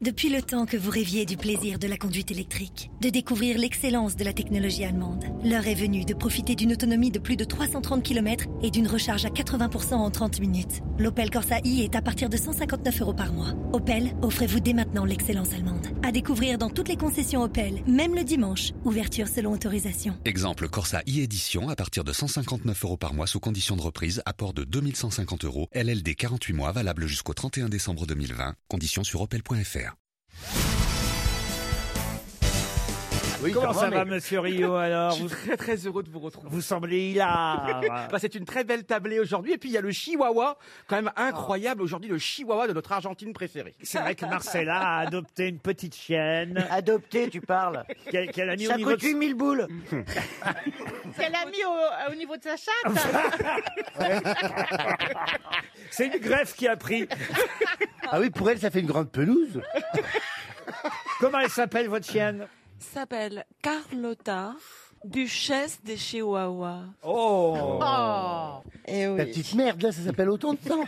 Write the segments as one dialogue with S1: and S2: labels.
S1: Depuis le temps que vous rêviez du plaisir de la conduite électrique, de découvrir l'excellence de la technologie allemande, l'heure est venue de profiter d'une autonomie de plus de 330 km et d'une recharge à 80% en 30 minutes. L'Opel Corsa i est à partir de 159 euros par mois. Opel, offrez-vous dès maintenant l'excellence allemande. À découvrir dans toutes les concessions Opel, même le dimanche. Ouverture selon autorisation.
S2: Exemple Corsa e-édition à partir de 159 euros par mois sous condition de reprise, apport de 2150 euros, LLD 48 mois, valable jusqu'au 31 décembre 2020. Conditions sur opel.fr.
S3: Oui,
S4: Comment
S3: ça
S4: ça
S3: va,
S4: va,
S3: mais-
S4: monsieur Rio, alors
S3: Je suis
S4: vous,
S3: très très heureux de vous retrouver.
S4: vous semblez hilar.
S3: Bah, c'est une très belle tablée aujourd'hui. Et puis il y a le chihuahua, quand même incroyable aujourd'hui, le chihuahua de notre Argentine préférée.
S4: C'est vrai que Marcella a adopté une petite chienne
S5: Adopté, tu parles.
S4: qu'elle qu'elle a mis au
S5: Ça
S4: niveau
S5: coûte
S4: de...
S5: 8000 boules.
S6: qu'elle a mis au, au niveau de sa chatte.
S4: C'est une greffe qui a pris.
S7: Ah oui, pour elle, ça fait une grande pelouse.
S4: Comment elle s'appelle, votre chienne
S8: s'appelle Carlotta, duchesse des Chihuahuas.
S4: Oh
S6: Oh.
S8: Et
S7: La petite merde, là, ça s'appelle autant de temps.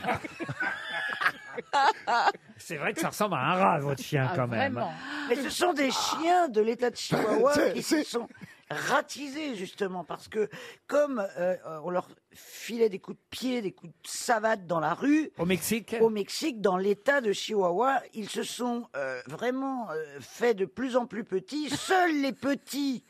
S4: C'est vrai que ça ressemble à un rat, votre chien,
S6: Ah,
S4: quand même. Ah.
S6: Vraiment.
S5: Mais ce sont des chiens de l'état de Chihuahua
S7: C'est-
S5: qui se
S7: c'est-
S5: sont ratisés, justement, parce que comme euh, on leur filait des coups de pied, des coups de savate dans la rue,
S4: Au Mexique
S5: au Mexique, dans l'état de Chihuahua, ils se sont euh, vraiment euh, faits de plus en plus petits. Seuls les petits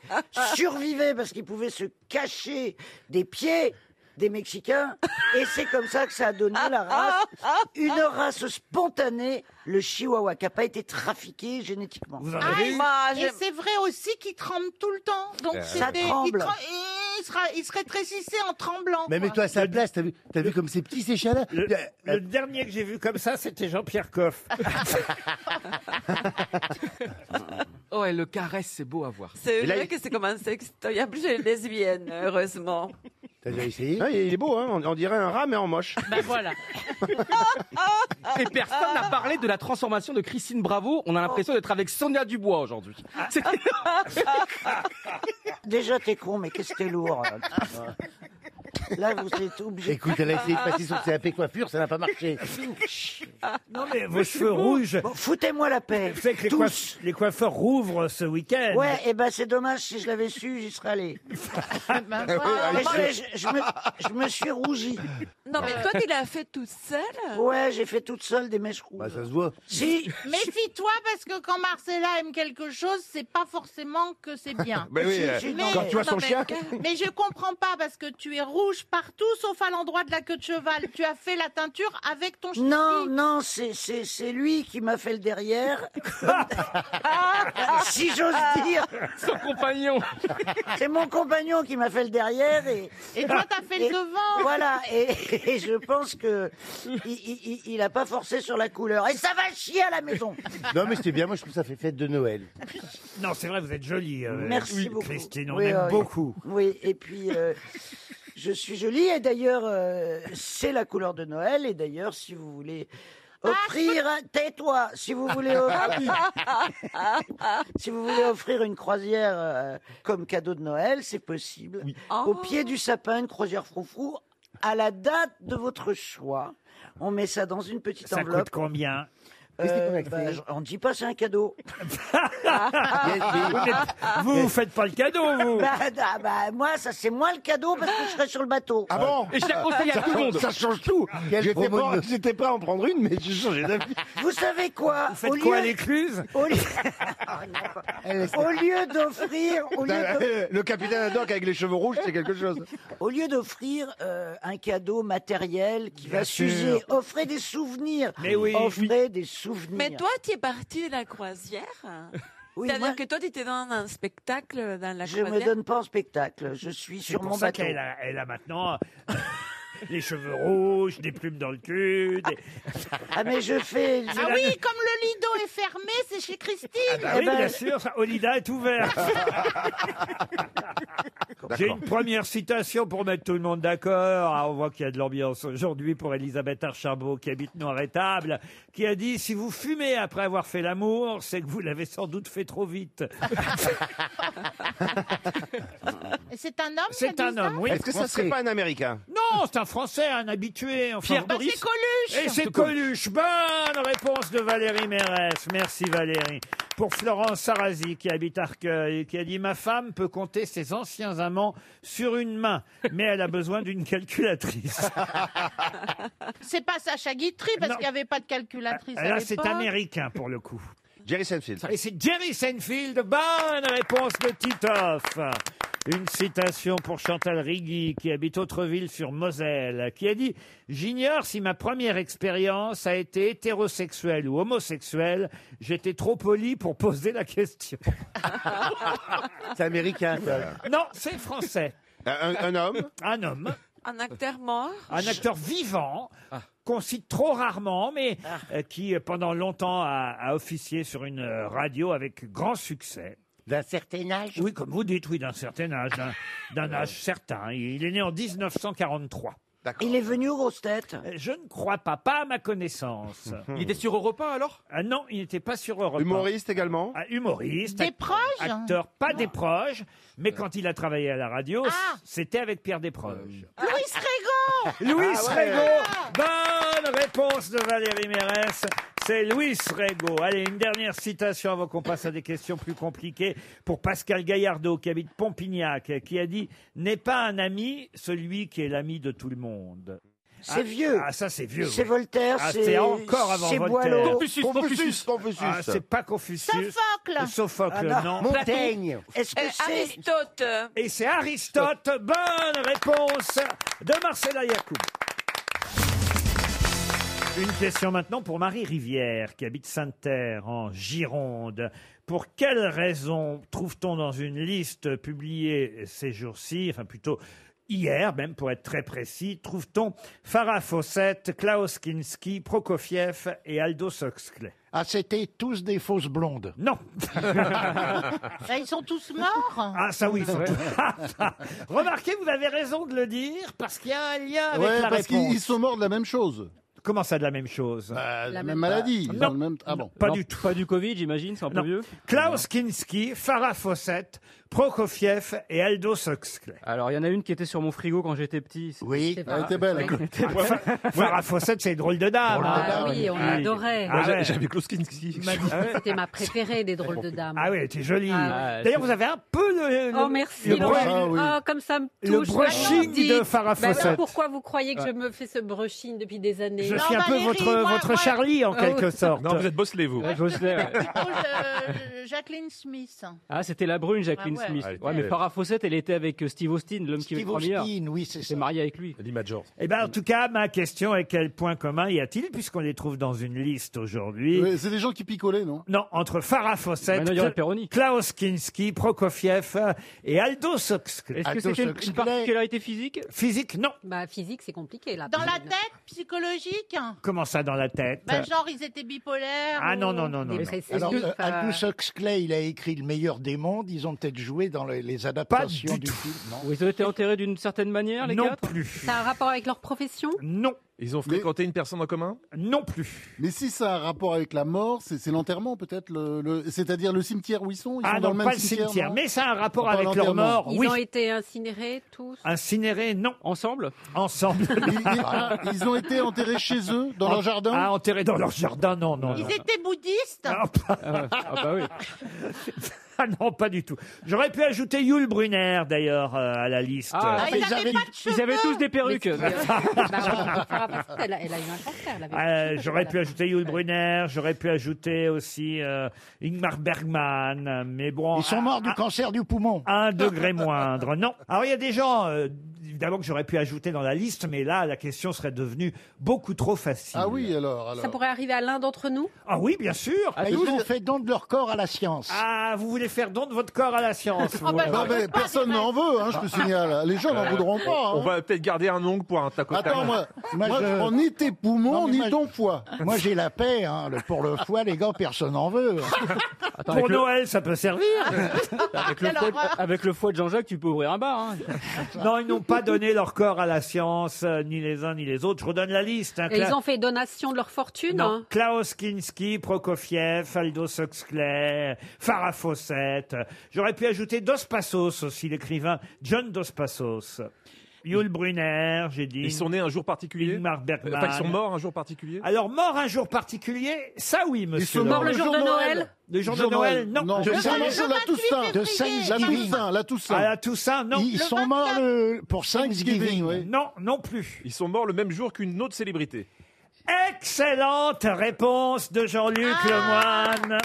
S5: survivaient parce qu'ils pouvaient se cacher des pieds des Mexicains. Et c'est comme ça que ça a donné la
S8: Ah,
S5: race, une race spontanée, le Chihuahua, qui n'a pas été trafiqué génétiquement.
S4: Vous en
S6: Ah,
S4: avez eu
S8: Bah,
S6: et
S8: j'aime-
S6: c'est vrai aussi qu'il tremble tout le temps. Donc
S5: Ça
S6: c'était- il
S5: tremble.
S6: tre- et Il, sera, il se rétrécissait en tremblant.
S7: Mais
S6: quoi.
S7: mets-toi à sa place, t'as vu, t'as vu comme c'est petit, ces chiens-là
S4: Ah, le,
S7: Il y a-
S4: le dernier que j'ai vu comme ça, c'était Jean-Pierre Coff.
S3: Oh, elle le caresse, c'est beau à voir.
S8: C'est
S7: Et là,
S8: vrai
S7: il-
S8: que c'est comme un sextoy. En plus, j'ai une lesbienne, heureusement.
S7: T'as déjà essayé
S9: Ouais, il est beau, hein on, on dirait un rat mais en moche.
S6: Ben voilà.
S3: Et personne n'a parlé de la transformation de Christine Bravo. On a l'impression d'être avec Sonia Dubois aujourd'hui. C'est-
S5: Déjà, t'es con, mais qu'est-ce que t'es lourd. hein. Là, vous êtes obligé.
S7: Écoute, elle a essayé de passer son CAP coiffure, ça n'a pas marché.
S4: Non, mais vos cheveux rouges.
S5: Bon, foutez-moi la paix.
S4: Vous savez que les,
S5: Tous.
S4: coiff- les coiffeurs rouvrent ce week-end.
S5: Ouais, et ben c'est dommage, si je l'avais su, j'y serais allé.
S6: Ben voilà.
S5: Mais je, je- je me, je me suis rougi.
S8: Non, mais toi, tu l'as fait toute seule
S5: Ouais, j'ai fait toute seule des mèches rouges.
S7: Bah, ça se voit.
S5: Si,
S6: Méfie-toi parce que quand Marcella aime quelque chose, c'est pas forcément que c'est bien.
S9: Ben oui, euh,
S5: si,
S6: Mais-
S9: quand tu vois
S8: Non,
S9: son
S8: mais-
S9: chien,
S6: Mais je comprends pas parce que tu es rouge partout sauf à l'endroit de la queue de cheval. Tu as fait la teinture avec ton chien.
S5: Non, non, c'est- c'est c'est lui qui m'a fait le derrière. si j'ose dire,
S3: Son compagnon.
S5: c'est mon compagnon qui m'a fait le derrière et
S6: Et toi, t'as fait le devant.
S5: voilà. Et, et je pense que il, il, il- il a pas forcé sur la couleur. Et ça va chier à la maison.
S7: Non, mais c'était bien, moi je trouve que ça fait fête de Noël.
S4: Non, c'est vrai, vous êtes jolie. euh,
S5: Merci beaucoup.
S4: Christine, on
S5: Oui,
S4: aime
S5: euh,
S4: beaucoup.
S5: Oui, et puis euh, je suis jolie et d'ailleurs euh, c'est la couleur de Noël et d'ailleurs si vous voulez offrir tais-toi si vous voulez offrir, si vous voulez offrir une croisière euh, comme cadeau de Noël, c'est possible. Au pied du sapin une croisière froufrou à la date de votre choix. On met ça dans une petite
S4: Ça coûte
S5: enveloppe.
S4: combien
S5: Euh, bah, je- on dit pas c'est un cadeau. Ah,
S7: Il y a- mais-
S4: Vous, vous faites pas le cadeau, vous
S5: bah, ah, bah, moi ça c'est moins le cadeau parce que je serai sur le bateau.
S9: Ah bon
S3: Et je la conseille à tout le monde.
S9: Ça change tout
S7: Quelle
S9: J'étais
S7: promo
S9: pas-
S7: de-
S9: J'étais prêt à en prendre une, mais j'ai changé d'avis.
S5: Vous savez quoi
S4: Vous faites
S5: Au
S4: quoi à
S5: lieu-
S4: l'écluse
S5: Au lieu,
S7: Elle est-
S5: au lieu d'offrir, au lieu d'offrir-
S9: Ben, euh, Le capitaine Haddock avec les cheveux rouges, c'est quelque chose.
S5: au lieu d'offrir euh, un cadeau matériel qui va
S4: sûr.
S5: s'user, offrez des souvenirs.
S4: Mais oui.
S5: offrez des souvenirs.
S8: Mais toi, tu es partie de la croisière
S5: Oui,
S8: C'est-à-dire
S5: moi,
S8: que toi, tu étais dans un spectacle dans la
S5: je me
S8: croisière
S5: donne pas en spectacle. Je suis
S4: C'est
S5: sur
S4: pour
S5: mon
S4: ça
S5: bateau.
S4: qu'elle a, elle a maintenant euh, les cheveux
S5: Oh.
S4: rouges, des plumes dans le cul. des-
S5: Ah mais je fais.
S6: Ah oui, comme le lido est fermé, c'est chez Christine.
S4: Ah
S5: Eh
S4: oui,
S5: ben-
S4: bien sûr, ça, Olida est ouverte. J'ai une première citation pour mettre tout le monde d'accord. Ah, on voit qu'il y a de l'ambiance aujourd'hui pour Elisabeth Archambault qui habite Noir-et-Table, qui a dit Si vous fumez après avoir fait l'amour, c'est que vous l'avez sans doute fait trop vite.
S6: Et C'est un homme. qui a
S4: C'est
S6: dit
S4: un
S6: ça
S4: homme, oui.
S9: Est-ce que ça
S7: Français.
S9: serait pas un américain
S4: Non, c'est un français, un habitué. enfin,
S6: Pierre
S4: vous-
S6: Bah, c'est Coluche
S4: Et c'est
S6: C'est
S4: Coluche. Bonne réponse de Valérie Mérès. Merci Valérie. Pour Florence Sarrazy, qui habite Arcueil, qui a dit Ma femme peut compter ses anciens amants sur une main, mais elle a besoin d'une calculatrice.
S6: C'est pas Sacha Guitry, parce qu'il n'y avait pas de calculatrice. à
S4: Ah, Là, c'est
S6: l'époque.
S4: américain pour le coup.
S10: Jerry Seinfeld.
S4: Et c'est Jerry Seinfeld. Bonne réponse de Titoff. Une citation pour Chantal Rigui, qui habite Autreville sur Moselle, qui a dit J'ignore si ma première expérience a été hétérosexuelle ou homosexuelle. J'étais trop poli pour poser la question.
S11: C'est américain. ça.
S4: Non, c'est français.
S10: Un, un homme
S4: Un homme,
S8: Un acteur mort
S4: un acteur vivant.
S12: Ah.
S4: Qu'on cite trop rarement, mais euh, qui euh, pendant longtemps a, a officié sur une euh, radio avec grand succès.
S11: D'un certain âge.
S4: Oui, comme vous dites, oui, d'un certain âge, d'un- d'un âge certain. Il est né en 1943.
S5: Il est venu aux grosses têtes.
S4: Euh, Je ne crois pas, pas à ma connaissance.
S12: Il était sur Europa alors
S4: Ah non, il n'était pas sur Europe. un.
S10: Humoriste également
S4: Ah, humoriste.
S6: Des
S4: act-
S6: proches
S4: Acteur, pas des proches,
S12: Ah.
S4: mais quand il a travaillé à la radio, c-
S6: Ah.
S4: c'était avec Pierre Desproges.
S6: Louis Régaud
S13: Ah
S4: Louis
S10: ouais.
S4: Régaud Bonne réponse de Valérie Mérès. C'est Louis Régaud. Allez, une dernière citation avant qu'on passe à des questions plus compliquées pour Pascal Gaillardeau qui habite Pompignac, qui a dit « N'est pas un ami celui qui est l'ami de tout le monde ».
S5: C'est
S4: Ah,
S5: vieux.
S4: Ah, ça c'est vieux.
S5: C'est
S4: oui.
S5: Voltaire,
S4: Ah,
S5: c'est.
S4: c'est encore avant
S5: c'est
S4: Voltaire.
S5: Boileau.
S12: Confucius,
S10: Confucius. Confucius.
S4: Ah, c'est pas Confucius.
S6: Sophocle
S4: Sophocle,
S5: Ah,
S4: non.
S11: Montaigne.
S5: Est-ce que
S8: Euh,
S5: c'est.
S8: Aristote
S4: Et c'est Aristote. Bonne réponse de Marcella Yacoub. Une question maintenant pour Marie Rivière, qui habite Sainte-Terre, en Gironde. Pour quelles raisons trouve-t-on dans une liste publiée ces jours-ci, enfin plutôt hier même pour être très précis, trouve-t-on Farah Fawcett, Klaus Kinski, Prokofiev et Aldo Huxley
S14: Ah, c'était tous des fausses blondes.
S4: Non
S6: Bah, Ah, Ils sont tous morts
S4: Ah, ça oui, surtout. Remarquez, vous avez raison de le dire, parce qu'il y a un lien avec
S14: Ouais,
S4: la
S14: parce qu'ils
S4: réponse.
S14: ils sont morts de la même chose.
S4: Comment ça, de la même chose
S14: Bah, la même maladie. Ils
S4: Non.
S14: ont le même- Ah bon.
S4: Pas du tout.
S3: Pas du Covid, j'imagine, c'est un peu
S4: Non.
S3: vieux.
S4: Klaus Kinski, Farah Fawcett, Prokofiev et Aldo Huxley.
S3: Alors, il y en a une qui était sur mon frigo quand j'étais petit.
S14: Oui, elle était belle.
S4: Farah Fawcett, c'est une drôle de dame. hein.
S14: Ah oui,
S11: on
S4: Ah, ouais.
S10: J'avais Kloskinski.
S11: C'était ma préférée des drôles de dames.
S4: Hein Ah oui, elle était jolie.
S3: Ah ouais.
S4: D'ailleurs, vous avez un peu le, le-
S11: Oh, merci.
S4: le
S11: Laurent.
S4: bro-
S14: Ah oui.
S11: Ah, comme ça me
S4: le
S11: touche.
S4: brushing
S11: Dites.
S4: de Farah
S11: Bah, alors,
S4: Fawcett.
S11: pourquoi vous croyez que je me fais ce brushing depuis des années
S4: Je
S6: Non,
S4: suis un peu
S6: Valérie,
S4: votre,
S6: moi,
S4: votre
S6: moi-
S4: Charlie,
S11: euh,
S4: en quelque sorte.
S10: êtes bosselé, vous.
S3: Ouais, je bosse là, ouais.
S6: Plutôt, euh, Jacqueline Smith.
S3: Ah, c'était la brune, Jacqueline
S6: Ah ouais.
S3: Smith.
S10: Ah, elle était
S3: Ouais, mais
S10: belle.
S3: Farah Fawcett, elle était avec euh, Steve Austin, l'homme qui veut
S14: Steve
S3: premier.
S14: Austin, oui, c'est
S3: C'est
S14: ça.
S3: marié avec lui.
S10: L'imageur.
S4: Eh ben, en tout cas, ma question est quel point commun y a-t-il, puisqu'on les trouve dans une liste aujourd'hui
S14: Ouais, C'est des gens qui picolaient, non
S4: Non, entre Farah Fawcett,
S3: Maintenant, il y aurait
S4: Cla-
S3: Perroni.
S4: Klaus Kinski, Prokofiev euh, et Aldo Huxley.
S3: Est-ce que
S14: Aldo
S3: c'était une,
S14: Huxley.
S3: une particularité physique
S4: Physique, non.
S11: Bah, physique, c'est compliqué là.
S6: Dans la tête psychologique
S4: Comment ça dans la tête
S6: bah, Genre, ils étaient bipolaires.
S4: Ah
S6: ou-
S4: non, non, non, non. non.
S11: Dépressif.
S14: Alors,
S11: euh,
S14: euh, Aldous Huxley, il a écrit Le meilleur des mondes. Ils ont peut-être joué dans les, les adaptations
S4: du
S14: du,
S4: tout.
S14: film. Non.
S3: Ou ils ont été enterrés d'une certaine manière, les
S4: Non
S3: quatre
S4: plus.
S11: Ça a un rapport avec leur profession
S4: Non,
S10: Ils ont
S14: fréquenté
S10: une personne en commun
S4: non plus.
S14: Mais si ça a un rapport avec la mort, c'est c'est l'enterrement peut-être, le, le- c'est-à-dire le cimetière où ils sont. Ils
S4: Ah
S14: sont dans
S4: non,
S14: le même
S4: pas le cimetière,
S14: non
S4: mais ça a un rapport
S14: On parle
S4: avec leur
S14: entièrement.
S4: mort,
S11: Ils
S4: oui.
S11: ont été incinérés tous.
S4: Incinérés, non.
S3: Ensemble
S4: Ensemble.
S14: Ils, ils- ah, ils ont été enterrés chez eux, dans leur jardin.
S4: Ah, enterrés dans leur jardin, non, non. non.
S6: Ils étaient bouddhistes
S4: Ah,
S3: Ah bah oui.
S4: Ah non, pas du tout. J'aurais pu ajouter Yul Brunner, d'ailleurs, euh, à la liste.
S3: Ah,
S6: Ah,
S3: mais
S6: Ils n'avaient pas de cheveux
S3: Ils avaient tous des perruques.
S11: Mais si, euh, bah, Barbara Streisand, elle, a, elle a eu un cancer. elle avait
S4: Euh,
S11: pas de
S4: j'aurais pu
S11: cheveux,
S4: ajouter Yul Brunner, j'aurais pu ajouter aussi euh, Ingmar Bergman, mais bon.
S14: Ils sont
S4: à-
S14: morts du cancer du poumon.
S4: à Un degré moindre. Non. Alors il y a des gens, euh, évidemment, que j'aurais pu ajouter dans la liste, mais là, la question serait devenue beaucoup trop facile.
S14: Ah oui, alors.
S11: là.
S14: alors.
S11: Ça pourrait arriver à l'un d'entre nous
S4: Ah oui, bien sûr.
S14: Ah, ils ont fait don de leur corps à la science.
S4: Ah, vous voulez faire don de votre corps à la science. vous,
S6: Ah bah,
S4: alors.
S14: Non,
S6: je veux
S14: mais
S6: pas,
S14: personne
S6: des
S14: n'en veut, hein, je te signale. Les gens n'en voudront pas. hein.
S10: Euh, va peut-être garder un ongle pour un taco
S14: Attends, moi,
S10: Moi,
S14: moi,
S10: je-
S14: je prends ni tes poumons,
S10: Non, mais
S14: ni
S10: moi, je-
S14: ton foie. Moi, j'ai la paix. hein, le- Pour le foie, les gars, personne n'en veut. hein.
S3: Attends,
S4: Pour
S3: avec, le,
S4: Noël, ça peut servir.
S3: avec, le
S6: Quelle
S3: foie,
S6: horreur.
S3: avec le foie de Jean-Jacques, tu peux ouvrir un bar. hein.
S4: Non, ils n'ont pas donné leur corps à la science, euh, ni les uns ni les autres. Je redonne la liste. hein,
S11: Et
S4: Cla-
S11: ils ont fait donation de leur fortune
S4: Non,
S11: hein.
S4: Klaus Kinski, Prokofiev, Aldo Huxley, Farah Fawcett. J'aurais pu ajouter Dos Passos aussi, l'écrivain John Dos Passos. Yul Brunner, j'ai dit.
S10: Ils sont nés un jour particulier Euh,
S4: Ingmar Bergman.
S10: Enfin, ils sont morts un jour particulier
S4: Alors, mort un jour particulier, ça oui, monsieur.
S10: sont morts
S4: Laurent.
S10: le jour de Noël
S4: Le jour de Noël, non.
S14: non.
S4: Je-
S14: Je-
S4: je-
S14: je- la Toussaint.
S4: De Saint-
S14: la
S4: Giving.
S14: Toussaint, la Toussaint.
S4: À la Toussaint, non.
S14: Ils, ils
S4: Le
S14: sont morts le- pour Thanksgiving, oui.
S4: Non, non plus.
S10: Ils sont morts le même jour qu'une autre célébrité.
S4: Excellente réponse de Jean-Luc
S10: Ah.
S4: Lemoine.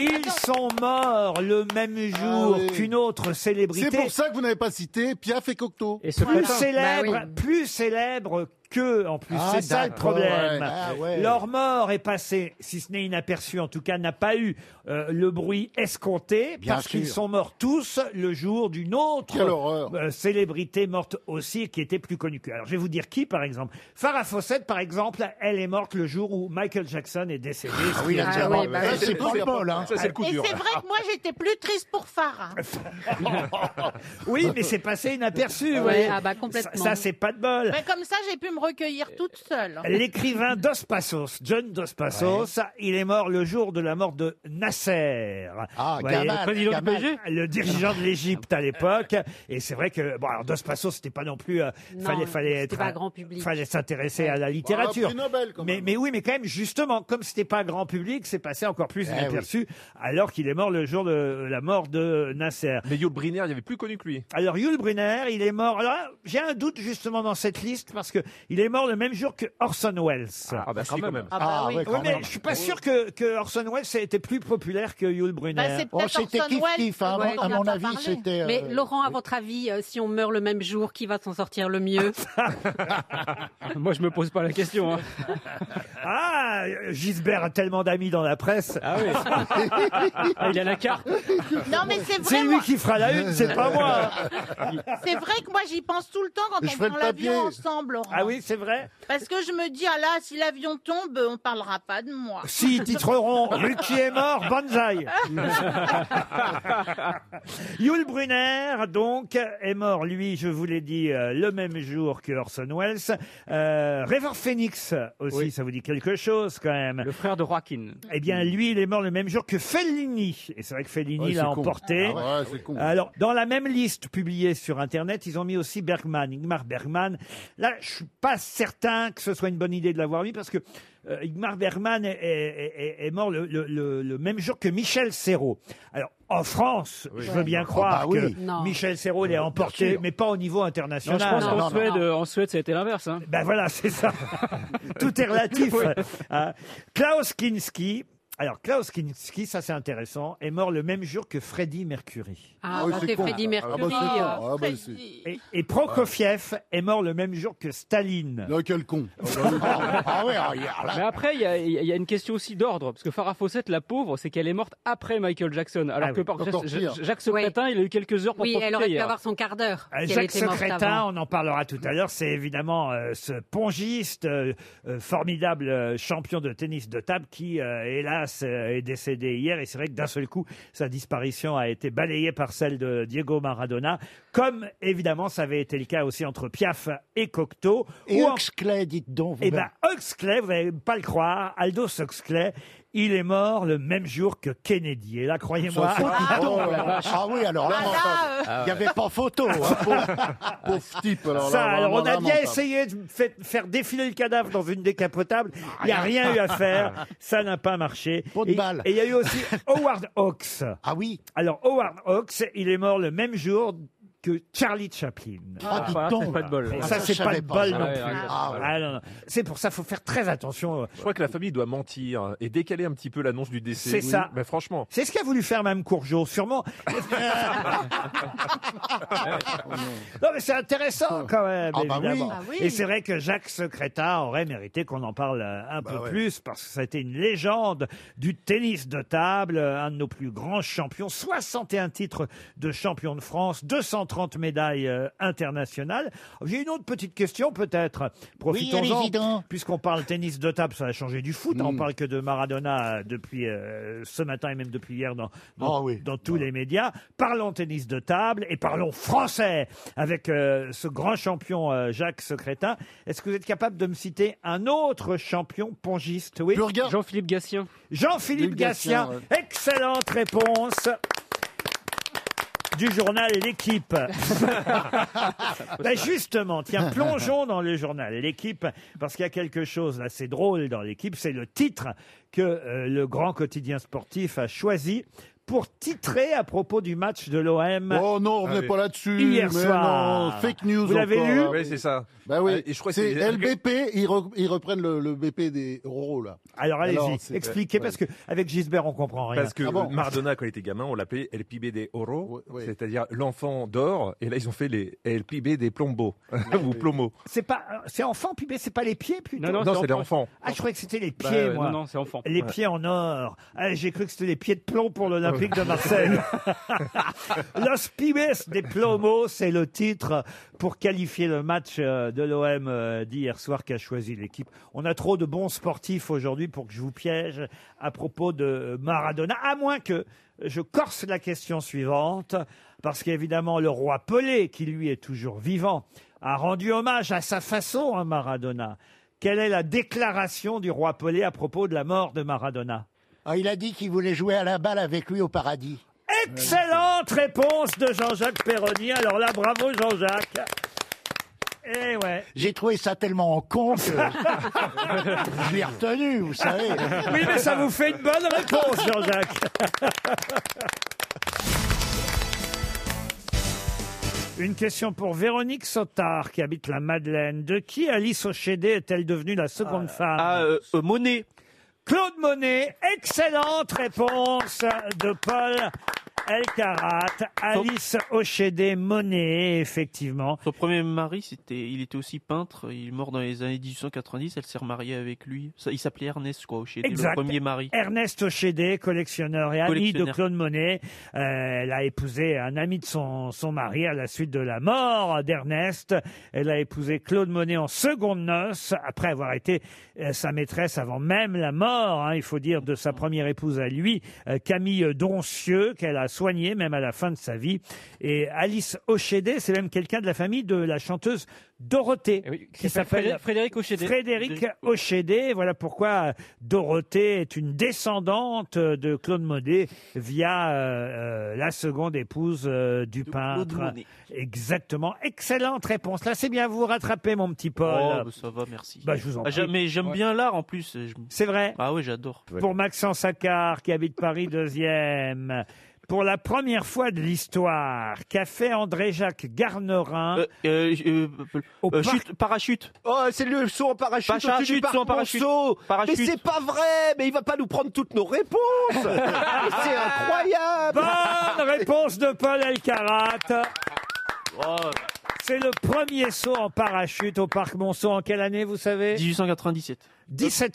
S4: Ils sont morts le même jour
S14: oui.
S4: qu'une autre célébrité.
S14: C'est pour ça que vous n'avez pas cité Piaf et Cocteau.
S4: Et plus célèbre, plus célèbre que en plus,
S14: Ah,
S4: c'est ça le
S14: d'accord,
S4: problème.
S14: ouais. Ah, ouais.
S4: Leur mort est passée, si ce n'est inaperçu, en tout cas n'a pas eu euh, le bruit escompté,
S14: Bien
S4: parce
S14: sûr.
S4: qu'ils sont morts tous le jour d'une autre
S14: Quelle horreur.
S4: euh, célébrité morte aussi, qui était plus connue que. Alors je vais vous dire qui, par exemple. Farah Fawcett, par exemple, elle est morte le jour où Michael Jackson est décédé.
S14: Ah oui, là, Ah tiens, oui, bah, ça, c'est c'est- pas le bol, hein.
S10: ça, c'est le coup
S6: Et
S10: dur.
S6: c'est vrai que moi, j'étais plus triste pour Farah.
S4: oui, mais c'est passé inaperçu. vous
S6: Ouais,
S4: voyez.
S6: ah bah, complètement.
S4: Ça, ça, c'est pas de bol.
S6: Mais comme ça, j'ai pu me recueillir toute seule.
S11: hein.
S4: L'écrivain Dos Passos, John Dos Passos, il est mort le jour de la mort de Nasser. Ah,
S14: Gamal, Le président du Gamal. PSG?
S4: Le dirigeant de l'Égypte à l'époque. Et c'est vrai que, bon, alors Dos Passos, c'était pas non plus, euh,
S11: Non,
S4: fallait, fallait
S11: c'était
S4: être,
S11: pas grand public.
S4: fallait s'intéresser à la littérature.
S14: prix Nobel, quand
S4: mais, mais oui, mais quand même, justement, comme c'était pas grand public, c'est passé encore plus
S14: Eh
S4: inaperçu, alors qu'il est mort le jour de la mort de Nasser.
S10: Mais Yul Brynner, il y avait plus connu que lui.
S4: Alors Yul Brynner, il est mort. Alors là, j'ai un doute justement dans cette liste parce que il est mort le même jour que Orson Welles.
S10: Ah bah si, quand même.
S14: Ah bah Ah oui. oui, quand
S4: Ouais, mais
S14: même.
S4: je suis pas sûr que, que Orson Welles ait été plus populaire que Yul Brynner.
S6: Bah, c'est peut-être Oh, c'était Orson Welles. kiff-kiff, hein. À mon- à mon avis, c'était, euh,
S11: Mais Laurent, à votre avis, euh, si on meurt le même jour, qui va s'en sortir le mieux
S3: Moi, je me pose pas la question. hein.
S4: Ah, Gisbert a tellement d'amis dans la presse.
S3: Ah oui. Ah, il a la carte.
S6: Non, mais c'est
S4: C'est
S6: vrai,
S4: lui
S6: moi-
S4: qui fera la une, c'est pas moi.
S6: c'est vrai que moi, j'y pense tout le temps quand
S4: Je
S6: on
S4: fais
S6: prend
S4: le
S6: l'avion
S4: papier.
S6: ensemble, Laurent.
S4: Ah oui, c'est vrai.
S6: Parce que je me dis, ah là, si l'avion tombe, on parlera pas de moi.
S4: Si, ils titreront Ruki est mort, bonsaï. Yul Brunner, donc, est mort, lui, je vous l'ai dit, euh, le même jour que Orson Welles. Euh, River Phoenix aussi, ça vous dit quelque chose quand même. Le
S3: frère de Joaquin.
S4: Eh bien, lui, il est mort le même jour que Fellini. Et c'est vrai que Fellini
S14: Ouais, c'est
S4: l'a
S14: con.
S4: emporté. Euh,
S14: Ah ouais, c'est con.
S4: Alors, dans la même liste publiée sur Internet, ils ont mis aussi Bergman, Ingmar Bergman. Là, je suis pas certain que ce soit une bonne idée de l'avoir mis parce que euh, Ingmar Bergman est, est- est- est mort le, le- le- le même jour que Michel Serrault. Alors, en France, je veux bien
S14: Ah
S4: croire
S14: bah oui.
S4: que
S14: Non.
S4: Michel Serrault l'ait emporté,
S14: sûr.
S4: mais pas au niveau
S3: Non,
S4: international.
S3: je pense
S4: Non,
S3: qu'en
S4: non,
S3: Suède,
S4: non.
S3: euh, en Suède, ça a été l'inverse. hein.
S4: Ben voilà, c'est ça. Tout est relatif.
S3: Oui.
S4: Hein. Klaus Kinski. Alors, Klaus Kinski, ça c'est intéressant, est mort le même jour que Freddie Mercury.
S11: Ah, bah, c'est Freddie Mercury. euh,
S4: Et, et Prokofiev est mort le même jour que Staline.
S14: quel con.
S4: Ah
S3: Mais après, il y, a- il y a une question aussi d'ordre, parce que Farah Fawcett, la pauvre, c'est qu'elle est morte après Michael Jackson, alors
S4: Ah
S3: que
S4: oui.
S3: par
S4: Encore
S3: Jacques,
S4: pire.
S3: Jacques Secrétin, il a eu quelques heures pour
S11: Oui,
S3: profiter
S11: elle aurait pu
S3: hier.
S11: avoir son quart d'heure.
S4: Euh,
S11: si elle
S4: Jacques
S11: était morte
S4: Secrétin,
S11: avant.
S4: on en parlera tout à l'heure, c'est évidemment euh, ce pongiste, euh, euh, formidable euh, champion de tennis de table qui, euh, hélas, euh, est décédé hier. Et c'est vrai que d'un seul coup, sa disparition a été balayée par celle de Diego Maradona, comme évidemment ça avait été le cas aussi entre Piaf et Cocteau.
S15: Et
S4: ou en-
S15: Huxley, dites donc. vous
S4: Eh
S15: ben.
S4: ben, Huxley, vous n'allez pas le croire, Aldo Huxley, il est mort le même jour que Kennedy. Et là, croyez-moi...
S15: Ça, c'est- Ah, oh, la vache. Ah oui, alors là, euh. il n'y avait pas photo. hein, pauvre-
S14: Pauvre type. Alors,
S4: Ça,
S14: là,
S4: alors
S14: vraiment
S4: on a bien
S14: lamentable.
S4: essayé de fait- faire défiler le cadavre dans une décapotable. Il n'y a
S15: Rien.
S4: rien eu à faire. Ça n'a pas marché.
S15: Pot de
S4: Et-
S15: balle.
S4: Et il y a eu aussi Howard Hawks. Ah oui. Alors Howard Hawks, il est mort le même jour que Charlie Chaplin.
S15: Ah, dites donc.
S3: pas de bol.
S4: Et
S3: Ah,
S4: ça,
S3: ça,
S4: c'est
S3: je
S4: pas
S3: savais
S4: de
S3: pas,
S4: bol
S3: ça.
S4: non
S3: Ouais,
S4: plus.
S3: ouais,
S4: Ah,
S3: ouais.
S4: non, non. C'est pour ça faut faire très attention.
S10: Je crois que la famille doit mentir et décaler un petit peu l'annonce du décès.
S4: C'est ça.
S10: Mais franchement.
S4: C'est ce qu'a voulu faire Mme Courgeot, sûrement. non, mais c'est intéressant quand même,
S14: Ah bah oui.
S4: évidemment.
S14: Ah oui.
S4: Et c'est vrai que Jacques Secrétin aurait mérité qu'on en parle euh, un
S14: Bah
S4: peu plus, parce que ça a été une légende du tennis de table, euh, un de nos plus grands champions, 61 titres de champion de France, 230 médailles euh, internationales. J'ai une autre petite question, peut-être.
S15: allez-y
S4: Profitons-en,
S15: donc.
S4: puisqu'on parle tennis de table, ça a changé du foot. hein, On parle que de Maradona euh, depuis euh, ce matin et même depuis hier dans, dans, dans tous les médias. Parlons tennis de table et parlons français avec euh, ce grand champion euh, Jacques Secrétin. Est-ce que vous êtes capable de me citer un autre champion pongiste oui
S3: Jean-Philippe Gatien.
S4: Jean-Philippe
S3: Philippe Gatien,
S4: Gatien. Excellente réponse. du journal L'équipe. Ben, justement, tiens, plongeons dans le journal L'équipe, parce qu'il y a quelque chose d'assez drôle dans l'équipe, c'est le titre que euh, le grand quotidien sportif a choisi pour titrer à propos du match de l'OM.
S14: Oh non, on
S3: Ah
S14: n'est pas là-dessus.
S4: Hier
S14: mais
S4: soir.
S14: non, Oh, fake news.
S4: Vous l'avez lu
S14: encore.
S10: Oui, c'est ça.
S14: Bah oui.
S10: Euh, et je crois que
S14: c'est
S10: c'est-
S14: LBP, ils, re- ils reprennent le, le BP des euros là.
S4: Alors allez-y,
S14: c'est- Ah
S4: expliquez, parce que avec Gisbert, on comprend rien. Ah
S10: Parce que Maradona, quand il était gamin, on l'appelait El Pibe de Oro, c'est-à-dire l'enfant d'or. Et là, ils ont fait les El Pibe des Plombos, ou Plomo.
S4: C'est pas, euh, c'est enfant pibé, c'est pas les pieds plutôt.
S10: Non, non, Non, c'est c'est les enfants. enfants.
S4: Ah, je croyais que c'était les
S3: Bah,
S4: pieds,
S3: ouais,
S4: moi.
S3: non, non, c'est enfant.
S4: Les
S3: Ouais.
S4: pieds en or. Ah, j'ai cru que c'était les pieds de plomb pour l'Olympique de Marseille. Los Pibes des Plomos, c'est le titre pour qualifier le match euh, de l'OM euh, d'hier soir qu'a choisi l'équipe. On a trop de bons sportifs aujourd'hui pour que je vous piège à propos de Maradona, à moins que je corse la question suivante, parce qu'évidemment le roi Pelé, qui lui est toujours vivant, a rendu hommage à sa façon à Maradona. Quelle est la déclaration du roi Pelé à propos de la mort de Maradona
S15: Ah, il a dit qu'il voulait jouer à la balle avec lui au paradis.
S4: Excellente réponse de Jean-Jacques Perroni. Alors là, bravo Jean-Jacques. Eh ouais.
S15: J'ai trouvé ça tellement con que je l'ai retenu, vous savez.
S4: Oui, mais ça vous fait une bonne réponse, Jean-Jacques. Une question pour Véronique Sotard, qui habite la Madeleine. De qui Alice Ochédé est-elle devenue la seconde femme Ah, Monet. Claude Monet, excellente réponse de Paul Elkarat. Alice Ochédé Monet, effectivement.
S16: Son premier mari, c'était, il était aussi peintre. Il est mort dans les années 1890. Elle s'est remariée avec lui. Ça- Il s'appelait Ernest, quoi, chez le
S4: Exact. Eh,
S16: premier mari.
S4: Ernest Chédé, collectionneur et ami de
S16: Collectionneur.
S4: Claude Monet. Euh, elle a épousé un ami de son, son mari à la suite de la mort d'Ernest. Elle a épousé Claude Monet en seconde noce, après avoir été euh, sa maîtresse avant même la mort, hein, il faut dire, de sa première épouse à lui, euh, Camille Doncieux, qu'elle a soignée même à la fin de sa vie. Et Alice Ochédé, c'est même quelqu'un de la famille de la chanteuse Dorothée, qui s'appelle
S3: Frédéric Ochédé.
S4: Frédéric Ochédé. Voilà pourquoi euh, Dorothée est une descendante euh, de Claude Monet via euh, euh, la seconde épouse euh, du peintre.
S16: Monet.
S4: Exactement. Excellente réponse. Là, c'est bien, vous vous rattrapez, mon petit Paul.
S16: Oh, bah, ça va, merci.
S4: Bah, je vous en
S16: Ah, j'a-
S4: prie.
S16: Mais j'aime
S4: Ouais.
S16: bien l'art en plus.
S4: C'est vrai.
S16: Ah oui, j'adore.
S4: Pour Maxence Accard, qui habite Paris 2e. Pour la première fois de l'histoire, qu'a fait André-Jacques Garnerin
S16: Euh, euh, euh, euh,
S4: parc-
S16: chute, parachute.
S17: Oh, c'est le saut en parachute.
S16: Parachute,
S17: au-dessus du parc
S16: saut en parachute.
S17: Monceau.
S16: Parachute.
S17: Mais c'est pas vrai. Mais il va pas nous prendre toutes nos réponses. Mais c'est incroyable.
S4: Bonne réponse de Paul Elkarat. C'est le premier saut en parachute au parc Monceau en quelle année, vous savez
S16: 1897.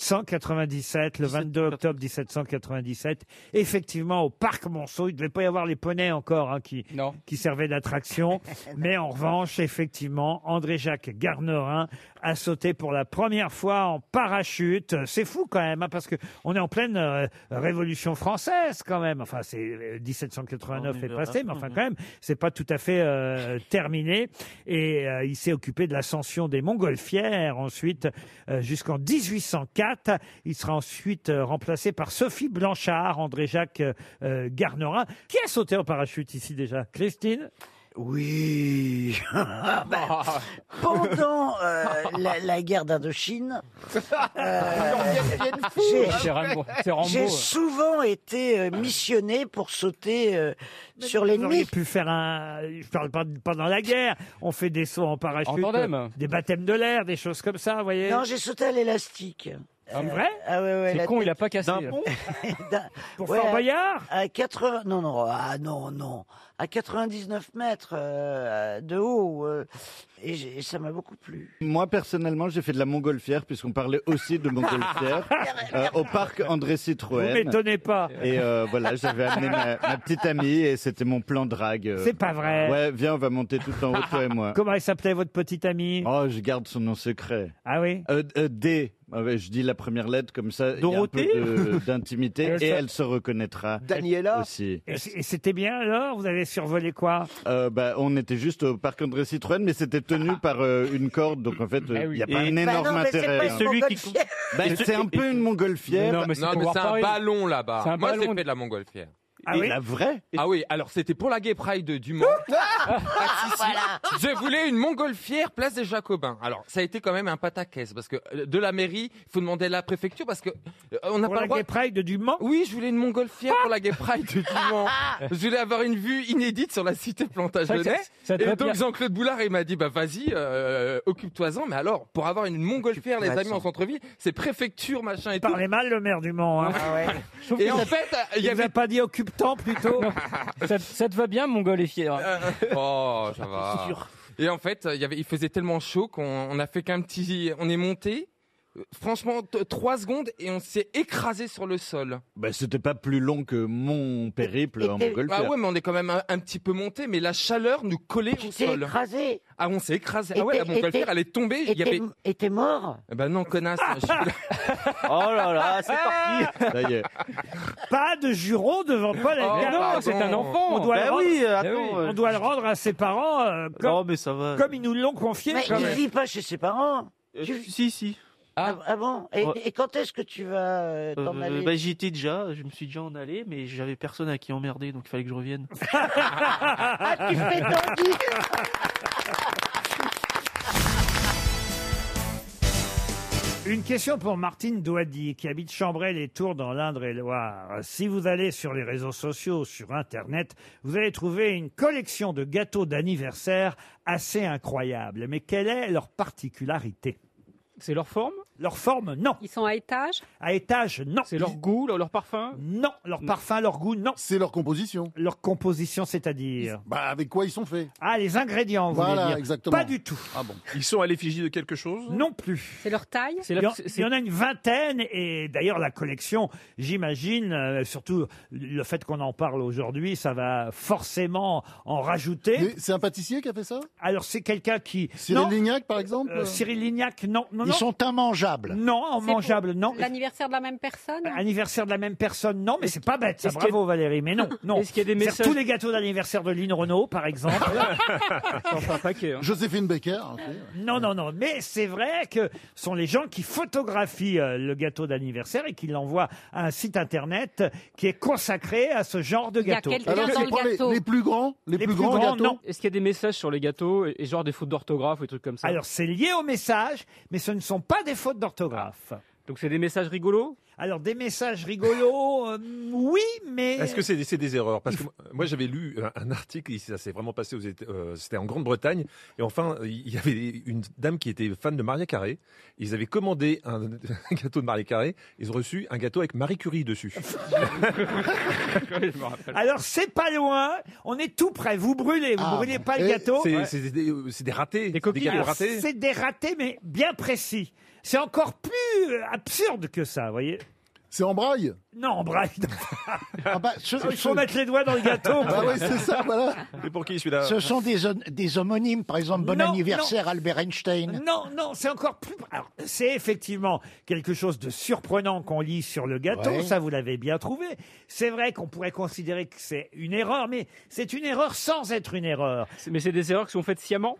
S4: 1797, le 22 octobre 1797. Effectivement, au parc Monceau, il ne devait pas y avoir les poneys encore hein, qui, qui servaient d'attraction. Mais en revanche, effectivement, André-Jacques Garnerin a sauté pour la première fois en parachute. C'est fou quand même, hein, parce qu'on est en pleine euh, Révolution française quand même. Enfin, c'est euh, 1789 est passé, mais
S5: Mhm.
S4: enfin quand même, c'est pas tout à fait euh, terminé. Et euh, il s'est occupé de l'ascension des montgolfières ensuite euh, jusqu'en 1804. Il sera ensuite euh, remplacé par Sophie Blanchard, André-Jacques euh, euh, Garnerin. Qui a sauté en parachute ici déjà Christine
S5: Oui. Ah, ben, Pendant euh, la, la guerre d'Indochine, euh, j'ai-
S3: C'est Rambo- c'est Rambo,
S5: j'ai
S3: ouais.
S5: souvent été euh, missionné pour sauter euh, sur
S4: Vous
S5: l'ennemi.
S4: auriez pu faire un. Je parle pas de- pendant la guerre. On fait des sauts en parachute,
S5: En tandem.
S4: euh, des baptêmes de l'air, des choses comme ça, vous voyez.
S5: Non, j'ai sauté à l'élastique.
S4: Ah,
S5: Euh,
S4: vrai
S5: Ah ouais, ouais,
S4: C'est
S5: la
S4: con,
S5: tête-
S4: il a pas cassé. D'un pont
S5: D'un-
S4: Pour Fort Boyard
S5: À 80... Non, non, ah non, non. À 99 mètres euh, de haut. euh, et, j'ai- et ça m'a beaucoup plu.
S18: Moi, personnellement, j'ai fait de la montgolfière, puisqu'on parlait aussi de montgolfière, euh, au parc André Citroën.
S4: Vous m'étonnez pas.
S18: Et euh, voilà, j'avais amené ma, ma petite amie et c'était mon plan drague. euh.
S4: C'est pas vrai.
S18: Ouais, viens, on va monter tout en haut, toi et moi.
S4: Comment elle s'appelait votre petite amie
S18: Oh, je garde son nom secret. Euh,
S4: Ah oui
S18: D. Ah ouais, je dis la première lettre comme ça, il y a un peu
S4: Dorothée
S18: de- euh, d'intimité
S4: Elle se-
S18: et elle se reconnaîtra.
S4: Daniela
S18: aussi.
S4: Et c- et c'était bien alors Vous avez survolé quoi
S18: Euh, bah, on était juste au parc André Citroën, mais c'était tenu par euh, une corde, donc en fait,
S4: Ah
S18: euh, il n'y a pas
S4: bah
S18: un énorme intérêt. hein. Bah, c'est un peu une montgolfière.
S19: Non, mais c'est un ballon là-bas. Moi, j'ai fait de la montgolfière.
S4: Ah
S17: Et
S4: oui
S17: la vraie
S19: Ah oui, alors c'était pour la Gay Pride du Mans. Ah, si, si. Je voulais une montgolfière place des Jacobins. Alors, ça a été quand même un pataquès parce que euh, de la mairie, il faut demander à la préfecture parce que euh, on n'a
S4: Pour
S19: pas
S4: la
S19: le droit.
S4: Gay Pride du Mans
S19: Oui, je voulais une montgolfière pour la Gay Pride du Mans. Je voulais avoir une vue inédite sur la cité
S3: C'est vrai
S19: Plantagenet.
S3: que ça- ça te va
S19: Et donc
S3: bien.
S19: Jean-Claude Boulard, il m'a dit bah vas-y, euh, occupe-toi-en. Mais alors, pour avoir une montgolfière, les amis, en centre-ville, c'est préfecture machin et tout.
S4: Parlez mal le maire du Mans. Hein.
S19: Et en fait, euh, il y
S4: vous
S19: avait
S4: a pas dit occupe-temps plutôt
S3: ça, ça te va bien, mon gars, les filles
S19: Oh,
S5: Ah,
S19: ça va. Et en fait, il, y avait, il faisait tellement chaud qu'on on a fait qu'un petit. On est monté, euh, franchement, t- trois secondes et on s'est écrasé sur le sol.
S18: Bah, c'était pas plus long que mon périple en Montgolfière.
S19: Ah ouais, mais on est quand même un, un petit peu monté, mais la chaleur nous collait au
S18: t'es
S19: sol.
S5: écrasé
S19: Ah, on s'est écrasé.
S5: Et
S19: Ah ouais,
S5: t'es-
S19: la
S5: et
S19: montgolfière,
S5: t'es-
S19: elle est tombée.
S5: et
S19: Il y avait.
S5: t'es- Et t'es mort
S19: Bah non, connasse. je suis là. Ah
S17: Oh là là, c'est parti
S18: Ça y est.
S4: Pas de juron devant Paul
S17: Oh,
S4: Elkarat.
S17: pardon. c'est un enfant.
S4: On doit,
S17: Bah
S4: le rendre,
S17: oui, euh, attends,
S4: on
S17: euh,
S4: doit le rendre à ses parents euh, comme,
S18: Oh,
S17: Non, mais ça va.
S4: comme ils nous l'ont confié.
S5: Mais
S4: quand
S5: il
S4: même.
S5: vit pas chez ses parents. Tu-
S17: Si, si.
S5: Ah, ah bon et,
S17: Ouais.
S5: et quand est-ce que tu vas euh, t'en
S17: Euh,
S5: aller
S17: bah, j'y étais déjà, je me suis déjà en allé, mais j'avais personne à qui emmerder, donc il fallait que je revienne.
S5: Ah, tu fais tendu
S4: Une question pour Martine Douadi, qui habite Chambray les Tours dans l'Indre-et-Loire. Si vous allez sur les réseaux sociaux, sur Internet, vous allez trouver une collection de gâteaux d'anniversaire assez incroyable. Mais quelle est leur particularité
S3: C'est leur forme
S4: Leur forme, non.
S11: Ils sont à étage
S4: À étage, non.
S3: C'est leur goût, leur, leur parfum
S4: Non, leur parfum, leur goût, non.
S14: C'est leur composition.
S4: Leur composition, c'est-à-dire
S14: Bah, avec quoi ils sont faits
S4: Ah, les ingrédients, vous voulez
S14: Voilà,
S4: dire.
S14: exactement.
S4: Pas du tout.
S14: Ah bon.
S10: Ils sont à l'effigie de quelque chose
S4: Non plus.
S11: C'est leur taille
S4: Il y, en, il y en a une vingtaine et d'ailleurs la collection, j'imagine, euh, surtout le fait qu'on en parle aujourd'hui, ça va forcément en rajouter.
S14: Mais c'est un pâtissier qui a fait ça
S4: Alors c'est quelqu'un qui...
S14: Cyril
S4: Non,
S14: Lignac, par exemple
S4: euh, Cyril Lignac, non, non,
S14: Ils
S4: non.
S14: sont immangeables.
S4: Non,
S11: C'est pour
S4: immangeables, non. Ah,
S11: L'anniversaire de la même personne
S4: Anniversaire de la même personne, non, mais c'est pas bête, ça.
S3: est-ce qu'il y a-
S4: Bravo Valérie, mais non, non.
S3: Est-ce qu'il y a des
S4: C'est-à-dire
S3: messages-
S4: Tous les gâteaux d'anniversaire de Lynn Renault, par exemple.
S3: un paquet. hein.
S14: Joséphine Baker.
S4: Non, non, non. Mais c'est vrai que ce sont les gens qui photographient euh, le gâteau d'anniversaire et qui l'envoient à un site internet qui est consacré à ce genre de
S11: Il y a
S4: gâteau.
S11: quelqu'un Alors, dans c'est le pas les- gâteau. les
S14: plus grands
S4: Les, plus, grands, gâteaux non.
S3: Est-ce qu'il y a des messages sur les gâteaux et, et genre des fautes d'orthographe ou des trucs comme ça
S4: Alors, c'est lié au message, mais ce ne sont pas des fautes d'orthographe.
S3: Donc c'est des messages rigolos
S4: Alors, des messages rigolos, euh, oui, mais...
S10: Est-ce que c'est des, c'est des erreurs Parce que moi- moi, j'avais lu euh, un article, et ça s'est vraiment passé, aux Éta- euh, c'était en Grande-Bretagne, et enfin, il y avait une dame qui était fan de Maria Carré. Ils avaient commandé un, un gâteau de Maria Carré, ils ont reçu un gâteau avec Marie Curie dessus.
S4: Alors, c'est pas loin, on est tout près. Vous brûlez, vous brûlez pas le gâteau.
S10: Ah. C'est
S4: Ouais.
S10: c'est des, euh, c'est des ratés, des,
S4: coquilles.
S10: gâteaux
S4: Alors,
S10: ratés.
S4: C'est des ratés, mais bien précis. C'est encore plus euh, absurde que ça, vous voyez
S14: C'est en braille
S4: Non, en braille. non.
S15: Ah bah, ce-
S4: Il faut mettre les doigts dans le gâteau.
S15: Bah ouais, c'est ça, voilà.
S10: Et pour qui celui-là
S15: Ce sont des, on- des homonymes, par exemple, bon
S4: Non,
S15: anniversaire Albert Einstein.
S4: Non, non, c'est encore plus. Alors, c'est effectivement quelque chose de surprenant qu'on lit sur le gâteau.
S15: Ouais.
S4: Ça, vous l'avez bien trouvé. C'est vrai qu'on pourrait considérer que c'est une erreur, mais c'est une erreur sans être une erreur.
S3: C'est- Mais c'est des erreurs qui sont faites sciemment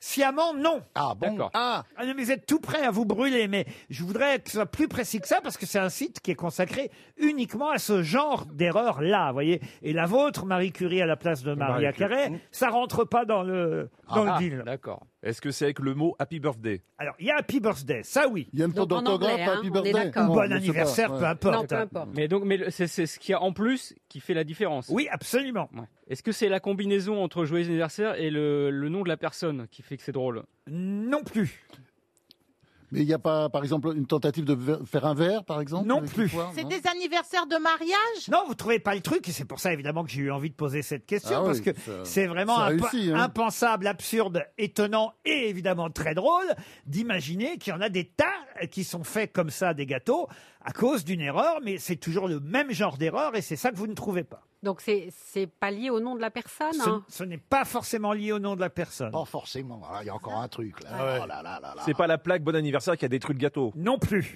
S4: Sciemment, non.
S15: Ah bon
S3: D'accord.
S15: Ah
S4: Ah non, mais vous êtes tout prêt à vous brûler, mais je voudrais que ce soit plus précis que ça parce que c'est un site qui est consacré uniquement à ce genre d'erreur-là, vous voyez. Et la vôtre, Marie Curie à la place de
S10: Marie
S4: Maria
S10: Curie.
S4: Carré, ça rentre pas dans le dans
S3: Ah,
S4: le deal.
S3: D'accord.
S10: Est-ce que c'est avec le mot Happy Birthday
S4: Alors, il y a Happy Birthday, ça oui.
S14: Il y a une faute
S11: Donc, en
S14: d'orthographe,
S11: anglais, hein,
S14: Happy
S11: on est
S14: Birthday.
S11: d'accord.
S14: Non,
S4: Bon
S14: je sais pas,
S4: anniversaire,
S14: ouais.
S4: peu
S11: Non,
S4: importe.
S11: peu importe.
S3: Mais donc, mais le- c'est c'est ce qu'il y a en plus qui fait la différence.
S4: Oui, absolument.
S3: Ouais. Est-ce que c'est la combinaison entre joyeux anniversaire et le, le nom de la personne qui fait que c'est drôle
S4: Non plus.
S14: Mais il n'y a pas, par exemple, une tentative de ver- faire un verre, par exemple
S4: Non
S14: avec
S4: plus.
S14: une poire,
S6: C'est
S14: non
S6: des anniversaires de mariage
S4: Non, vous trouvez pas le truc, et c'est pour ça évidemment que j'ai eu envie de poser cette question,
S14: Ah
S4: parce
S14: oui,
S4: que
S14: ça-
S4: c'est vraiment
S14: ça
S4: impo-
S14: réussit, hein.
S4: impensable, absurde, étonnant et évidemment très drôle d'imaginer qu'il y en a des tas qui sont faits comme ça, des gâteaux, à cause d'une erreur, mais c'est toujours le même genre d'erreur, et c'est ça que vous ne trouvez pas.
S11: Donc c'est c'est pas lié au nom de la personne
S4: Ce,
S11: hein.
S4: ce n'est pas forcément lié au nom de la personne.
S15: Pas forcément. Ah, Il y a encore un truc, là. Oh là là là là.
S10: C'est pas la plaque Bon anniversaire qui a détruit le gâteau.
S4: Non plus.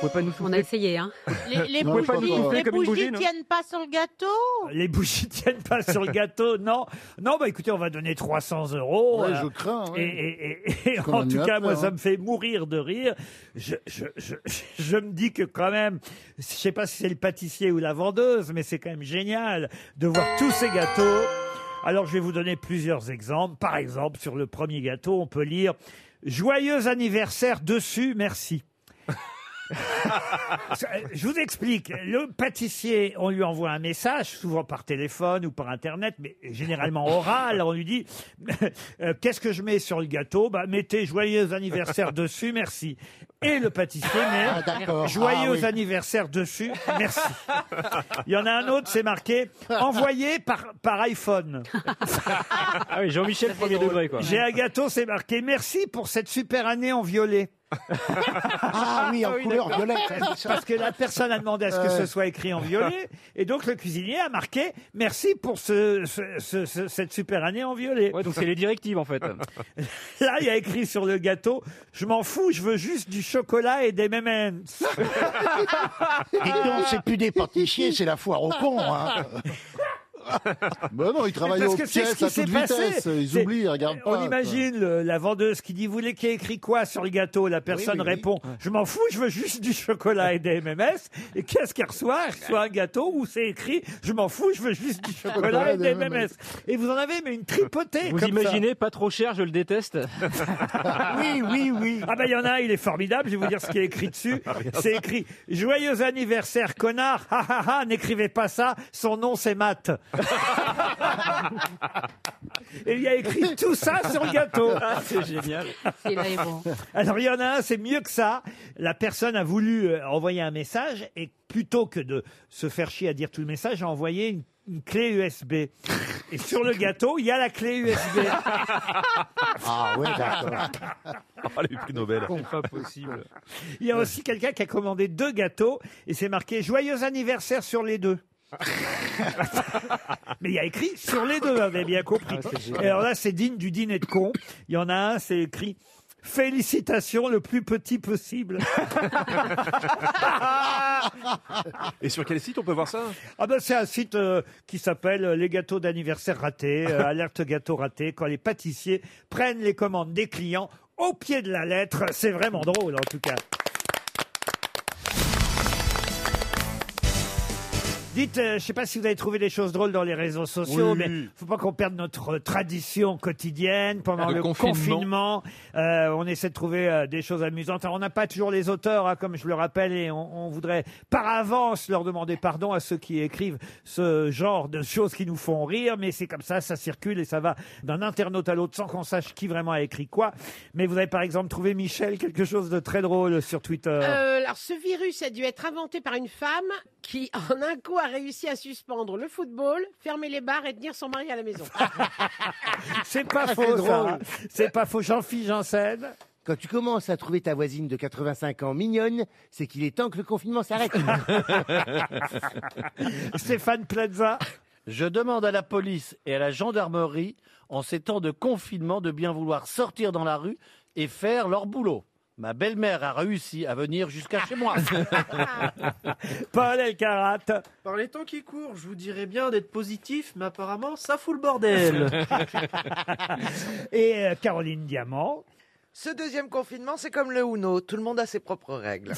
S3: pouvez pas nous
S11: On a essayé, hein.
S6: Les, les
S4: Non, je pense
S6: bougies,
S4: pas. hein.
S6: les
S4: Comme une
S6: bougies
S4: bougie, non
S6: tiennent pas sur le gâteau.
S4: Les bougies tiennent pas sur le gâteau, non. Non, bah écoutez, on va donner 300 euros.
S14: Ouais, je crains, ouais.
S4: Et, et- et- et
S14: Parce qu'on
S4: en
S14: en
S4: tout
S14: a
S4: cas, moi,
S14: peur,
S4: ça
S14: hein.
S4: me fait mourir de rire. Je, je, je, je me dis que quand même, je sais pas si c'est le pâtissier ou la vendeuse, mais c'est quand même génial de voir tous ces gâteaux. Alors, je vais vous donner plusieurs exemples. Par exemple, sur le premier gâteau, on peut lire Joyeux anniversaire dessus, merci. Je vous explique. Le pâtissier, on lui envoie un message, souvent par téléphone ou par internet, mais généralement oral. On lui dit euh, Qu'est-ce que je mets sur le gâteau Bah, mettez joyeux anniversaire dessus, merci. Et le pâtissier
S15: Ah,
S4: met
S15: d'accord.
S4: joyeux
S15: Ah, oui.
S4: anniversaire dessus, merci. Il y en a un autre, c'est marqué envoyé par, par iPhone.
S3: Ah oui, Jean-Michel, premier degré, quoi.
S4: J'ai un gâteau, c'est marqué merci pour cette super année en violet.
S15: Ah oui, en couleur
S4: d'accord.
S15: violette.
S4: Parce que la personne a demandé à ce que
S15: Ouais.
S4: ce soit écrit en violet. Et donc le cuisinier a marqué merci pour ce, ce- ce- ce- cette super année en violet.
S3: Ouais, donc c'est les directives, en fait.
S4: Là, il y a écrit sur le gâteau je m'en fous, je veux juste du chocolat et des M&M's.
S15: Dites donc, c'est plus des pâtissiers, c'est la foire aux cons. Hein.
S14: Ben non, ils travaillent
S4: Parce
S14: aux
S4: que c'est ce
S14: pièces
S4: qui
S14: à
S4: s'est
S14: toute
S4: passé.
S14: vitesse. Ils
S4: C'est-
S14: oublient, ils regardent pas.
S4: On imagine le- la vendeuse qui dit Vous voulez qu'il y ait écrit quoi sur le gâteau La personne
S14: oui, oui.
S4: répond Je m'en fous, je veux juste du chocolat et des MMS. Et qu'est-ce qu'elle reçoit Elle reçoit un gâteau où c'est écrit Je m'en fous, je veux juste du chocolat et des MMS. Et vous en avez, mais une tripotée.
S3: Vous
S4: comme ça.
S3: imaginez, pas trop cher, je le déteste.
S4: Oui, oui, oui. Ah ben il y en a, un, il est formidable, je vais vous dire ce qui est écrit dessus. C'est écrit Joyeux anniversaire connard, ha ha ha, n'écrivez pas ça, son nom c'est Matt. Et il y a écrit tout ça sur le gâteau.
S3: Ah, c'est génial.
S11: C'est là, et bon.
S4: Alors il y en a un, c'est mieux que ça. La personne a voulu euh, envoyer un message et plutôt que de se faire chier à dire tout le message, a envoyé une, une clé USB. Et sur le gâteau, il y a la clé USB.
S15: Ah oui, d'accord.
S10: Ah, le prix Nobel.
S3: pas possible.
S4: Il y a aussi quelqu'un qui a commandé deux gâteaux et c'est marqué joyeux anniversaire sur les deux. Mais il y a écrit sur les deux, hein, vous avez bien
S15: Ah
S4: compris. Et alors là, c'est digne du dîner de con. Il y en a un, c'est écrit félicitations le plus petit possible.
S10: Et sur quel site on peut voir ça
S4: Ah ben c'est un site euh, qui s'appelle euh, Les gâteaux d'anniversaire ratés, euh, alerte gâteau raté, quand les pâtissiers prennent les commandes des clients au pied de la lettre. C'est vraiment drôle en tout cas. Dites, euh, je sais pas si vous avez trouvé des choses drôles dans les réseaux sociaux,
S15: Oui.
S4: mais faut pas qu'on perde notre tradition quotidienne pendant
S15: Le
S4: le,
S15: confinement.
S4: confinement. Euh, on essaie de trouver euh, des choses amusantes. Alors, on n'a pas toujours les auteurs, hein, comme je le rappelle, et on, on voudrait par avance leur demander pardon à ceux qui écrivent ce genre de choses qui nous font rire. Mais c'est comme ça, ça circule et ça va d'un internaute à l'autre sans qu'on sache qui vraiment a écrit quoi. Mais vous avez par exemple trouvé Michel quelque chose de très drôle sur Twitter.
S13: Euh, alors, ce virus a dû être inventé par une femme qui, en un coup, a réussi à suspendre le football, fermer les bars et tenir son mari à la maison.
S4: C'est pas
S7: Ah, c'est
S4: faux,
S7: drôle.
S4: ça. C'est pas faux. Jean-Philippe Janssen.
S7: Quand tu commences à trouver ta voisine de 85 ans mignonne, c'est qu'il est temps que le confinement s'arrête.
S4: Stéphane Plaza.
S20: Je demande à la police et à la gendarmerie, en ces temps de confinement, de bien vouloir sortir dans la rue et faire leur boulot. Ma belle-mère a réussi à venir jusqu'à chez moi.
S4: Paul Elkarat.
S16: Par les temps qui courent, je vous dirais bien d'être positif, mais apparemment, ça fout le bordel.
S4: Et euh, Caroline Diamant.
S21: Ce deuxième confinement, c'est comme le Uno, tout le monde a ses propres règles.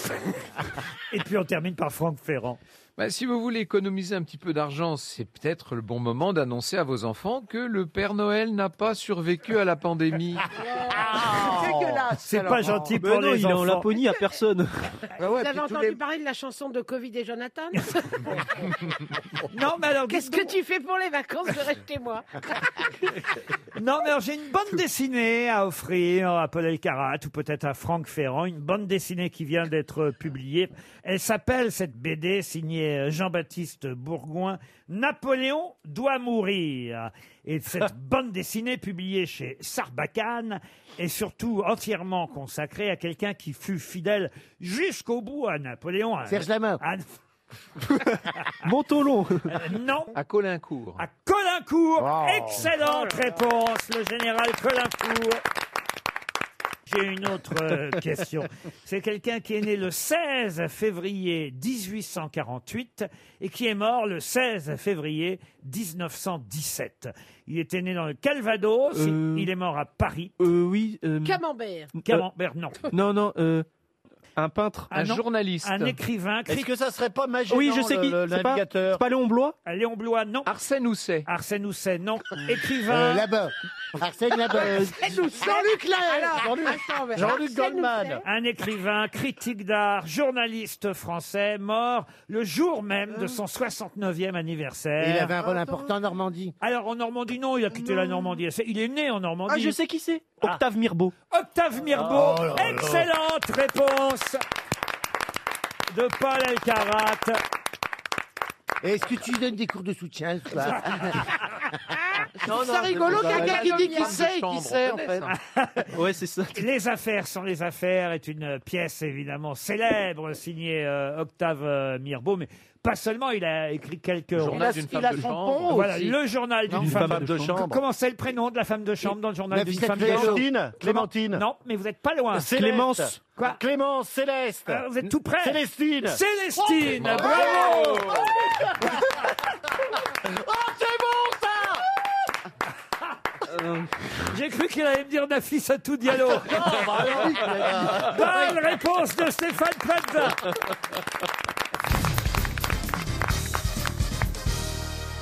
S4: Et puis on termine par Franck Ferrand.
S22: Bah, si vous voulez économiser un petit peu d'argent, c'est peut-être le bon moment d'annoncer à vos enfants que le Père Noël n'a pas survécu à la pandémie.
S6: Ah.
S4: C'est
S21: oh.
S4: pas
S16: oh,
S4: gentil pour les
S16: il est en
S4: enfants.
S16: Laponie, à personne.
S4: Ah
S13: Vous avez
S21: puis tous
S13: entendu
S21: les-
S13: parler de la chanson de Covid et Jonathan
S4: Non, mais alors.
S13: Qu'est-ce que tu fais pour les vacances de rester moi
S4: Non, mais alors, j'ai une bande dessinée à offrir à Paul Elkarat ou peut-être à Franck Ferrand. Une bande dessinée qui vient d'être euh, publiée. Elle s'appelle, cette BD, signée euh, Jean-Baptiste Bourgoin, Napoléon doit mourir. Et cette bande dessinée publiée chez Sarbacane est surtout entièrement consacrée à quelqu'un qui fut fidèle jusqu'au bout à Napoléon. à-
S7: Serge Lama.
S4: à-
S7: Montolon.
S4: Euh, non.
S22: À Colincourt.
S4: À Colincourt.
S22: Wow.
S4: Excellente réponse, le général Colincourt. J'ai une autre euh, question. C'est quelqu'un qui est né le 16 février 1848 et qui est mort le 16 février 1917. Il était né dans le Calvados,
S16: Euh.
S4: il est mort à Paris.
S16: oui.
S6: euh,
S13: Camembert.
S16: Euh,
S4: Camembert, Euh, non.
S16: Non, non. euh, un peintre.
S4: Ah non, Un écrivain.
S16: Est-ce que ça serait pas
S4: magique
S16: Magellan, Oui, je sais qui, le- le c'est pas- navigateur c'est pas
S4: Léon Blois Léon Blois, non. Arsène Housset. Arsène Housset, non. écrivain.
S15: Euh, là-bas.
S4: Arsène
S15: Labeur.
S13: Jean-Luc Lahaye. Attends, mais- Arsène Housset.
S4: Un écrivain, critique d'art, journaliste français, mort le jour même de son 69e anniversaire.
S7: Il avait un rôle important
S4: en Normandie. Alors en Normandie, non, il a quitté la Normandie. C'est- Il est né en Normandie.
S16: Ah, je sais qui c'est.
S4: Ah.
S16: Octave Mirbeau.
S4: Octave Mirbeau. Excellente réponse de Paul Elkarat.
S7: Est-ce que tu donnes des cours de soutien ou pas
S4: Ah,
S5: Ah,
S13: non, ça rigolo,
S4: bah,
S13: quelqu'un qui dit qui sait, qui sait, en fait.
S4: ouais, c'est ça. Les affaires sont les affaires est une pièce évidemment célèbre signée euh, Octave euh, Mirbeau, mais pas seulement. Il a écrit quelques.
S15: journal Il a- d'une femme il a de son chambre. pont
S4: Voilà,
S15: aussi.
S4: le journal d'une
S15: D'une
S4: femme,
S15: femme de chambre.
S4: Comment c'est le prénom de la femme de chambre dans le journal
S15: La
S4: d'une
S15: petite
S4: femme de chambre
S15: Clémentine.
S4: Clémentine. Non, mais vous n'êtes pas loin.
S15: Céleste. Clémence.
S4: Quoi
S15: Clémence, Céleste.
S4: Euh, vous êtes tout près.
S15: Célestine.
S4: Célestine.
S15: Oh,
S4: bravo.
S6: Oh,
S4: Euh, J'ai cru qu'il allait me dire Nafis à tout dialogue.
S15: bah non.
S4: Bonne réponse de Stéphane Plaza.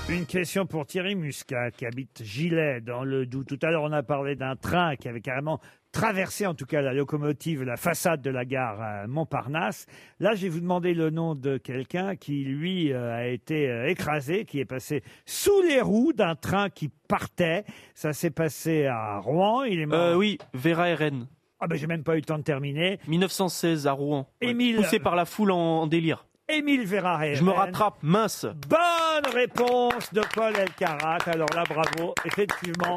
S4: Une question pour Thierry Muscat qui habite Gilet dans le Doubs. Tout à l'heure, on a parlé d'un train qui avait carrément traversé, en tout cas la locomotive, la façade de la gare à Montparnasse. Là, je vais vous demander le nom de quelqu'un qui, lui, euh, a été euh, écrasé, qui est passé sous les roues d'un train qui partait. Ça s'est passé à Rouen. Il est mort.
S16: Euh, oui, Vera Eren.
S4: Ah ben j'ai même pas eu le temps de terminer.
S16: 1916 à Rouen.
S4: Émile.
S16: Poussé par la foule en, en délire.
S4: Émile Verhaeren.
S16: Je me rattrape, mince.
S4: Bonne réponse de Paul Elkarat. Alors là, bravo. Effectivement,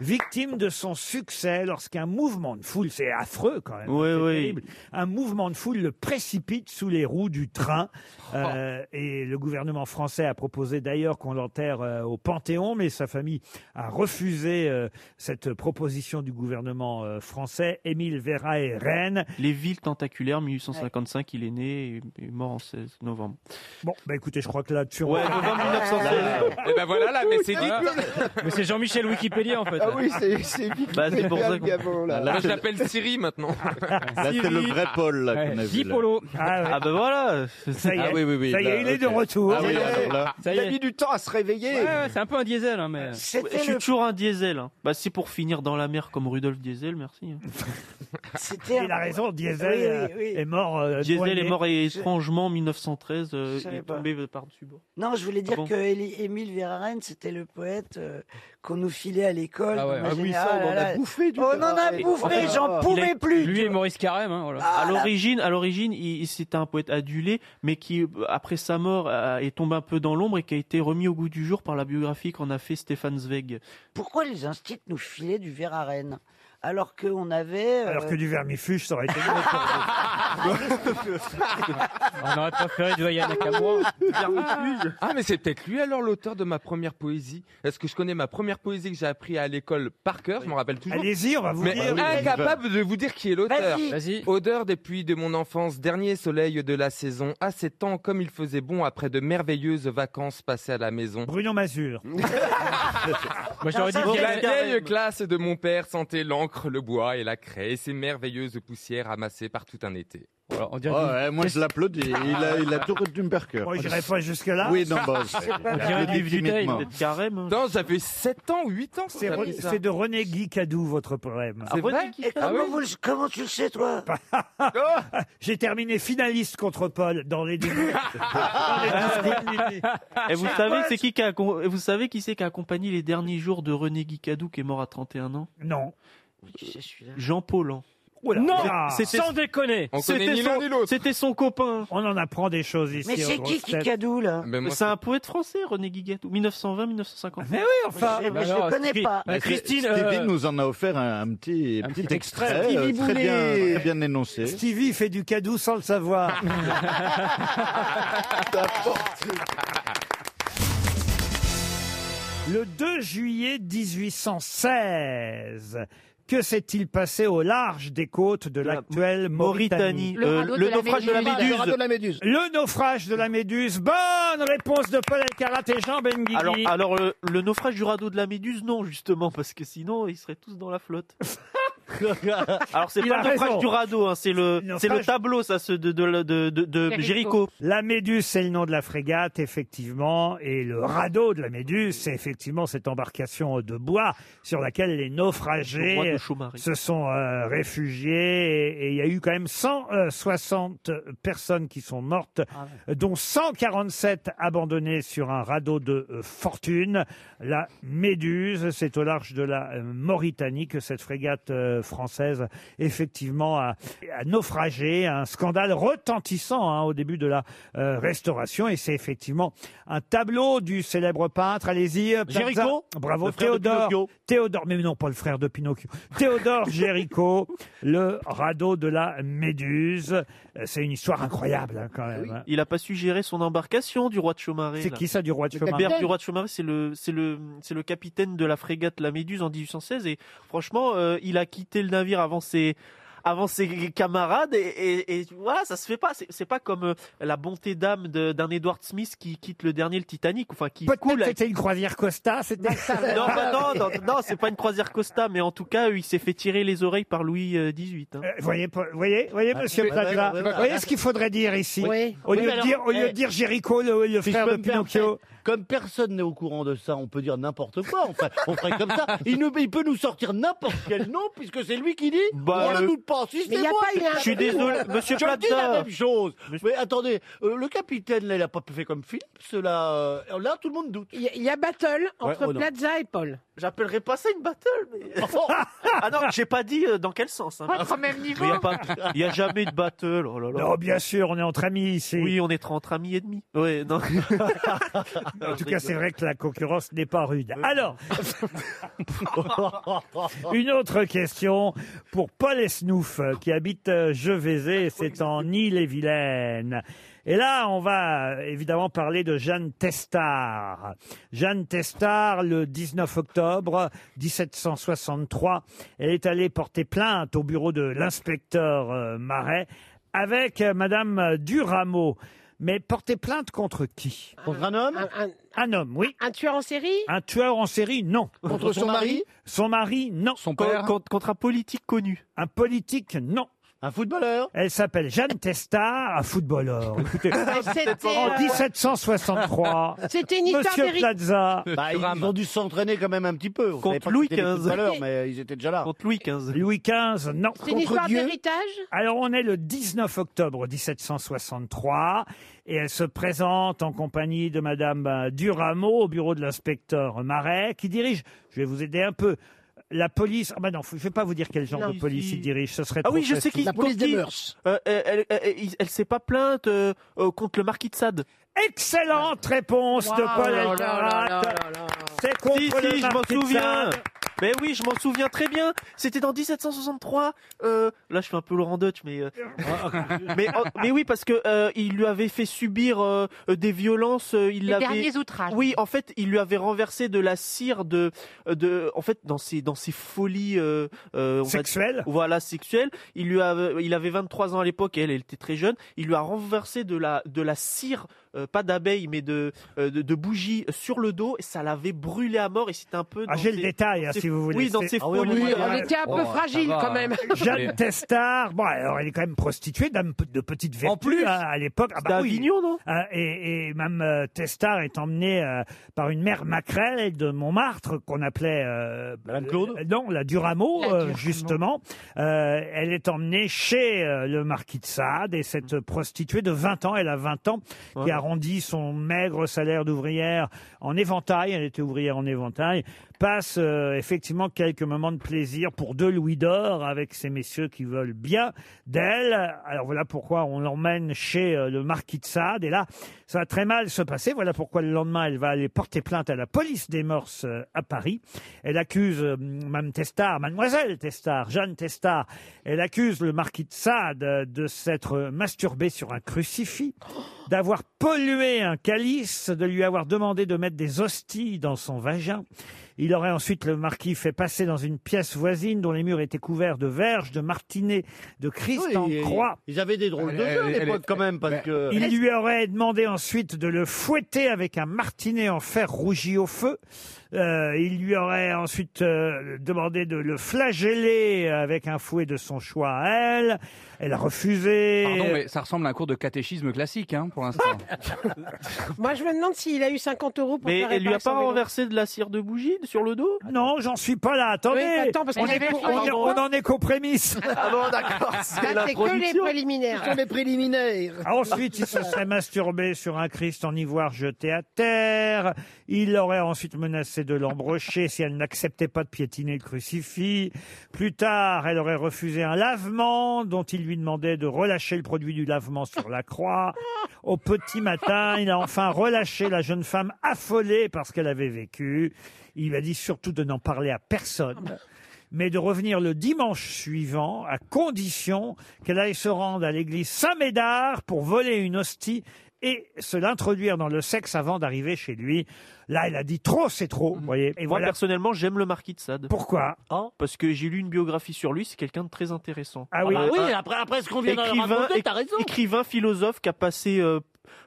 S4: victime de son succès lorsqu'un mouvement de foule, c'est affreux quand même. hein,
S16: Ouais,
S4: c'est
S16: ouais.
S4: terrible. Un mouvement de foule le précipite sous les roues du train. Euh, et le gouvernement français a proposé d'ailleurs qu'on l'enterre euh, au Panthéon, mais sa famille a refusé euh, cette proposition du gouvernement euh, français. Émile Verhaeren.
S16: Les villes tentaculaires, 1855, il est né et et mort en 16 novembre.
S4: Bon, bah écoutez, je crois que là-dessus... on-
S16: Ouais, novembre 1916.
S19: Eh ben voilà, là, mais c'est dit.
S3: Mais c'est Jean-Michel Wikipédia en fait.
S19: Ah oui, c'est-
S3: c'est
S19: Bah, c'est pour ça qu'on- Moi, je
S3: c'est-
S19: l'appelle Siri maintenant.
S18: Là, c'est le vrai Paul là, bah, qu'on a vu. là.
S4: Ah,
S16: ben voilà.
S4: Ça
S18: Ah oui, oui, oui,
S3: Ça y est,
S18: là,
S3: il est
S18: ok.
S3: de retour.
S18: Ah
S3: Ça
S18: oui,
S3: y est.
S18: alors là.
S3: Ça y
S17: Il a
S3: est.
S17: mis du temps à se réveiller.
S3: Ouais, ouais, c'est un peu un diesel, hein, mais.
S16: Je suis toujours un diesel. hein. Bah, c'est pour finir dans la mer comme Rudolf Diesel, merci. hein.
S4: C'était Il a raison, Diesel
S16: Oui, oui,
S4: euh, est mort. euh,
S16: Diesel
S4: noyé.
S16: est mort et étrangement en 1913, euh,
S5: Je
S16: il
S5: savais
S16: est
S5: pas.
S16: tombé par-dessus bord.
S5: Non, je voulais dire
S16: Ah bon
S5: que Éli- Émile Verhaeren, c'était le poète euh, qu'on nous filait à l'école.
S3: Ah ouais,
S5: dans ma
S3: ah oui, ça,
S5: générale.
S3: on en a
S5: Ah là-
S3: bouffé du
S5: On en a
S3: Verhaeren.
S5: bouffé,
S3: Ah,
S5: j'en
S3: il
S5: pouvais
S16: a-
S5: plus. Ah,
S3: Lui et Maurice Carême, hein, voilà.
S16: à l'origine, à l'origine, il- il- c'était un poète adulé, mais qui, après sa mort, a- est tombé un peu dans l'ombre et qui a été remis au goût du jour par la biographie qu'en a fait Stéphane Zweig.
S5: Pourquoi les instits nous filaient du Verhaeren alors qu'on avait. euh,
S4: Alors que du vermifuge, ça aurait été mieux. Ah
S3: On aurait préféré du Ayana
S19: Ah, mais c'est peut-être lui alors l'auteur de ma première poésie. Est-ce que je connais ma première poésie que j'ai appris à l'école par cœur Je m'en rappelle toujours.
S4: Allez-y, on va vous
S19: mais euh,
S4: dire.
S19: Incapable de vous dire qui est l'auteur.
S4: Vas-y.
S19: Odeur des pluies de mon enfance, dernier soleil de la saison. À ces temps, comme il faisait bon après de merveilleuses vacances passées à la maison.
S4: Bruno Mazur.
S19: Moi
S3: j'aurais dit
S19: la
S3: Pierre Carême.
S19: vieille classe de mon père sentait l'encre, le bois et la craie, et ces merveilleuses poussières amassées par tout un été.
S3: Voilà, on
S18: Oh, ouais, moi, je l'applaudis. Il a, il a tout retenu par cœur.
S4: Moi, Oh, j'irai pas jusque-là.
S18: Oui, non, bah, l'applaudis timidement.
S4: hein.
S16: carême.
S19: Non, ça fait 7 ans, 8 ans.
S4: C'est Re- c'est de René Guy Cadou, votre poème.
S5: Ah,
S4: Ah,
S19: C'est René vrai Guy
S5: Et
S16: Ah,
S5: comment, vous le- comment tu le sais, toi
S16: Oh.
S4: J'ai terminé finaliste contre Paul dans les deux.
S16: Et vous savez, c'est qui qui a, acco- et vous savez qui c'est qui a accompagné les derniers jours de René Guicadou qui est mort à 31 ans
S4: Non.
S16: Jean Paulan.
S4: Oula.
S16: Non,
S4: Ah.
S16: C'était- sans
S4: déconner.
S16: On connaît C'était ni l'un son- ni l'autre. C'était son copain.
S4: On en apprend des choses ici.
S5: Mais
S4: aux
S5: c'est qui
S4: grosses têtes.
S5: Kikadou, là
S16: C'est un poète français, René Guicadou, 1920-1950.
S4: Mais oui, enfin.
S5: Mais je le connais pas.
S18: Bah,
S16: Christine,
S18: Stevie
S16: euh,
S18: nous en a offert un, un petit, petit, extrait,
S4: extrait.
S18: euh,
S4: Stevie
S18: très,
S4: Boulet. Ah,
S18: bien, très bien énoncé.
S4: Stevie fait du Cadou sans le savoir. Le 2 juillet 1816, Que s'est-il passé au large des côtes de l'actuelle Mauritanie
S16: Mauritanie. Le Euh, radeau le de la naufrage de la Méduse. Méduse. Le radeau de la
S4: Méduse. Le naufrage de la Méduse. Bonne réponse de Paul Elkarat et Jean Benguigui.
S16: Alors, alors euh, le naufrage du radeau de la Méduse, non, justement, parce que sinon, ils seraient tous dans la flotte. alors, c'est
S4: Il
S16: pas
S4: a
S16: le naufrage
S4: raison.
S16: du radeau, hein, c'est le,
S4: Le
S16: c'est le
S4: naufrage-
S16: tableau, ça, ce de, de, de, de- de Géricault.
S4: La Méduse, c'est le nom de la frégate, effectivement, et le radeau de la Méduse, c'est effectivement cette embarcation de bois sur laquelle les
S16: Le roi
S4: naufragés
S16: de Chaumarix.
S4: se sont euh, réfugiés. Et et il y a eu quand même 160 personnes qui sont mortes, dont 147 abandonnées sur un radeau de euh, fortune. La Méduse, c'est au large de la euh, Mauritanie que cette frégate euh, française, effectivement, a, a naufragé. Un scandale retentissant hein, au début de la euh, Restauration. Et c'est effectivement un tableau du célèbre peintre. Allez-y. euh, Plaza.
S16: Géricault,
S4: Bravo,
S16: le frère de
S4: Théodore.
S16: Pinocchio.
S4: Théodore, mais non, pas le frère de Pinocchio. Théodore Géricault, le radeau de la Méduse. Euh, C'est une histoire incroyable, hein, quand même. hein.
S16: Il a pas su gérer son embarcation du roi de Chaumaré.
S4: C'est
S16: là.
S4: qui ça, du roi de
S16: Le
S4: Chaumaré
S16: Berthe du roi de Chaumaré, c'est le, c'est le, c'est le capitaine de la frégate La Méduse en 1816. Et franchement, euh, il a quitté le navire avant ses, avant ses camarades. Et, et, et voilà, ça se fait pas. C'est, c'est pas comme euh, la bonté d'âme de- d'un Edward Smith qui quitte le dernier, le Titanic. Enfin, qui
S4: Peut-être
S16: coule.
S4: que
S16: avec-
S4: c'était une croisière Costa, c'était
S16: non, bah non, non, non, c'est pas une croisière Costa, mais en tout cas, il s'est fait tirer les oreilles par Louis euh, XVIII. hein.
S4: Vous voyez, Paul- vous voyez, vous voyez
S16: Ah,
S4: monsieur
S16: mais-
S4: Plaza,
S16: ouais, ouais, ouais.
S4: vous voyez ce qu'il faudrait dire ici
S16: Oui.
S4: Au
S16: Oui,
S4: lieu de
S16: mais alors,
S4: dire, au lieu de
S16: eh,
S4: dire Géricault, le, le
S16: si je
S4: frère
S16: peux
S4: de
S16: me permettre,
S4: Pinocchio.
S15: Comme personne n'est au courant de ça, on peut dire n'importe quoi. On ferait, on ferait comme ça. Il, nous- il peut nous sortir n'importe quel nom puisque c'est lui qui dit.
S16: Bah,
S15: on ne
S16: le-
S15: doute pas. Si
S16: Mais
S15: c'est
S16: y a
S15: moi,
S16: pas eu un-
S15: c'est
S16: Je suis désolé, monsieur
S15: Je dis
S16: Plaza.
S15: la même chose. Mais attendez, euh, le capitaine, là, il a pas fait comme Philippe. Cela, euh, là, tout le monde doute.
S13: Il y, a- il y a battle entre
S15: oh non.
S13: Plaza et Paul.
S16: J'appellerai pas ça une battle, mais. ah non, j'ai pas dit euh, dans quel sens. hein.
S13: Pas au même niveau.
S16: Mais y a pas- y a jamais de battle. Oh là là.
S4: Non, bien sûr, on est entre amis ici.
S16: Oui, on est entre amis et demi. Ouais, non.
S4: En tout cas, c'est vrai que la concurrence n'est pas
S16: Euh,
S4: rude. Alors, une autre question pour Paul Esnouf, euh, qui habite euh, Jevezé, c'est en Île-et-Vilaine. Et là, on va euh, évidemment parler de Jeanne Testard. Jeanne Testard, le 19 octobre 1763, elle est allée porter plainte au bureau de l'inspecteur euh, Marais avec euh, Madame Durameau. Mais porter plainte contre qui Contre un homme un, homme, oui.
S13: Un tueur en série
S4: Un tueur en série, non.
S13: Contre son mari
S4: Son mari, non. Son
S16: père
S4: contre, un politique connu Un politique, non. Un footballeur Elle s'appelle Jeanne Testard, un footballeur. Écoutez,
S13: c'était,
S4: en
S13: euh,
S4: 1763,
S13: C'était une histoire
S4: Monsieur
S13: véri-
S4: Plaza.
S15: Bah, ils, ils ont dû s'entraîner quand même un petit peu. On savait pas que
S4: Louis
S15: c'était les
S4: XV.
S15: footballeurs, mais ils étaient déjà là.
S16: Contre Louis XV.
S4: Louis XV, non.
S13: C'est une histoire d'héritage
S4: Alors, on est le 19 octobre 1763 et elle se présente en compagnie de Madame euh, Durameau au bureau de l'inspecteur Marais qui dirige, je vais vous aider un peu, la police. Ah, bah non, faut- je ne vais pas vous dire quel genre
S16: Non.
S4: de police il dirige, ce serait
S16: Ah
S4: trop
S16: oui, je sais
S4: facile.
S16: qui. contre qui. Euh, elle elle, elle- elle- elle s'est pas plainte euh, euh, contre le marquis de Sade.
S4: Excellente réponse de Paul
S16: Oh là là
S4: Elkarat.
S16: là là là.
S4: C'est contre
S16: Si,
S4: le
S16: si, je m'en
S4: Marquis de
S16: souviens.
S4: Sade.
S16: Mais oui, je m'en souviens très bien. C'était dans 1763. euh, là, je fais un peu Laurent Deutsch, mais euh, mais, oh, mais oui, parce que euh, il lui avait fait subir euh, euh, des violences. euh, il
S11: Les
S16: l'avait-
S11: derniers outrages.
S16: Oui, en fait, il lui avait renversé de la cire de euh, de. En fait, dans ses dans ses folies euh, euh, on va-
S4: Sexuelles.
S16: Voilà, sexuelles. Il lui avait il avait 23 ans à l'époque. et Elle, elle était très jeune. Il lui a renversé de la de la cire. euh, pas d'abeille mais de, euh, de de bougies sur le dos et ça l'avait brûlé à mort et c'était un peu
S4: Ah,
S16: dans
S4: j'ai le
S16: ses-
S4: détail, hein,
S16: dans ses-
S4: si vous voulez.
S16: oui dans
S4: C'est-
S16: ses
S4: Ah oui,
S16: folies
S4: oui,
S16: euh,
S4: oui. Oh, ça va. Jeanne Testard, bon, alors elle est quand même prostituée, dame p- de petite vertu
S16: plus.
S4: hein, à l'époque.
S16: C'était à Avignon,
S4: non Euh, Et, et Mme euh, Testard est emmenée euh, par une mère maquerelle de Montmartre qu'on appelait... euh, euh, Non, la Duramo, euh, justement. Euh, elle est emmenée chez euh, le marquis de Sade et cette prostituée de 20 ans, elle a 20 ans, qui
S16: Voilà.
S4: arrondit son maigre salaire d'ouvrière en éventail, elle était ouvrière en éventail, passe euh, effectivement quelques moments de plaisir pour deux louis d'or avec ces messieurs qui veulent bien d'elle. Alors voilà pourquoi on l'emmène chez euh, le marquis de Sade et là, ça va très mal se passer. Voilà pourquoi le lendemain, elle va aller porter plainte à la police des mœurs euh, à Paris. Elle accuse euh, Mme Testard, Mademoiselle Testard, Jeanne Testard, elle accuse le marquis de Sade euh, de s'être euh, masturbé sur un crucifix, d'avoir pollué un calice, de lui avoir demandé de mettre des hosties dans son vagin Il aurait ensuite, le marquis, fait passer dans une pièce voisine dont les murs étaient couverts de verges, de martinets, de Christ
S15: Oui,
S4: en
S15: et-
S4: croix.
S15: Ils avaient des drôles de jeux à l'époque quand même parce que.
S4: Il lui aurait demandé ensuite de le fouetter avec un martinet en fer rougi au feu. Euh, il lui aurait ensuite euh, demandé de le flageller avec un fouet de son choix à elle. Elle a refusé.
S3: Pardon, mais ça ressemble à un cours de catéchisme classique, hein, pour l'instant.
S13: Moi, je me demande s'il a eu 50 euros pour
S3: Mais
S13: faire
S3: elle lui a
S13: réparer son
S3: pas
S13: vélo.
S16: renversé de la cire de bougie sur le dos
S4: Ah Non, j'en suis pas là. Attendez,
S13: Oui, attends, parce que
S4: on,
S13: j'ai
S4: est
S13: fait
S4: qu'au-
S13: un
S4: on est-
S13: point.
S4: on en est qu'aux prémices.
S13: Ah bon, d'accord, c'est Là, c'est que l'introduction. les préliminaires. Ce sont les
S4: préliminaires. Ah, Ensuite, il se serait masturbé sur un Christ en ivoire jeté à terre. Il aurait ensuite menacé de l'embrocher si elle n'acceptait pas de piétiner le crucifix. Plus tard, elle aurait refusé un lavement dont il lui demandait de relâcher le produit du lavement sur la croix. Au petit matin, il a enfin relâché la jeune femme affolée par ce qu'elle avait vécu. Il a dit surtout de n'en parler à personne mais de revenir le dimanche suivant, à condition qu'elle aille se rendre à l'église Saint-Médard pour voler une hostie et se l'introduire dans le sexe avant d'arriver chez lui. Là, elle a dit trop, c'est trop, vous voyez. Et
S16: Moi,
S4: voilà.
S16: personnellement, j'aime le marquis de Sade. Ah,
S4: Pourquoi
S16: Parce que j'ai lu une biographie sur lui, c'est quelqu'un de très intéressant.
S4: Ah oui. Ah bah oui,
S15: après- après ce qu'on vient de raconter,
S16: éc-
S15: t'as raison.
S16: Écrivain, philosophe qui a passé, euh,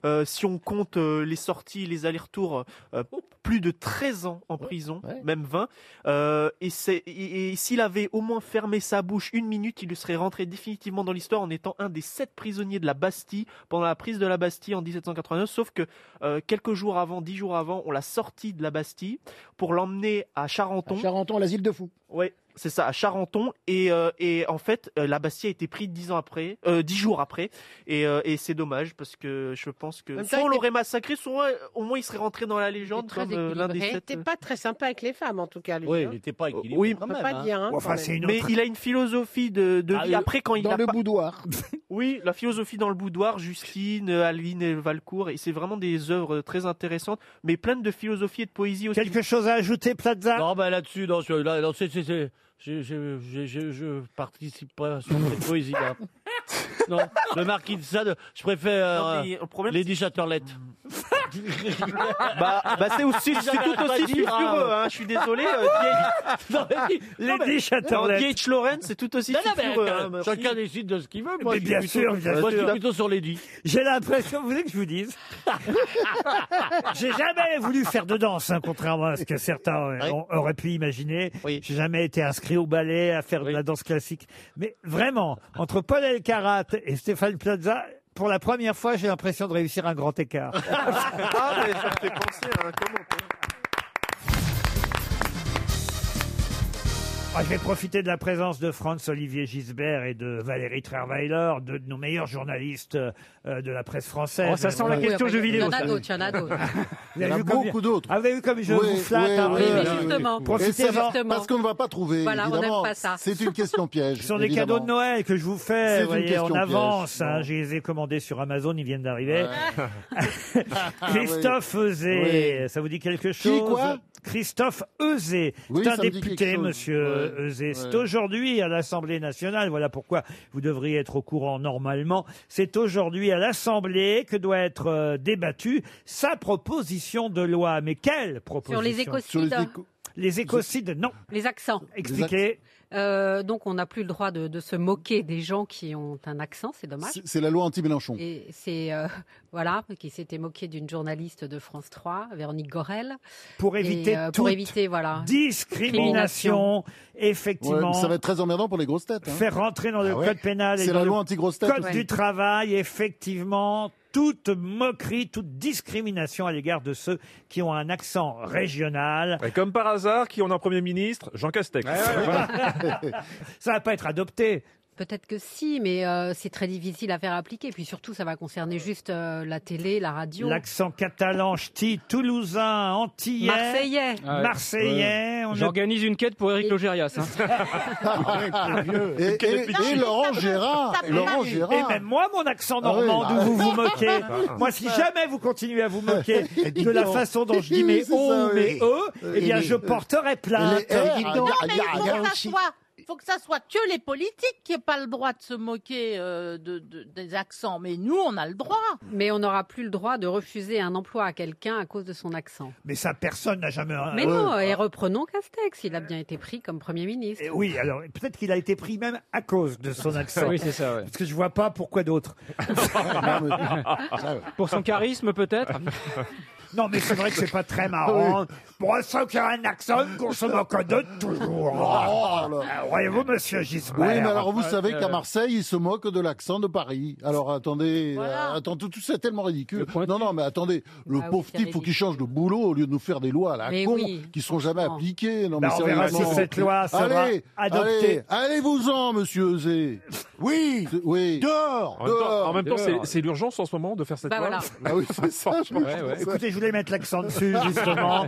S16: euh, si on compte euh, les sorties, les allers-retours, euh, plus de 13 ans en prison, même 20. Euh, et c'est- et- et s'il avait au moins fermé sa bouche une minute, il serait rentré définitivement dans l'histoire en étant un des sept prisonniers de la Bastille pendant la prise de la Bastille en 1789. Sauf que euh, quelques jours avant, dix jours avant, on l'a sorti de la Bastille pour l'emmener à Charenton.
S15: Charenton, l'asile de fous.
S16: Ouais, c'est ça, à Charenton. Et, euh, et en fait, euh, la Bastille a été prise dix ans après, euh, dix jours après. Et, euh, et c'est dommage parce que je pense que
S13: Même ça,
S16: soit on
S13: il était-
S16: l'aurait massacré, soit euh, au moins il serait rentré dans la légende
S13: Très
S16: comme euh, l'un des
S13: équilibré. Il
S16: sept.
S13: était pas très sympa avec les femmes, en tout cas, lui. hein.
S16: pas
S13: équilibré quand même, hein. Ouais, enfin, c'est une
S16: Mais
S13: autre-
S16: il a une philosophie de, de
S13: Ah,
S16: vie.
S13: le-
S16: Après, quand il
S13: dans
S16: a
S13: le
S16: pas-
S15: boudoir.
S16: Oui, la philosophie dans le boudoir, Justine, euh, Aline et Valcourt. Et c'est vraiment des œuvres très intéressantes, mais pleines de philosophie et de poésie aussi.
S4: Quelque chose à ajouter, Plaza
S15: Non, ben là-dessus, non, je- là, non, c'est- c'est- c'est- je- je- je- je- je participe pas à cette poésie. là. Non, le marquis de Sade, je préfère
S16: Non,
S15: euh,
S16: mais le problème,
S15: Lady Chatterley.
S16: bah, bah, c'est aussi,
S15: Ils
S16: c'est tout
S15: arrivent pas à
S16: aussi
S15: dire,
S16: sulfureux,
S15: hein.
S16: hein, je suis désolé. Euh,
S15: Non, mais- non, mais-
S16: D.H. Lawrence, c'est tout aussi
S15: Non, non, mais
S16: sulfureux.
S15: attends,
S16: hein, merci.
S15: chacun décide de ce qu'il veut.
S4: Mais
S15: Moi, je suis
S4: bien
S15: plutôt-
S4: sûr, bien
S15: moi, je suis
S4: sûr.
S15: plutôt sur Lady.
S4: J'ai l'impression, vous voulez que je vous dise J'ai jamais voulu faire de danse, hein, contrairement à ce que certains euh, ont- auraient pu imaginer. J'ai jamais été inscrit au ballet à faire de la danse classique. Mais vraiment, entre Paul Elkarat et Stéphane Plaza, pour la première fois, j'ai l'impression de réussir un grand écart.
S16: Ah, mais ça me fait penser à un commentaire.
S4: Ah, je vais profiter de la présence de Franz Olivier Gisbert et de Valérie Trierweiler, deux de nos meilleurs journalistes euh, de la presse française.
S3: Oh, ça sent la question jeux vidéo,
S11: Il y en a ça. d'autres, il y en a
S4: Vous
S11: d'autres.
S4: avez
S14: Il y en a
S4: vu comme-
S14: beaucoup d'autres.
S4: Ah, vous avez vu comme je
S14: Oui,
S4: vous flatte
S14: oui,
S4: un
S14: oui,
S4: peu
S14: oui,
S11: oui, Justement. oui.
S4: Profitez-en.
S14: Et c'est- Parce qu'on ne va pas trouver.
S11: Voilà, on n'aime
S14: évidemment.
S11: pas ça.
S14: C'est une question piège.
S4: Ce sont des
S14: évidemment.
S4: cadeaux de Noël que je vous
S14: C'est
S4: fais,
S14: une
S4: vous voyez,
S14: question
S4: en
S14: piège,
S4: avance. hein.
S14: bon. Ah
S4: je les ai commandés sur Amazon, ils viennent d'arriver. Christophe
S14: oui.
S4: Euzet, ça vous dit quelque chose
S14: quoi
S4: Christophe Euzet,
S14: Oui,
S4: c'est un
S14: ça me dit quelque
S4: député,
S14: chose.
S4: monsieur
S14: Ouais,
S4: Euzet. C'est
S14: ouais.
S4: aujourd'hui à l'Assemblée nationale, voilà pourquoi vous devriez être au courant normalement. C'est aujourd'hui à l'Assemblée que doit être euh, débattue sa proposition de loi. Mais quelle proposition
S11: les hein. écocides. Sur les éco-
S4: Les écocides, non.
S11: Les accents.
S4: Expliquez.
S11: Euh, donc, on n'a plus le droit de, de se moquer des gens qui ont un accent, c'est dommage.
S14: C'est- C'est la loi anti-Mélenchon.
S11: Et c'est, euh, voilà, qui s'était moqué d'une journaliste de France 3, Véronique Gorel.
S4: Pour éviter
S11: Et, euh, Pour
S4: toute
S11: éviter, voilà.
S4: Discrimination, effectivement.
S14: Ouais, mais Euh, ça va être très emmerdant pour les grosses têtes. hein.
S4: Faire rentrer dans le
S14: Ah ouais.
S4: code pénal et
S14: C'est
S4: dans
S14: la
S4: le
S14: loi anti-grosse tête.
S4: code du travail, effectivement, toute moquerie, toute discrimination à l'égard de ceux qui ont un accent régional.
S10: Et comme par hasard, qui on a un Premier ministre Jean Castex. Voilà.
S4: Ça va pas être adopté.
S11: Peut-être que si, mais euh, c'est très difficile à faire appliquer. Puis surtout, ça va concerner juste euh, la télé, la radio.
S4: L'accent catalan, ch'ti, toulousain, antillais.
S11: Marseillais.
S3: Ah ouais. Eh,
S4: Marseillais. on ne-
S3: J'organise une quête pour Eric Logérias. hein.
S4: Ah,
S14: Et, et- et Laurent Gérard.
S4: Et-
S14: Laurent
S4: Et
S14: Gérard.
S4: même moi, mon accent
S14: Ah oui.
S4: normand, d'où
S14: Ah.
S4: vous vous moquez. moi, si jamais vous continuez à vous moquer de la
S14: donc.
S4: façon dont je dis mes
S14: C'est
S4: on,
S14: ça, oui.
S4: mes e, eh
S14: Et
S4: bien,
S14: les-
S4: je porterai plainte. Ah,
S14: Et les- Eh, dis donc,
S6: Non, mais
S14: il y a- il y a
S6: pour
S14: aussi-
S6: s'asseoir, faut que ça soit que les politiques qui n'aient pas le droit de se moquer euh, de- de- des accents. Mais nous, on a le droit.
S11: Mais on n'aura plus le droit de refuser un emploi à quelqu'un à cause de son accent.
S4: Mais ça, personne n'a jamais. Euh,
S11: Mais non, et reprenons Castex, il a bien été pris comme Premier ministre.
S4: Eh Oui, alors peut-être qu'il a été pris même à cause de son accent.
S3: Oui, c'est ça, ouais.
S4: Parce que je vois pas pourquoi d'autre.
S3: Pour son charisme, peut-être
S4: Non, mais c'est vrai que c'est pas très marrant. Pour un sans qu'il y a un accent, qu'on se moque d'eux toujours.
S14: Oh, là.
S4: Ah, Voyez-vous, monsieur
S14: Oui,
S4: Gisbert.
S14: mais alors vous savez qu'à
S4: Euh,
S14: Marseille, ils se moquent de l'accent de Paris. Alors attendez, euh, attends, tout, tout ça est tellement ridicule. Non, non, mais attendez, le
S4: Ah oui,
S14: pauvre
S4: c'est
S14: type, faut
S4: ridicule.
S14: qu'il change de boulot au lieu de nous faire des lois à la
S4: Mais
S14: con
S4: oui,
S14: qui seront jamais appliquées. Non,
S4: Bah,
S14: mais
S4: on verra
S14: sérieusement.
S4: si cette loi sera
S14: allez,
S4: adoptée.
S14: Allez, allez-vous-en, monsieur Euzé. Oui, oui. Dehors,
S10: En même temps,
S14: dehors.
S10: en même temps, c'est- c'est l'urgence en ce moment de faire cette
S14: Bah
S10: loi.
S14: voilà. Ah oui, c'est ça, je pense. Ouais, ouais.
S4: Écoutez, je voulais mettre l'accent dessus, justement.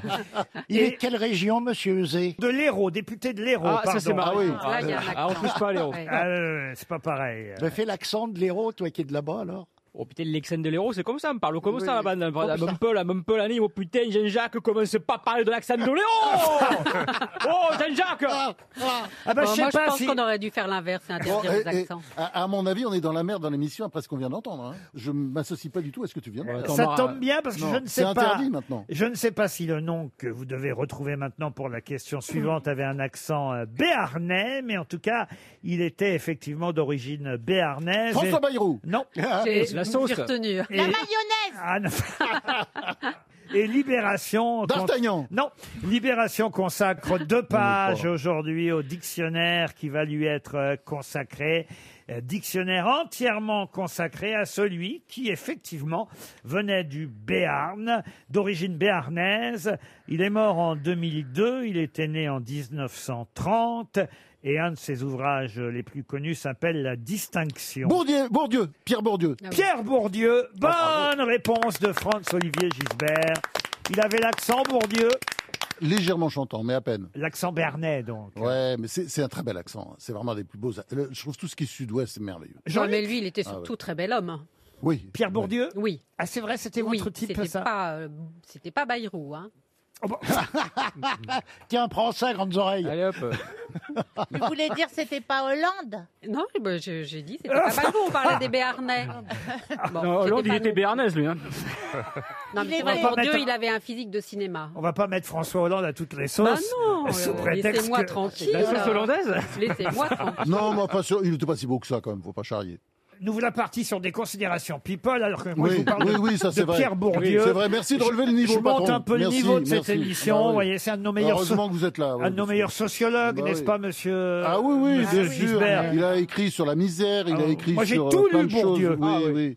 S4: Il est de quelle région, monsieur Eusé De l'Hérault, député de l'Hérault.
S9: Ah, ça,
S4: Oh, pardon.
S9: c'est marrant. Ah oui. Ah, là, il y a un Ah, on accent. touche pas à l'Hérault. Ouais.
S4: Ah, euh, c'est pas pareil.
S9: Bah, fais l'accent de l'héros, toi qui es de là-bas alors.
S3: Oh putain, l'accent de l'héros, c'est comme ça, on parle comme
S9: Oui.
S3: ça là-bas. À
S9: Comme ça.
S3: Montpellier, à Montpellier, à Nîmes, oh putain, Jean-Jacques, commence pas à parler de l'accent de l'héros Oh, Jean-Jacques
S14: Ah bah, je sais
S11: moi,
S14: pas
S11: je pense
S14: si-
S11: qu'on aurait dû faire l'inverse, c'est
S14: Bon,
S11: interdire
S14: eh,
S11: les
S14: eh,
S11: accents.
S14: à, à mon avis, on est dans la merde dans l'émission après ce qu'on vient d'entendre. hein. Je m'associe pas du tout à ce que tu viens de dire.
S4: Euh, Ça tombe bien parce que
S14: Non,
S4: je ne sais
S14: C'est
S4: pas.
S14: interdit maintenant.
S4: Je ne sais pas si le nom que vous devez retrouver maintenant pour la question suivante avait un accent euh, béarnais, mais en tout cas, il était effectivement d'origine béarnaise.
S14: François
S4: Et-
S14: Bayrou.
S4: Non.
S11: J'ai- Ah, La sauce. j'ai retenu. La mayonnaise.
S4: Ah, non. Et Libération.
S14: D'Artagnan.
S4: Non. Libération consacre deux pages aujourd'hui au dictionnaire qui va lui être euh, consacré. Euh, Dictionnaire entièrement consacré à celui qui, effectivement, venait du Béarn, d'origine béarnaise. Il est mort en 2002, il était né en 1930. Et un de ses ouvrages les plus connus s'appelle La Distinction.
S14: Bourdieu, Bourdieu, Pierre Bourdieu.
S11: Ah
S14: Oh,
S4: Pierre Bourdieu, bonne réponse de Franz-Olivier Gisbert. Il avait l'accent Bourdieu.
S14: Légèrement chantant, mais à peine.
S4: L'accent béarnais, donc.
S14: Ouais, mais c'est c'est un très bel accent. hein. C'est vraiment des plus beaux. le- Je trouve tout ce qui est sud-ouest, c'est merveilleux.
S11: Non, mais lui, il était
S14: Ah
S11: surtout
S14: ouais.
S11: très bel homme.
S14: Oui.
S4: Pierre Bourdieu
S11: Oui.
S4: Ah, c'est vrai, c'était
S11: oui,
S4: votre type,
S11: c'était
S4: ça
S11: pas, euh, C'était pas Bayrou, hein.
S9: Tiens, prends ça, grandes oreilles.
S3: Allez hop.
S6: Tu voulais dire c'était pas Hollande Ah.
S11: Non, ben, je- j'ai dit, c'était pas Bayrou, on parlait des Béarnais.
S4: Ah.
S3: Non, Hollande, il
S11: pas
S3: était béarnaise, lui. Hein.
S11: Non, mais
S4: Il est
S11: pour
S4: vrai.
S11: Bourdieu,
S4: Mettre-
S11: il avait un physique de cinéma.
S4: On va pas mettre François Hollande à toutes les sauces.
S11: Bah non,
S4: sous
S11: euh,
S4: prétexte
S11: laissez-moi
S4: que-
S11: tranquille. alors. Laissez-moi tranquille.
S14: Non, mais enfin, sur- il n'était pas si beau que ça quand même. Faut pas charrier.
S4: Nous voilà partis sur des considérations people, alors que moi
S14: Oui,
S4: je vous parle
S14: oui,
S4: de,
S14: oui, ça,
S4: de
S14: c'est vrai.
S4: Pierre Bourdieu.
S14: Oui, c'est vrai. Merci de relever le niveau,
S4: Je, je monte
S14: patron.
S4: un peu
S14: Merci,
S4: le niveau de
S14: merci.
S4: cette émission.
S14: Bah oui.
S4: Vous voyez, c'est un de nos meilleurs.
S14: Heureusement que vous êtes là, ouais,
S4: un de nos
S14: monsieur.
S4: meilleurs sociologues,
S14: Bah
S4: Ah, n'est-ce
S14: oui.
S4: pas, monsieur
S14: Ah oui, oui,
S4: monsieur
S14: bien sûr.
S4: Gisbert.
S14: Il a écrit sur la misère, il
S4: Ah,
S14: a écrit
S4: moi, j'ai
S14: sur
S4: tout
S14: euh, plein
S4: lu,
S14: de choses.
S4: Bourdieu.
S14: Oui,
S3: Ah,
S14: oui.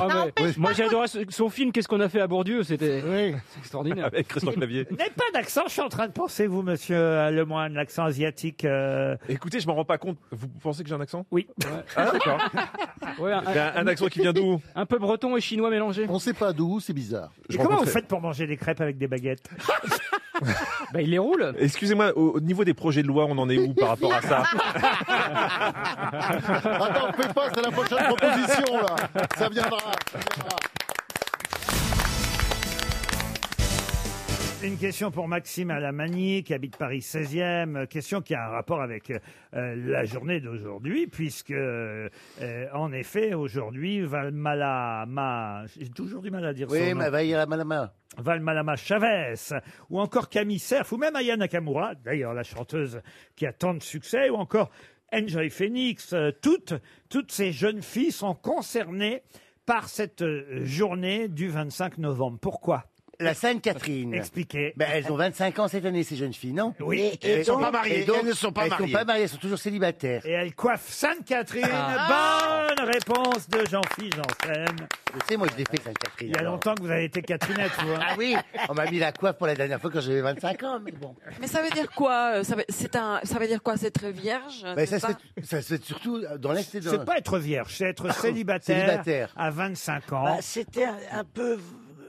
S3: Ah, mais-
S14: oui.
S3: Moi, j'ai adoré ce- son film, Qu'est-ce qu'on a fait à Bourdieu C'était c'est extraordinaire.
S10: Avec Christian Clavier.
S4: Vous n'avez pas d'accent, je suis en train de penser, vous, monsieur euh, Lemoine, l'accent asiatique. euh,
S10: Écoutez, je m'en rends pas compte. Vous pensez que j'ai un accent
S4: Oui.
S10: Ah, d'accord.
S3: Ouais,
S10: J'ai un- un accent qui vient d'où
S3: Un peu breton et chinois mélangés.
S14: On sait pas d'où, c'est bizarre.
S4: Et comment vous faites pour manger des crêpes avec des baguettes
S3: Bah, il les roule.
S10: Excusez-moi, au, au niveau des projets de loi, on en est où par rapport à ça
S14: Attends, fais pas, c'est la prochaine proposition, là. Ça viendra.
S4: Une question pour Maxime Alamani, qui habite Paris 16e. euh, Question qui a un rapport avec euh, la journée d'aujourd'hui, puisque, euh, euh, en effet, aujourd'hui, Valmalama... J'ai toujours du mal à dire
S7: Oui,
S4: son nom.
S7: ma veille à la malama.
S4: Valmalama Chavez, ou encore Camille Cerf, ou même Aya Nakamura, d'ailleurs la chanteuse qui a tant de succès, ou encore Enjoy Phoenix, euh, toutes, toutes ces jeunes filles sont concernées par cette euh, journée du 25 novembre. Pourquoi
S7: La Sainte-Catherine.
S4: Expliquez.
S7: Ben, elles ont 25 ans cette année, ces jeunes filles, non
S4: Oui.
S7: Et-
S4: Et
S7: et
S4: elles sont
S7: donc-
S4: pas mariées.
S7: et donc,
S4: Elles ne sont pas
S7: Elles
S4: mariées.
S7: sont pas mariées, elles sont toujours célibataires. Ah.
S4: Et elle coiffe Sainte-Catherine. Bonne réponse de Jean-Philippe Janssen.
S7: Je sais, moi, je l'ai fait,
S4: Il
S7: Sainte-Catherine.
S4: y a
S7: alors.
S4: longtemps que vous avez été Catherinette, vous. hein.
S7: Ah oui, on m'a mis la coiffe pour la dernière fois quand j'avais 25 ans, mais bon.
S8: Mais ça veut dire quoi euh, ça veut, c'est un, ça veut dire quoi C'est très vierge
S4: Ah,
S7: Ben,
S8: c'est
S7: ça, se
S8: ça
S7: fait, ça se fait surtout dans l'Est et dans
S4: C'est pas être vierge, c'est être célibataire,
S7: Célibataire.
S4: à 25 ans.
S5: Bah, C'était un, un peu v-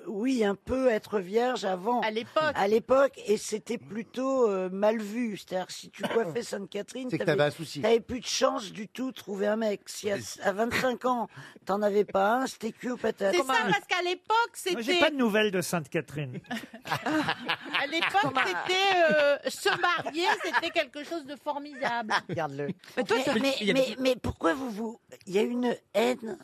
S5: oui, un peu être vierge avant. À
S6: l'époque.
S5: À l'époque, et c'était plutôt euh, mal vu. C'est-à-dire que si tu coiffais Sainte-Catherine,
S7: C'est que
S5: t'avais-
S7: t'avais un souci.
S5: T'avais plus de chance du tout de trouver un mec. Si à, à 25 ans, t'en avais pas un, c'était cul aux patates.
S6: C'est ça, parce qu'à l'époque,
S4: Moi, j'ai
S6: c'était.
S4: pas de nouvelles de Sainte-Catherine.
S6: À l'époque, c'était. euh, se marier, c'était quelque chose de formidable.
S5: Regarde-le.
S6: Mais toi, t'as-
S5: Ah, mais, mais-
S6: il y a-
S5: mais- mais pourquoi vous vous... Il y a une haine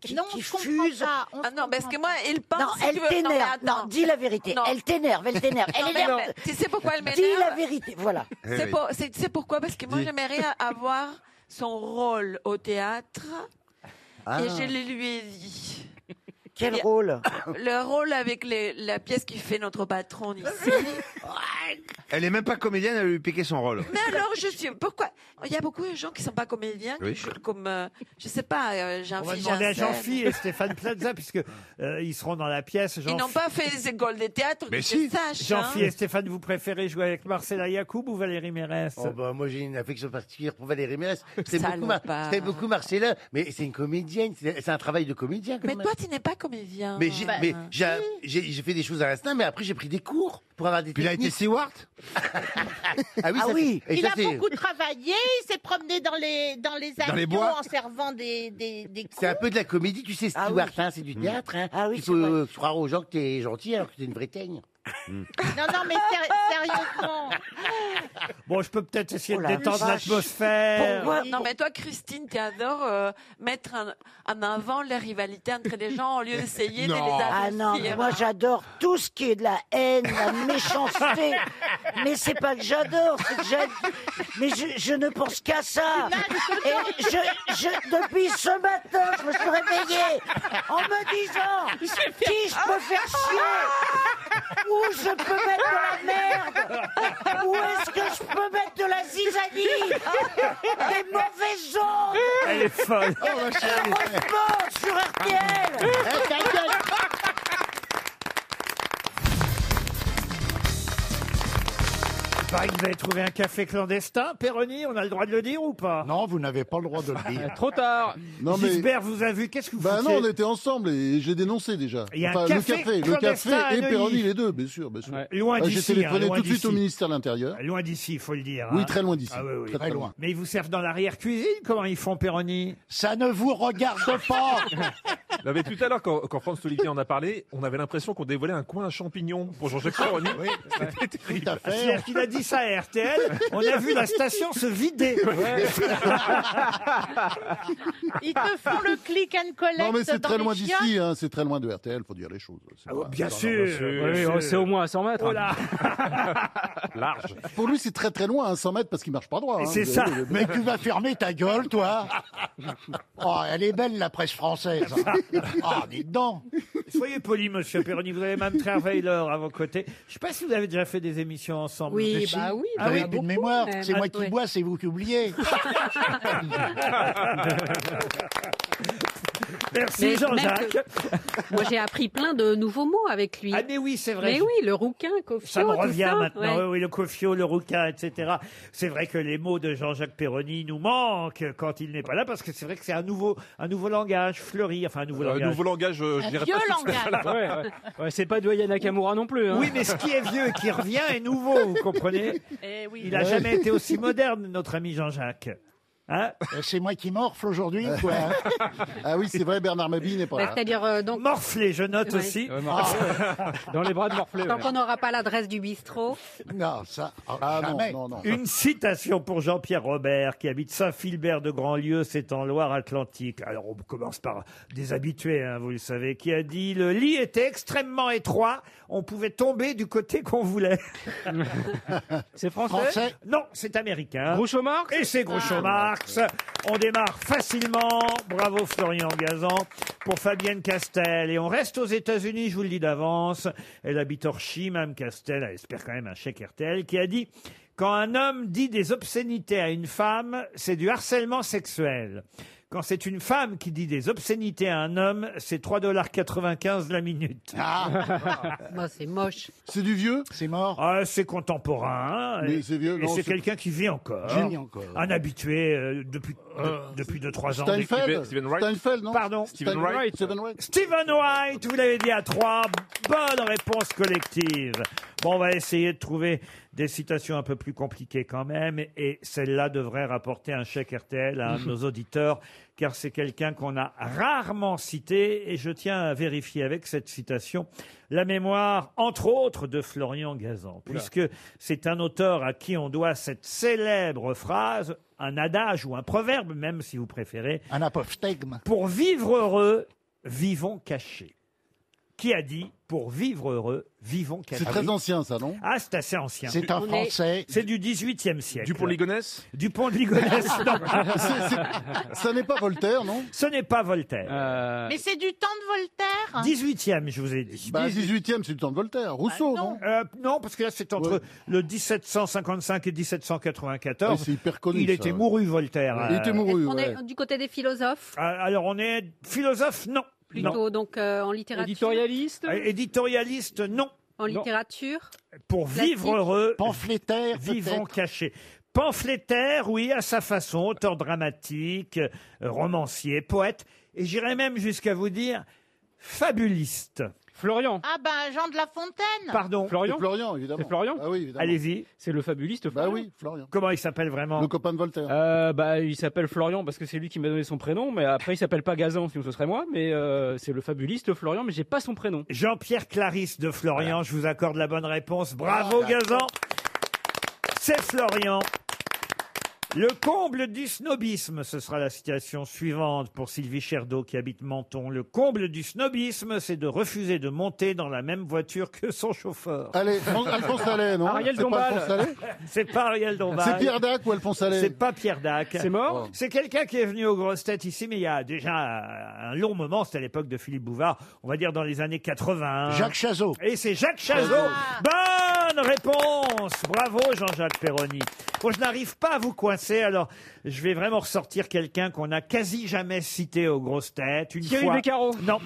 S5: qui,
S8: Non,
S5: qui
S8: je comprends
S5: fuse.
S8: pas, on Ah non, se parce que comprend moi, pas. il pense,
S5: Non,
S8: si
S5: elle
S8: tu veux- non, mais
S5: t'énerve. Non,
S8: attends.
S5: dis la vérité.
S8: Non.
S5: Elle t'énerve, elle t'énerve. Elle
S8: Non, mais
S5: énerve.
S8: non, tu sais pourquoi elle
S5: Dis
S8: m'énerve
S5: la vérité, voilà.
S8: C'est pour- c'est- tu sais pourquoi Parce que moi,
S5: Dis.
S8: j'aimerais avoir son rôle au théâtre.
S5: Ah.
S8: Et je le lui ai dit.
S5: Quel
S8: Et-
S5: rôle
S8: Le rôle avec les- la pièce qui fait notre patron ici.
S2: Elle est même pas comédienne, elle a lui piqué son rôle.
S8: Mais alors, je suis. Pourquoi Il y a beaucoup de gens qui sont pas comédiens, qui
S2: Oui.
S8: jouent comme. euh, je sais pas,
S4: On
S8: euh,
S4: va
S8: Jean-Philippe
S4: demander à
S8: Janssen.
S4: Jean-Phi et Stéphane Plaza, puisque euh, ils seront dans la pièce.
S8: Ils n'ont
S4: Jean-Phi-
S8: pas fait les écoles de théâtre, que je sache. hein.
S4: Jean-Phi et Stéphane, vous préférez jouer avec Marcella Yacoub ou Valérie Mérès
S7: Oh bah, moi j'ai une affection particulière pour Valérie Mérès. C'est
S8: Salopard.
S7: beaucoup, Mar- c'est beaucoup Marcella, mais c'est une comédienne, c'est c'est un travail de comédien. quand
S8: Mais
S7: même.
S8: toi, tu n'es pas comédien.
S7: Mais j'ai,
S8: Bah,
S7: mais j'ai, j'ai- j'ai fait des choses à l'instinct, mais après j'ai pris des cours pour avoir des. Puis il a été
S2: Seward
S7: Ah oui, ça, c'est- et
S6: il
S7: ça,
S6: a
S7: c'est-
S6: beaucoup travaillé, il s'est promené dans les, dans les
S7: Dans les
S6: avions
S7: bois.
S6: en servant des, des, des
S7: C'est un peu de la comédie, tu sais, Stewart, hein, c'est du théâtre. Hein. il faut euh, croire aux gens que t'es gentil alors que t'es une vraie teigne. Hmm.
S6: Non, non, mais ser- sérieusement.
S4: Bon, je peux peut-être essayer
S7: Oh
S4: de
S7: la
S4: détendre
S7: vache.
S4: l'atmosphère.
S8: Non, mais toi, Christine, tu adores euh, mettre en, en avant les rivalités entre les gens au lieu d'essayer de les adoucir.
S5: Ah non, mais moi j'adore tout ce qui est de la haine, la méchanceté. mais c'est pas que j'adore, c'est que j'ad- Mais je, je ne pense qu'à ça. Et je, je- depuis ce matin, je me suis réveillée en me disant qui je peux faire chier, où je peux mettre de la merde, où est-ce que je peux mettre de la zizanie, des mauvaises ondes.
S4: Elle est folle. Oh,
S5: Et heureusement, sur RTL.
S4: Eh, Il paraît que vous avez trouvé un café clandestin. Péroni, on a le droit de le dire ou pas
S9: Non, vous n'avez pas le droit de le dire.
S4: Trop tard.
S14: Non, mais-
S4: Gisbert vous a vu. Qu'est-ce que vous
S14: Bah
S4: foutiez
S14: non, on était ensemble et j'ai dénoncé déjà.
S4: Il y a un
S14: le
S4: café
S14: café, le
S4: clandestin
S14: café
S4: à
S14: et
S4: Neuilly.
S14: Péroni, les deux, bien sûr. Bien sûr.
S4: Loin
S14: Ah, J'ai
S4: d'ici,
S14: téléphoné
S4: hein, loin
S14: tout de suite au
S4: d'ici.
S14: ministère de l'Intérieur.
S4: Loin d'ici, il faut le dire.
S14: Oui,
S4: hein.
S14: très loin d'ici.
S4: Ah oui, oui.
S14: Très, très loin.
S4: Mais ils vous servent dans l'arrière-cuisine Comment ils font, Péroni
S9: Ça ne vous regarde pas
S10: Non, mais tout à l'heure, quand, quand Franck Olivier en a parlé, on avait l'impression qu'on dévoilait un coin à champignons pour Jean-Jacques Perroni. C'était terrible.
S4: C'est-à-dire Ah, qu'il a dit ça à RTL, on a vu la station se vider.
S6: Ils te font le click and collect.
S14: Non, mais c'est
S6: dans
S14: très
S6: les
S14: loin
S6: kiosques.
S14: d'ici, hein, c'est très loin de RTL, faut dire les choses. C'est pas-
S4: Ah
S14: hein,
S4: bien
S14: non, non,
S4: sûr,
S3: Oui,
S4: bien
S3: oui,
S4: sûr.
S3: c'est au moins à 100 mètres.
S4: Oh là.
S10: Large.
S14: Pour lui, c'est très très loin, hein, 100 mètres, parce qu'il marche pas droit.
S9: Et
S14: hein.
S9: c'est
S14: Vous
S9: ça.
S14: avez-
S9: Mais tu vas fermer ta gueule, toi. Oh, elle est belle, la presse française. Ah, dis donc.
S4: Soyez poli, monsieur Perroni, vous avez même travaillé l'heure à vos côtés. Je ne sais pas si vous avez déjà fait des émissions ensemble. Ah
S9: Mais si,
S11: bah
S9: Vous avez plus de mémoire. C'est moi qui bois, c'est vous qui oubliez.
S4: Merci
S11: Mais
S4: Jean-Jacques.
S11: même Moi, j'ai appris plein de nouveaux mots avec lui.
S4: Ah mais oui, c'est vrai.
S11: Mais oui, le rouquin, Cofio,
S4: Ça me
S11: tout
S4: revient
S11: ça,
S4: maintenant.
S11: ouais.
S4: Oui, oui, le cofio, le rouquin, etc. C'est vrai que les mots de Jean-Jacques Perroni nous manquent quand il n'est pas là, parce que c'est vrai que c'est un nouveau, un nouveau langage fleuri, enfin un nouveau
S10: Un
S4: langage.
S10: nouveau langage, euh, je
S4: Un
S10: dirais
S4: vieux
S10: pas.
S4: langage.
S3: Ouais, ouais. Ouais, c'est pas de Nakamura non plus. hein.
S4: Oui, mais ce qui est vieux et qui revient est nouveau, vous comprenez
S3: Eh oui.
S4: Il n'a
S3: Ouais.
S4: jamais été aussi moderne, notre ami Jean-Jacques. Hein
S9: Euh, C'est moi qui morfle aujourd'hui, quoi.
S14: Ah oui, c'est vrai, Bernard Mabille n'est pas
S11: Bah,
S14: là.
S11: C'est-à-dire, euh, donc,
S4: Morflé, je note
S11: Ouais.
S4: aussi.
S3: Dans les bras de Morflé.
S11: tant qu'on n'aura pas l'adresse du bistrot.
S9: Non, ça.
S14: Ah non,
S9: jamais.
S14: non, non.
S4: Une citation pour Jean-Pierre Robert, qui habite Saint-Philbert de Grandlieu, c'est en Loire-Atlantique. Alors on commence par des habitués, hein, vous le savez, qui a dit le lit était extrêmement étroit, on pouvait tomber du côté qu'on voulait.
S3: c'est français Français
S4: Non, c'est américain.
S3: Groucho Marx
S4: Et c'est Groucho Marx. Ah, On démarre facilement. Bravo Florian Gazan pour Fabienne Castel. Et on reste aux États-Unis, je vous le dis d'avance. Elle habite Orchy, Mme Castel, elle espère quand même un chèque RTL, qui a dit Quand un homme dit des obscénités à une femme, c'est du harcèlement sexuel. Quand c'est une femme qui dit des obscénités à un homme, c'est 3,95$ la minute.
S11: Ah.
S9: ah.
S11: Moi, c'est moche.
S4: C'est du vieux C'est mort C'est contemporain.
S14: Mais
S4: Et-
S14: c'est vieux,
S4: Et
S14: non,
S4: c'est
S14: c'est-
S4: quelqu'un qui vit encore.
S14: Génie encore.
S4: Un habitué euh, depuis 2-3 ans.
S14: Steinfeld Steinfeld, non
S4: Pardon
S14: Stephen Wright. Stephen Wright.
S4: Stephen White, vous l'avez dit à trois. Bonne réponse collective. Bon, on va essayer de trouver des citations un peu plus compliquées quand même. Et celle-là devrait rapporter un chèque RTL à un de nos auditeurs, car c'est quelqu'un qu'on a rarement cité. Et je tiens à vérifier avec cette citation la mémoire, entre autres, de Florian
S12: Oula.
S4: Gazan, puisque c'est un auteur à qui on doit cette célèbre phrase, un adage ou un proverbe même, si vous préférez.
S9: Un apophthegme.
S4: Pour vivre heureux, vivons cachés. Qui a dit pour vivre heureux, vivons cachés
S14: C'est très ancien, ça, non
S4: Ah, c'est assez ancien.
S14: C'est un On est- Français.
S4: C'est du 18e siècle.
S10: Dupont-Ligonnès
S4: Dupont-Ligonnès, non.
S14: C'est-
S4: Ça n'est pas Voltaire, non Ce n'est pas Voltaire.
S6: Mais c'est du temps de Voltaire
S4: 18e, je vous ai dit.
S14: Bah, 18e, c'est du temps de Voltaire.
S11: Ah,
S14: Rousseau, non
S4: Euh, non, parce que là, c'est entre le 1755 et
S14: Ouais,
S16: Ah,
S4: 1794.
S14: c'est hyper connu,
S4: Il
S14: ça,
S4: était
S14: ouais.
S4: mouru, Voltaire.
S14: Il était mouru,
S11: On est du côté des philosophes,
S4: Ah, Alors, on est philosophe Non.
S11: plutôt,
S4: Non.
S11: donc euh, en littérature. Ah,
S4: Éditorialiste Éditorialiste, non.
S11: En
S4: Non.
S11: littérature
S4: Pour vivre
S11: Classique.
S4: heureux. Pamphlétaire. Vivons
S11: peut-être.
S4: cachés. Pamphlétaire, oui, à sa façon, auteur dramatique, euh, romancier, poète, et j'irais même jusqu'à vous dire fabuliste. Florian.
S6: Ah ben, Jean de La Fontaine
S4: Pardon.
S14: C'est Florian, évidemment.
S4: C'est Florian
S14: Ah oui, évidemment.
S4: Allez-y.
S3: C'est le fabuliste
S14: Bah
S3: Florian.
S14: oui, Florian.
S4: Comment il s'appelle vraiment
S14: Le copain de Voltaire.
S3: Euh, bah, il s'appelle Florian parce que c'est lui qui m'a donné son prénom, mais après il s'appelle pas Gazan, sinon ce serait moi, mais euh, c'est le fabuliste Florian, mais j'ai pas son prénom.
S4: Jean-Pierre Clarisse de Florian, je vous accorde la bonne réponse. Bravo
S3: Voilà.
S4: Gazan. C'est Florian. Le comble du snobisme, ce sera la citation suivante pour Sylvie Cherdeau qui habite Menton. Le comble du snobisme, c'est de refuser de monter dans la même voiture que son chauffeur.
S14: Allez, Fran- Alphonse Allais, non Ariel C'est pas Dombal. Alphonse Allais
S4: C'est pas Ariel Dombal.
S14: C'est Pierre Dac ou Alphonse Allais
S4: Bah, C'est pas Pierre Dac. Oh.
S14: C'est mort
S4: C'est quelqu'un qui est venu aux grosses têtes ici, mais il y a déjà un long moment, c'était à l'époque de Philippe Bouvard, on va dire dans les années 80.
S9: Jacques Chazot. Ah.
S4: Et c'est Jacques Chazot. Bonne réponse Bravo Jean-Jacques Perroni. Bon, je n'arrive pas à vous coincer, alors je vais vraiment ressortir quelqu'un qu'on n'a quasi jamais cité aux grosses têtes. Une
S3: Thierry
S4: fois...
S3: Beccaro.
S4: Non.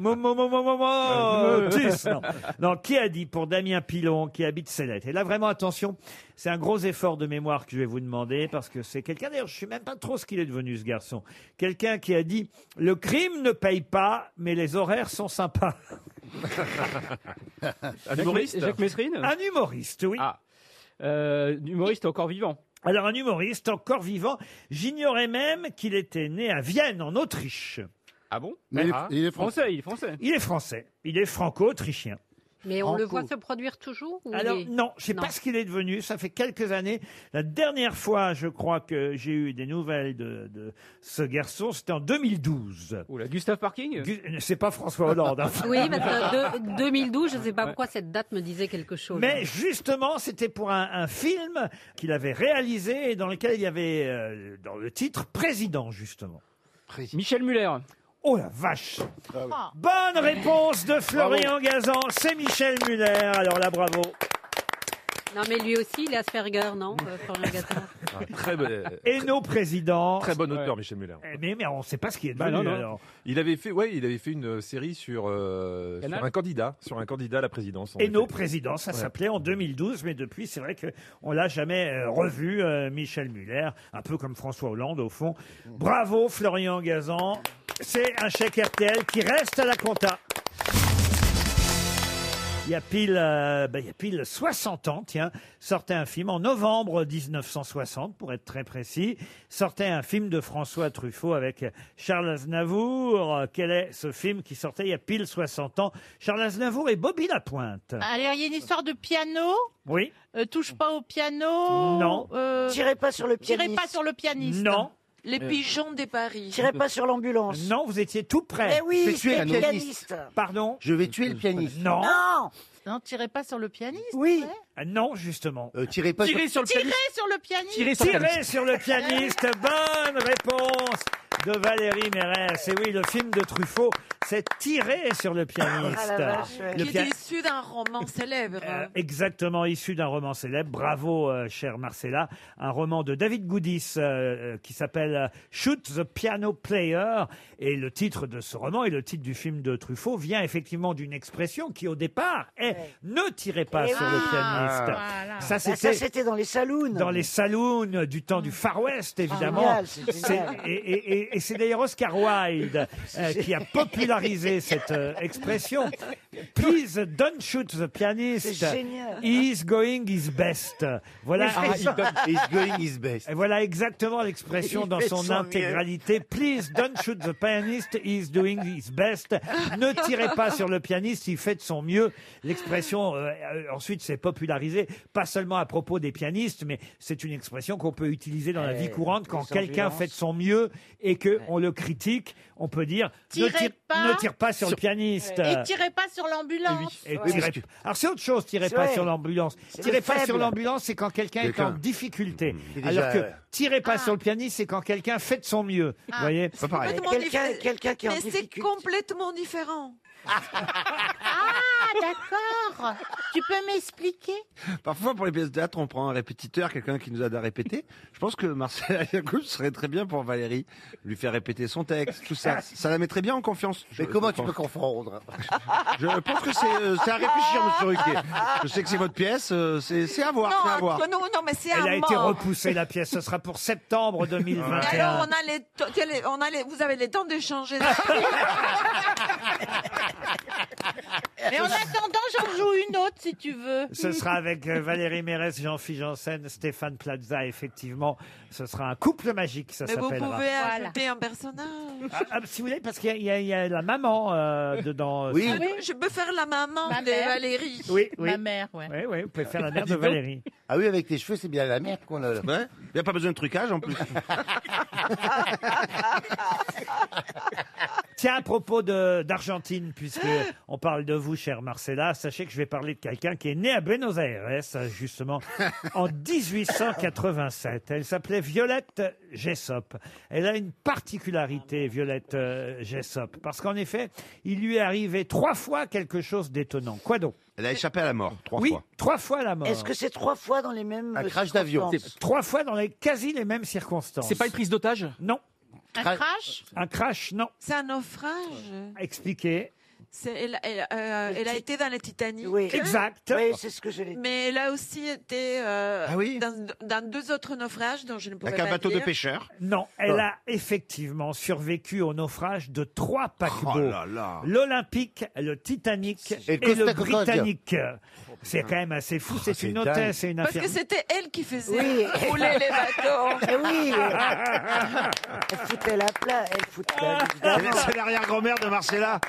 S4: Momo, momo, momo, Euh, tis, non. Non, qui a dit pour Damien Pilon, qui habite Célette Et là, vraiment, attention, c'est un gros effort de mémoire que je vais vous demander, parce que c'est quelqu'un, d'ailleurs, je ne sais même pas trop ce qu'il est devenu, ce garçon. Quelqu'un qui a dit « Le crime ne paye pas, mais les horaires sont sympas ».
S3: Jacques humoriste Mes- Jacques Mesrine
S4: Un humoriste, oui.
S3: Ah. Euh, humoriste encore vivant.
S4: Alors, un humoriste encore vivant. J'ignorais même qu'il était né à Vienne, en Autriche.
S3: Ah bon
S4: Mais il est- il est
S3: français, il est français.
S4: Il est français. Il est franco-autrichien.
S11: Mais on le voit
S4: Franco.
S11: se produire toujours ou il
S4: Alors
S11: est-
S4: non, je sais pas ce qu'il est devenu. Ça fait quelques années. La dernière fois, je crois que j'ai eu des nouvelles de, de ce garçon, c'était en 2012.
S3: Oula, Gustave Parking
S4: C'est pas François Hollande. hein.
S11: Oui, parce que de- 2012, je ne sais pas pourquoi cette date me disait quelque chose.
S4: Mais justement, c'était pour un, un film qu'il avait réalisé et dans lequel il y avait euh, dans le titre président justement.
S3: Michel Muller.
S4: Oh la vache
S3: oui.
S4: Bonne réponse de Florian Gazan, c'est Michel Muller. Alors là, bravo.
S11: Non, mais lui aussi, il est Asperger, non euh, Florian Gazan
S10: Très bon,
S4: Et nos présidents.
S10: très bon auteur, Michel Muller.
S4: Eh, Mais, mais on ne sait pas ce qu'il est
S10: Bah
S4: devenu
S10: non, non.
S4: alors.
S10: Il avait fait, ouais, il avait fait une série sur, euh, sur
S4: Canal
S10: un candidat, sur un candidat à la présidence. en
S4: Et nos
S10: effet.
S4: présidents, ça
S10: Ouais.
S4: s'appelait en 2012, mais depuis, c'est vrai qu'on l'a jamais euh, revu, euh, Michel Muller, un peu comme François Hollande au fond. Bravo Florian Gazan, c'est un chèque RTL qui reste à la compta. Il y, a pile, euh, bah, il y a pile 60 ans, tiens, sortait un film en novembre 1960, pour être très précis, sortait un film de François Truffaut avec Charles Aznavour. Euh, Quel est ce film qui sortait il y a pile 60 ans Charles Aznavour et Bobby Lapointe.
S5: Ah.
S6: Alors, il y a une histoire de piano
S4: Oui
S6: Euh, Touche pas au piano
S4: Non.
S6: euh,
S5: Tirez pas sur le
S6: Tirez
S5: pianiste.
S6: pas sur le pianiste
S4: Non.
S8: Les
S4: Euh.
S8: pigeons des Paris.
S5: Tirez pas sur l'ambulance.
S4: Non, vous étiez tout près.
S5: Mais oui,
S7: Fais tuer
S5: c'est
S7: un
S5: le
S7: pianiste.
S5: pianiste.
S4: Pardon
S7: Je vais tuer le pianiste.
S4: Non.
S5: Non
S6: Non, tirez pas sur le pianiste
S5: Oui
S4: Ah Non, justement.
S7: Euh, tirez pas
S6: Tirez
S7: sur
S6: sur le pianiste Tirez sur le pianiste
S4: Tirez sur, le pianiste. Bonne réponse de Valérie Mérès. Et oui, le film de Truffaut C'est tiré sur le pianiste.
S8: Ah la vache, ouais.
S4: Le
S8: Qui
S4: pia-
S8: est issu d'un roman célèbre.
S4: euh, exactement issu d'un roman célèbre. Bravo, euh, chère Marcella. Un roman de David Goodis euh, euh, qui s'appelle euh, Shoot the Piano Player. Et le titre de ce roman et le titre du film de Truffaut vient effectivement d'une expression qui, au départ, est Ne tirez pas
S5: Eh
S4: sur
S5: oui.
S4: le pianiste.
S5: Voilà. Bah,
S4: Ça,
S5: ça,
S4: c'était.
S5: c'était dans les saloons.
S4: Dans les saloons du temps du Far West, évidemment.
S5: Ah, Génial, c'est génial.
S4: C'est- et, et- et- et c'est d'ailleurs Oscar Wilde euh, qui a popularisé cette euh, expression. Please don't shoot the pianist.
S5: C'est génial.
S4: He's going his best. Voilà.
S2: Il fait Ah, ça. he's going his best.
S4: Et Voilà exactement l'expression
S2: Il
S4: dans
S2: fait
S4: son
S2: son mieux.
S4: intégralité. Please don't shoot the pianist. He's doing his best. Ne tirez pas sur le pianiste. Il fait de son mieux. L'expression euh, euh, ensuite s'est popularisée, pas seulement à propos des pianistes, mais c'est une expression qu'on peut utiliser dans la vie
S5: Eh,
S4: courante quand
S5: sans
S4: quelqu'un
S5: violence.
S4: fait de son mieux et que on le critique. On peut dire ne
S6: Tirez
S4: tire,
S6: pas.
S4: ne tire pas sur, le pianiste.
S6: Et tirez pas sur l'ambulance.
S4: Et
S6: Ouais.
S4: tirez- Alors c'est autre chose, tirez
S6: C'est
S4: pas
S6: vrai.
S4: sur l'ambulance.
S6: C'est
S4: Tirez
S6: le
S4: pas
S6: faible.
S4: sur l'ambulance, c'est quand quelqu'un est
S2: Quelqu'un.
S4: en difficulté.
S2: Il est déjà,
S4: Alors que
S2: ouais.
S4: tirez pas sur le pianiste, c'est quand quelqu'un fait de son mieux.
S8: Ah.
S4: Vous voyez
S8: C'est complètement diffé- Mais c'est complètement différent.
S6: Ah, d'accord. Tu peux m'expliquer
S2: Parfois, pour les pièces de théâtre, on prend un répétiteur, quelqu'un qui nous aide à répéter. Je pense que Marcel Yacoub serait très bien pour Valérie. Lui faire répéter son texte, tout ça. Ça la mettrait bien en confiance. Mais comment tu peux confondre Je pense que c'est euh, c'est à réfléchir, monsieur Ruquier. Je sais que c'est votre pièce, euh, c'est c'est à voir,
S8: Non,
S2: c'est à
S8: un-
S2: voir.
S8: non, non, mais c'est
S4: Elle
S8: un
S4: a été
S8: mort.
S4: repoussée la pièce, ce sera pour septembre
S8: Mais
S4: 2021.
S8: alors, on a les to- tu as les- on a les- vous avez les temps d'échanger.
S5: Eh,
S6: Mais en attendant, j'en joue une autre si tu veux.
S4: Ce sera avec euh, Valérie Mérès, Jean-Philippe Janssen, Stéphane Plaza, effectivement. Ce sera un couple magique, ça
S8: Mais vous
S4: s'appellera.
S8: pouvez ajouter un personnage.
S4: Ah, ah, si vous voulez, parce qu'il y a- il y, a- il y a la maman euh, dedans. euh,
S8: Ah Je peux faire la maman
S6: Ma
S8: de
S6: mère.
S8: Valérie.
S4: Oui, oui.
S6: Ma mère, ouais.
S4: Oui, oui, vous pouvez faire la mère
S2: Dis
S4: de
S2: donc.
S4: Valérie.
S7: Ah oui, avec tes cheveux, c'est bien la merde qu'on a là.
S2: Ouais. Il n'y a pas besoin de trucage en plus.
S4: Tiens, à propos de- d'Argentine, puisque on parle de vous, chère Marcella, sachez que je vais parler de quelqu'un qui est né à Buenos Aires, justement, en 1887. Elle s'appelait Violette Jessop. Elle a une particularité, Violette euh, Jessop, parce qu'en effet, il lui est arrivé trois fois quelque chose d'étonnant. Quoi donc
S2: Elle a échappé à la mort, trois
S4: oui,
S2: fois.
S4: trois fois la mort.
S5: Est-ce que c'est trois fois dans les mêmes. euh, circonstances
S4: C'est Trois fois dans les quasi les mêmes circonstances.
S5: C'est pas une
S4: prise d'otage Non.
S8: Un crash
S4: Un crash, non.
S8: C'est un naufrage.
S4: Expliqué.
S8: C'est- Elle, elle, euh, elle a été dans le Titanic.
S4: Exact.
S5: Oui, c'est ce que j'allais dire.
S8: Mais elle a aussi été euh,
S4: Ah oui
S8: dans, dans deux autres naufrages dont je ne pouvais pas dire.
S4: Non,
S7: Ah.
S4: elle a effectivement survécu au naufrage de trois
S7: Oh
S4: paquebots. L'Olympique, le Titanic et,
S7: le Costa
S4: le
S7: Concordia.
S4: Britannique. C'est quand même assez fou. c'est
S7: Ah, c'est
S4: une
S7: dingue.
S4: hôtesse et une
S8: Parce que
S4: infirmière.
S8: c'était elle qui faisait
S5: Oui.
S8: rouler les bateaux.
S5: Eh oui Elle foutait la plat, elle foutait la évidemment.
S2: Ah. C'est l'arrière-grand-mère de Marcella.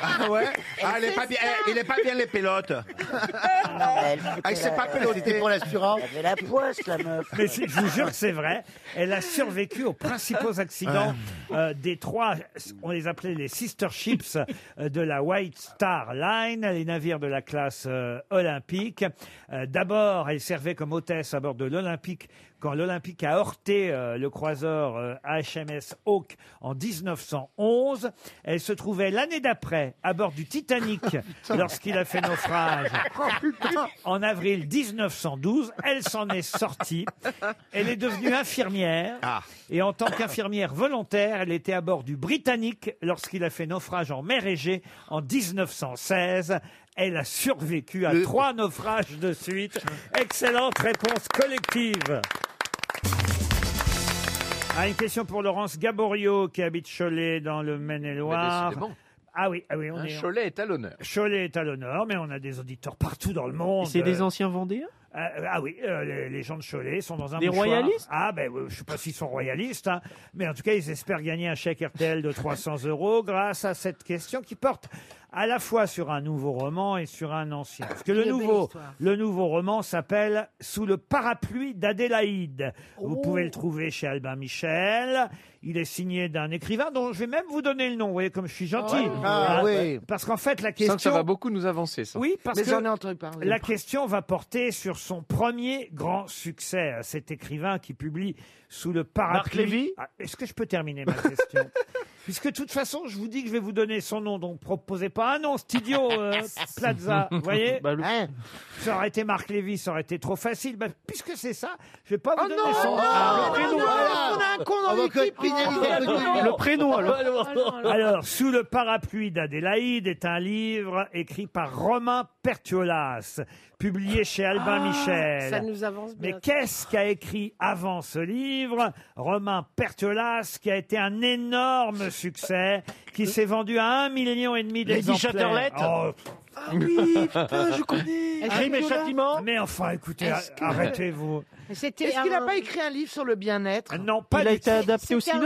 S2: Ah ouais Ah, elle est pas bien, elle- il est pas bien les pélotes. Ah, il s'est pas péloté.
S5: pour l'assurance. Elle avait la poisse, la meuf.
S4: Mais c'est- je vous jure que c'est vrai. Elle a survécu aux principaux accidents euh, des trois, on les appelait les sister ships euh, de la White Star Line, les navires de la classe euh, olympique. Euh, D'abord, elle servait comme hôtesse à bord de l'Olympique quand l'Olympique a heurté euh, le croiseur euh, HMS Hawk en 1911. Elle se trouvait l'année d'après à bord du Titanic lorsqu'il a fait naufrage. En avril 1912, elle s'en est sortie. Elle est devenue infirmière.
S22: Ah.
S4: Et en tant qu'infirmière volontaire, elle était à bord du Britannique lorsqu'il a fait naufrage en mer Égée en 1916. Elle a survécu à trois naufrages de suite. Excellente réponse collective. Ah, une question pour Laurence Gaborio qui habite Cholet dans le
S22: Mais
S4: Maine-et-Loire.
S22: décidément.
S4: Ah oui, ah oui, on
S22: Hein,
S4: est.
S22: Cholet est à l'honneur.
S4: Cholet est à l'honneur, mais on a des auditeurs partout dans le
S16: Et
S4: monde.
S16: C'est des
S4: Euh,
S16: anciens Vendéens
S4: ah, ah oui, euh, les, les gens de Cholet sont dans un
S16: Des
S4: mouchoir.
S16: royalistes
S4: Ah ben, euh, je sais pas s'ils sont royalistes, hein, mais en tout cas, ils espèrent gagner un chèque RTL de 300 euros grâce à cette question qui porte à la fois sur un nouveau roman et sur un ancien. Parce que le
S5: Quelle belle
S4: nouveau,
S5: histoire.
S4: le nouveau roman s'appelle Sous le parapluie d'Adélaïde. Vous
S5: Oh.
S4: pouvez le trouver chez Albin Michel. Il est signé d'un écrivain dont je vais même vous donner le nom. Vous voyez comme je suis gentil.
S22: Oh. Ah oui.
S4: Parce qu'en fait, la
S22: Je sens
S4: question.
S22: que ça va beaucoup nous avancer, ça.
S4: Oui, parce
S22: Mais
S4: que
S22: j'en ai entendu parler.
S4: la question va porter sur son premier grand succès. Cet écrivain qui publie sous le parapluie.
S22: Marc Lévy
S4: Ah, Est-ce que je peux terminer ma question Puisque de toute façon, je vous dis que je vais vous donner son nom, donc proposez pas. Ah non, Studio euh, Plaza, vous voyez
S15: Bah, le-
S4: Hein Ça aurait été Marc Lévy, ça aurait été trop facile. Bah, puisque c'est ça, je vais pas vous
S13: Oh
S4: donner
S13: non,
S4: son nom.
S13: non, non, non, on a un con dans Ah, bah, l'équipe. que- Pinel, il a connu. Le prénom, alors.
S4: Alors, Sous le parapluie d'Adélaïde est un livre écrit par Romain Pertuolas, publié chez Albin
S13: Ah,
S4: Ben Michel.
S13: ça nous avance bien,
S4: Mais qu'est-ce qu'a écrit avant ce livre Romain Pertuolas, qui a été un énorme succès, qui s'est vendu à un million et demi
S15: Lady
S4: d'exemplaires.
S15: Chatterlette
S4: Ah
S15: oui, putain, je connais.
S13: Crime et châtiment
S4: Mais enfin, écoutez,
S13: Est-ce que-
S4: arrêtez-vous.
S13: C'était
S21: Est-ce qu'il n'a
S13: un-
S21: pas écrit un livre sur le bien-être
S4: Non, pas du tout.
S21: C'était un-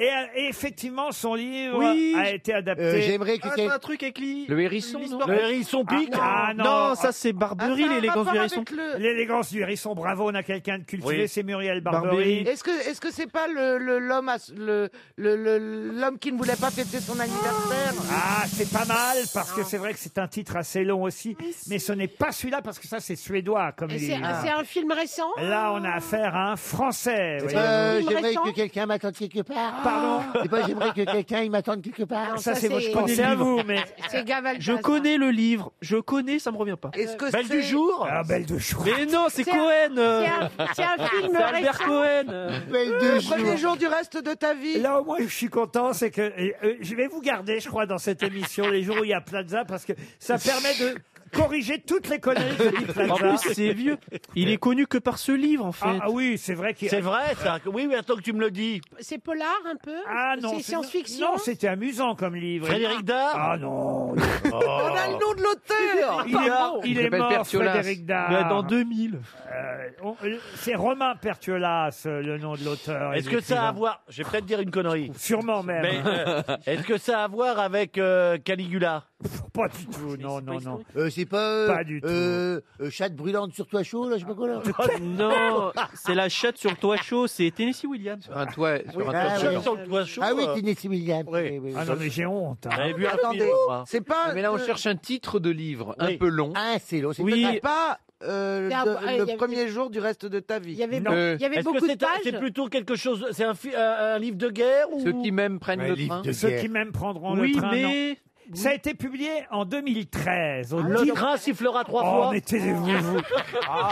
S4: Et euh, effectivement, son livre
S21: Oui.
S4: a été adapté.
S21: Euh, j'aimerais que
S16: Ah, c'est un truc avec Lee.
S4: Le hérisson,
S16: l'histoire-
S4: non Le hérisson pique Ah, non.
S16: non, ça c'est Barbery, l'élégance du hérisson.
S4: L'élégance du hérisson, bravo, on a quelqu'un de cultivé,
S16: Oui.
S4: c'est Muriel Barbery.
S21: Est-ce que est-ce que c'est pas le le- l'homme à- le le- le- l'homme qui ne voulait pas fêter son anniversaire
S4: Ah, c'est pas mal, parce que c'est vrai que c'est un titre assez long aussi, mais ce n'est pas celui-là, parce que ça, c'est suédois, comme
S13: Et
S4: il
S13: C'est
S4: Ah.
S13: c'est un film récent
S4: Là, on a affaire à un Français. voyez-vous.
S7: Euh, j'aimerais que quelqu'un m'attende quelque part.
S4: Pardon
S7: C'est pas j'aimerais que quelqu'un il m'attende quelque part.
S4: ça, c'est moi, je pensais à vous, mais.
S13: C'est Gavaldas.
S16: Je connais le livre, je connais, ça me revient pas.
S21: Est-ce que
S16: Belle
S21: c'est-
S16: du jour
S4: Ah, Belle du jour.
S16: Mais non, c'est
S21: C'est un-
S16: Cohen euh.
S21: c'est un- c'est un film
S16: C'est Albert
S21: récent.
S16: Cohen euh.
S21: Le premier jour du reste de ta vie.
S4: Là, au moins, je suis content, c'est que et, euh, je vais vous garder, je crois, dans cette émission, les jours où il y a Plaza, parce que ça permet de corriger toutes les conneries que dit Plaza.
S16: En plus, c'est vieux. Il est connu que par ce livre, en fait.
S4: Ah, ah oui, c'est vrai qu'il.
S16: C'est vrai, ça.
S4: Oui, mais attends que tu me le dis.
S13: C'est polar un peu
S4: Ah non.
S13: C'est
S4: c'est-
S13: science-fiction
S4: Non, c'était amusant comme livre.
S13: Frédéric
S4: Dard Ah
S20: Oh.
S4: non
S21: On a le nom de l'auteur.
S13: Ah,
S4: Il est, il est mort, Frédéric Dard.
S16: Mais dans 2000.
S4: Euh, on- euh, c'est Romain Pertuolas, euh, le nom de l'auteur. et
S20: Est-ce
S4: de
S20: que ça a à
S4: l'écrivain.
S20: voir Je vais peut-être dire une connerie.
S4: Sûrement même.
S20: Mais euh, est-ce que ça a à voir avec euh, Caligula
S4: Pas du tout, non, non, non.
S7: Euh, c'est pas. euh,
S20: Pas du tout.
S7: euh, euh, chatte brûlante sur toi chaud, là, je sais pas quoi, là.
S16: Non, c'est la chatte sur le toit chaud, c'est Tennessee Williams. Sur un toit,
S7: Oui, ah, ouais. Ah oui, Tennessee Williams. Oui, oui,
S4: Ah non, mais j'ai honte. hein.
S7: J'avais vu un
S21: Attendez,
S7: film, moi.
S21: c'est pas.
S19: Mais là, on
S21: euh,
S19: cherche un titre de livre un
S7: Oui.
S19: peu long.
S7: Ah, c'est long.
S21: Oui.
S7: peut-être pas-
S21: pas euh,
S7: Il y a-
S21: de-
S7: ah, il y
S21: le
S7: avait-
S21: premier jour du reste de ta vie. Il y
S13: avait,
S16: euh,
S20: Est-ce que c'est un- C'est plutôt quelque chose. C'est un, fi-
S15: euh,
S20: un- un livre de guerre ou
S4: Ceux qui
S20: m'aiment
S4: prennent le train. Ceux qui m'aiment prendront
S20: Oui,
S4: le train. non.
S20: mais- Ah,
S4: Ça a été publié en 2013. au
S20: Le
S4: Dino-
S20: train sifflera trois
S4: Oh,
S20: fois.
S4: mais taisez-vous, vous.
S13: Ah,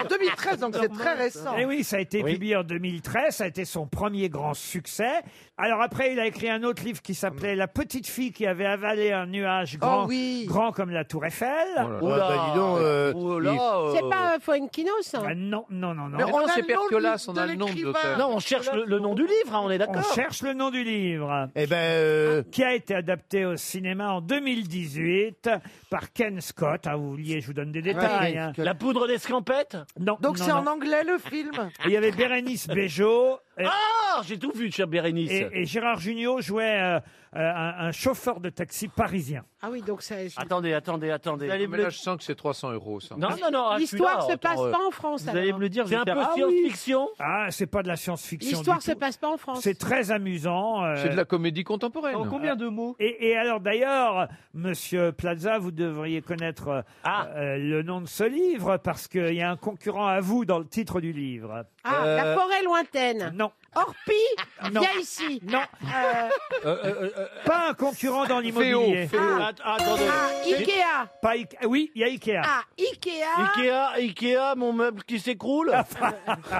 S21: En 2013, donc c'est très récent.
S4: Ah. Eh oui, ça a été publié en 2013, ça a été son premier grand succès. Alors après, il a écrit un autre livre qui s'appelait La petite fille qui avait avalé un nuage grand,
S13: Oh oui.
S4: grand comme la tour Eiffel.
S7: Oh là là. Ah, bah, dis donc, euh, Oh là, il- euh.
S13: C'est pas euh, Fuenquinos hein
S4: Ah, non, non, non, non.
S13: Mais on a le nom
S19: Percolas, on a le nom de l'auteur.
S20: Non, on cherche le, le nom du livre, hein, on est
S4: On
S20: d'accord. Eh ben, euh,
S4: cherche le nom du livre. Ah, Qui a été adapté au cinéma en 2018 par Ken Scott. Ah, vous vouliez, je vous donne des détails. hein.
S20: La poudre d'escampette
S4: Non.
S21: Donc
S4: non,
S21: c'est en
S4: non.
S21: anglais le film.
S4: Il y avait Bérénice Bejo.
S20: Ah, j'ai tout vu, cher Bérénice.
S4: Et, et Gérard Jugnot jouait euh, euh, un, un chauffeur de taxi parisien.
S13: Ah oui, donc ça.
S20: Attendez, attendez, attendez.
S19: Mais là, je sens que c'est 300 euros, ça.
S20: Non, non, non. ah,
S13: L'histoire
S20: celui-là,
S13: se
S20: attends,
S13: passe
S20: euh,
S13: pas en France.
S20: Vous
S13: alors.
S20: allez me le dire.
S4: C'est
S20: je vais faire,
S4: un peu
S20: ah oui.
S4: science-fiction Ah, c'est pas de la science-fiction.
S13: L'histoire
S4: du
S13: se
S4: tout.
S13: passe pas en France.
S4: C'est très amusant. euh,
S19: C'est de la comédie contemporaine.
S4: En
S16: combien de mots
S4: et, et alors d'ailleurs, Monsieur Plaza, vous devriez connaître euh,
S20: Ah.
S4: euh, le nom de ce livre parce qu'il y a un concurrent à vous dans le titre du livre.
S13: Ah,
S19: Euh,
S13: la forêt lointaine.
S4: Euh, Non.
S13: Orpi,
S4: Non.
S13: viens ici. Euh,
S4: Non.
S19: euh,
S4: Pas un concurrent dans l'immobilier.
S20: Féo, Féo. Ah, att- attendez.
S13: Ah, Ikea.
S4: Pas Ike- Oui, il y a Ikea.
S13: Ah, Ikea.
S20: Ikea, Ikea, mon meuble qui s'écroule.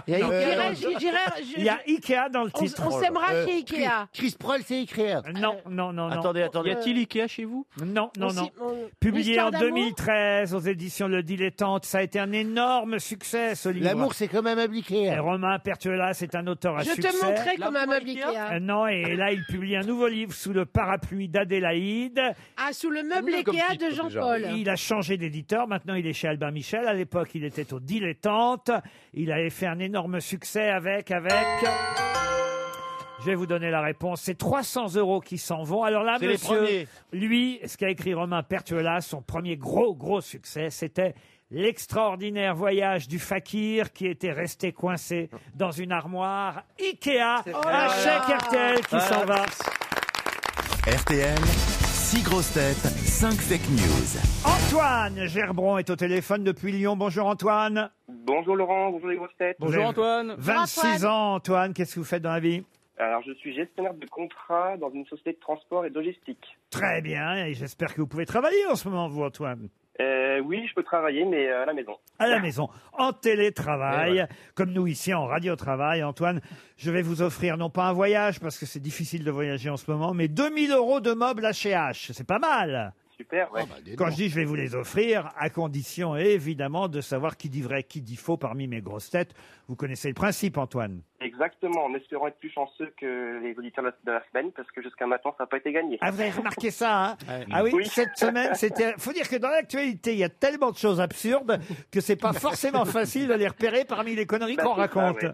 S7: Il y a Ikea
S13: Non, j'irai-
S7: dans-
S13: j'irai- j'irai- je-
S4: Il y a Ikea dans le
S13: On-
S4: titre.
S13: on s'aimera chez Ikea.
S7: Euh, Chris Proll, c'est écrire.
S4: Non, non, non, non.
S20: Attendez, attendez.
S16: Y a-t-il Ikea chez vous
S4: Non, non,
S16: On
S4: non.
S16: s'y- on-
S4: Publié
S16: Histoire
S4: en
S16: d'amour
S4: 2013 aux éditions Le Dilettante, ça a été un énorme succès, ce livre.
S7: L'amour, c'est quand même impliqué.
S4: Et Romain Pertuola, c'est un auteur à
S13: Je
S4: succès.
S13: te montrerai comme un meuble Ikea.
S4: Euh, Non, et là, il publie un nouveau livre sous le parapluie d'Adélaïde.
S13: Ah, sous le meuble Ikea de Jean-Paul.
S4: Il a changé d'éditeur. Maintenant, il est chez Albin Michel. À l'époque, il était au Dilettante. Il avait fait un énorme succès avec, avec. Je vais vous donner la réponse. C'est 300 euros qui s'en vont. Alors là,
S20: C'est les
S4: monsieur,
S20: premiers.
S4: lui, ce qu'a écrit Romain Pertuola, son premier gros, gros succès, c'était l'extraordinaire voyage du fakir qui était resté coincé dans une armoire Ikea. Un Oh, chèque RTL qui s'en va.
S12: RTL, 6 grosses têtes, 5 fake news.
S4: Antoine Gerbron est au téléphone depuis Lyon. Bonjour Antoine.
S23: Bonjour Laurent, bonjour les grosses têtes.
S4: Vous avez 26 ans Antoine, qu'est-ce que vous faites dans la vie
S17: Alors, je suis gestionnaire de contrat dans une société de transport et de logistique.
S4: Très bien, et j'espère que vous pouvez travailler en ce moment, vous, Antoine.
S17: Euh, oui, je peux travailler, mais euh, à la maison.
S4: à la maison, en télétravail, comme nous ici en radio-travail. Antoine, je vais vous offrir non pas un voyage, parce que c'est difficile de voyager en ce moment, mais 2000 euros de meubles HH. C'est pas mal.
S17: Super, ouais.
S4: Quand je dis je vais vous les offrir, à condition évidemment de savoir qui dit vrai, qui dit faux parmi mes grosses têtes. Vous connaissez le principe, Antoine.
S17: Exactement, en espérant être plus chanceux que les auditeurs de la semaine, parce que jusqu'à maintenant, ça n'a pas été gagné.
S4: Ah, vous avez remarqué ça, hein Ah oui, cette semaine, c'était. Faut dire que dans l'actualité, il y a tellement de choses absurdes que c'est pas forcément facile de les repérer parmi les conneries
S17: Bah,
S4: qu'on
S17: c'est ça,
S4: raconte.
S17: ouais.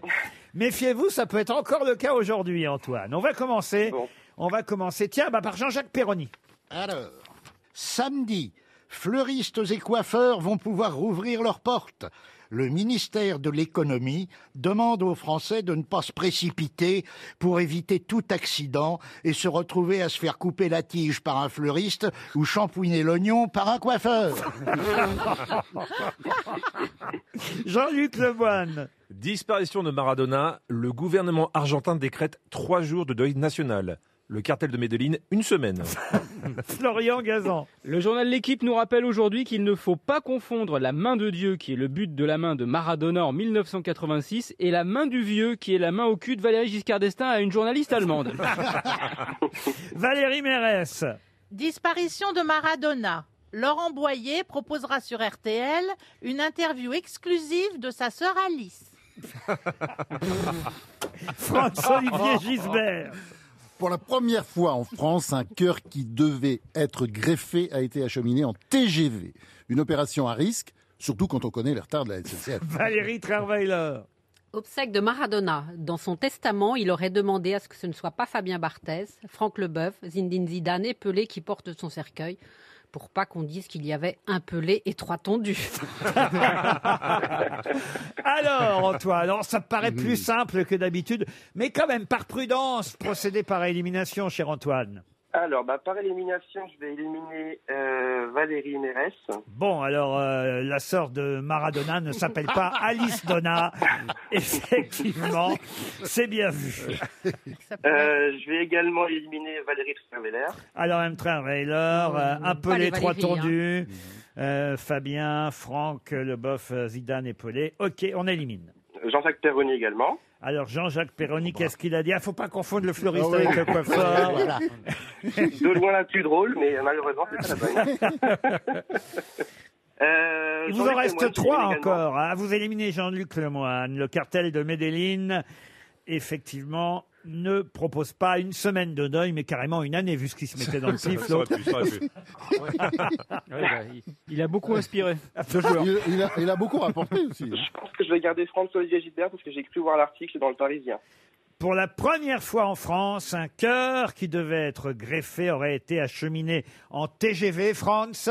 S4: Méfiez-vous, ça peut être encore le cas aujourd'hui, Antoine. On va commencer. On va commencer. Tiens, bah, par Jean-Jacques Perroni.
S9: Alors, samedi, fleuristes et coiffeurs vont pouvoir rouvrir leurs portes. Le ministère de l'économie demande aux Français de ne pas se précipiter pour éviter tout accident et se retrouver à se faire couper la tige par un fleuriste ou champouiner l'oignon par un coiffeur.
S4: Jean-Luc Lemoine.
S10: Disparition de Maradona, le gouvernement argentin décrète trois jours de deuil national. Le cartel de Medellin, une semaine.
S4: Florian Gazan.
S3: Le journal L'équipe nous rappelle aujourd'hui qu'il ne faut pas confondre la main de Dieu, qui est le but de la main de Maradona en 1986, et la main du vieux, qui est la main au cul de Valérie Giscard d'Estaing à une journaliste allemande.
S4: Valérie Mérès.
S6: Disparition de Maradona. Laurent Boyer proposera sur RTL une interview exclusive de sa sœur Alice.
S4: François-Olivier Gisbert.
S14: Pour la première fois en France, un cœur qui devait être greffé a été acheminé en TGV. Une opération à risque, surtout quand on connaît les retards de la SNCF.
S4: Valérie Trierweiler.
S11: Obsèque de Maradona. Dans son testament, il aurait demandé à ce que ce ne soit pas Fabien Barthez, Franck Leboeuf, Zindine Zidane et Pelé qui portent son cercueil, pour pas qu'on dise qu'il y avait un Pelé et trois tondus.
S4: Alors, Antoine, alors, ça paraît
S17: Mhm.
S4: plus simple que d'habitude, mais quand même, par prudence, procédez par élimination, cher Antoine.
S17: Alors, bah, par élimination, je vais éliminer euh, Valérie Mérès.
S4: Bon, alors, euh, la sœur de Maradona ne s'appelle pas Alice Donna. Effectivement, c'est bien vu.
S17: Euh, je vais également éliminer Valérie Trierweiler.
S4: Alors, M. Traveler, euh, un peu
S17: pas
S4: les
S17: les
S4: trois
S17: Valérie, hein.
S4: tondus, euh, Fabien, Franck, Leboeuf, euh, Zidane et Pelé. Ok, on élimine.
S17: Jean-Jacques Perroni également.
S4: Alors, Jean-Jacques Perroni, qu'est-ce qu'il a dit Ah, faut pas confondre le fleuriste
S17: Oh, bah. Ah oui.
S4: avec le coiffeur.
S17: Voilà. De loin la plus drôle, mais malheureusement, c'est pas la bonne. Euh,
S4: Il vous en
S17: Jean-Luc
S4: reste
S17: Lemoyne,
S4: trois
S17: également.
S4: encore. hein. Vous éliminez Jean-Luc Lemoine. Le cartel de Medellin, effectivement, ne propose pas une semaine de deuil, mais carrément une année, vu ce qui se mettait dans le bah,
S3: Ça
S4: pif.
S3: aurait
S4: l'autre.
S3: pu, ça aurait pu. il a beaucoup inspiré.
S14: Il, il a, il a beaucoup rapporté aussi. hein.
S17: Je pense que je vais garder François-Olivier Gilbert parce que j'ai cru voir l'article dans le Parisien.
S4: Pour la première fois en France, un cœur qui devait être greffé aurait été acheminé en TGV France.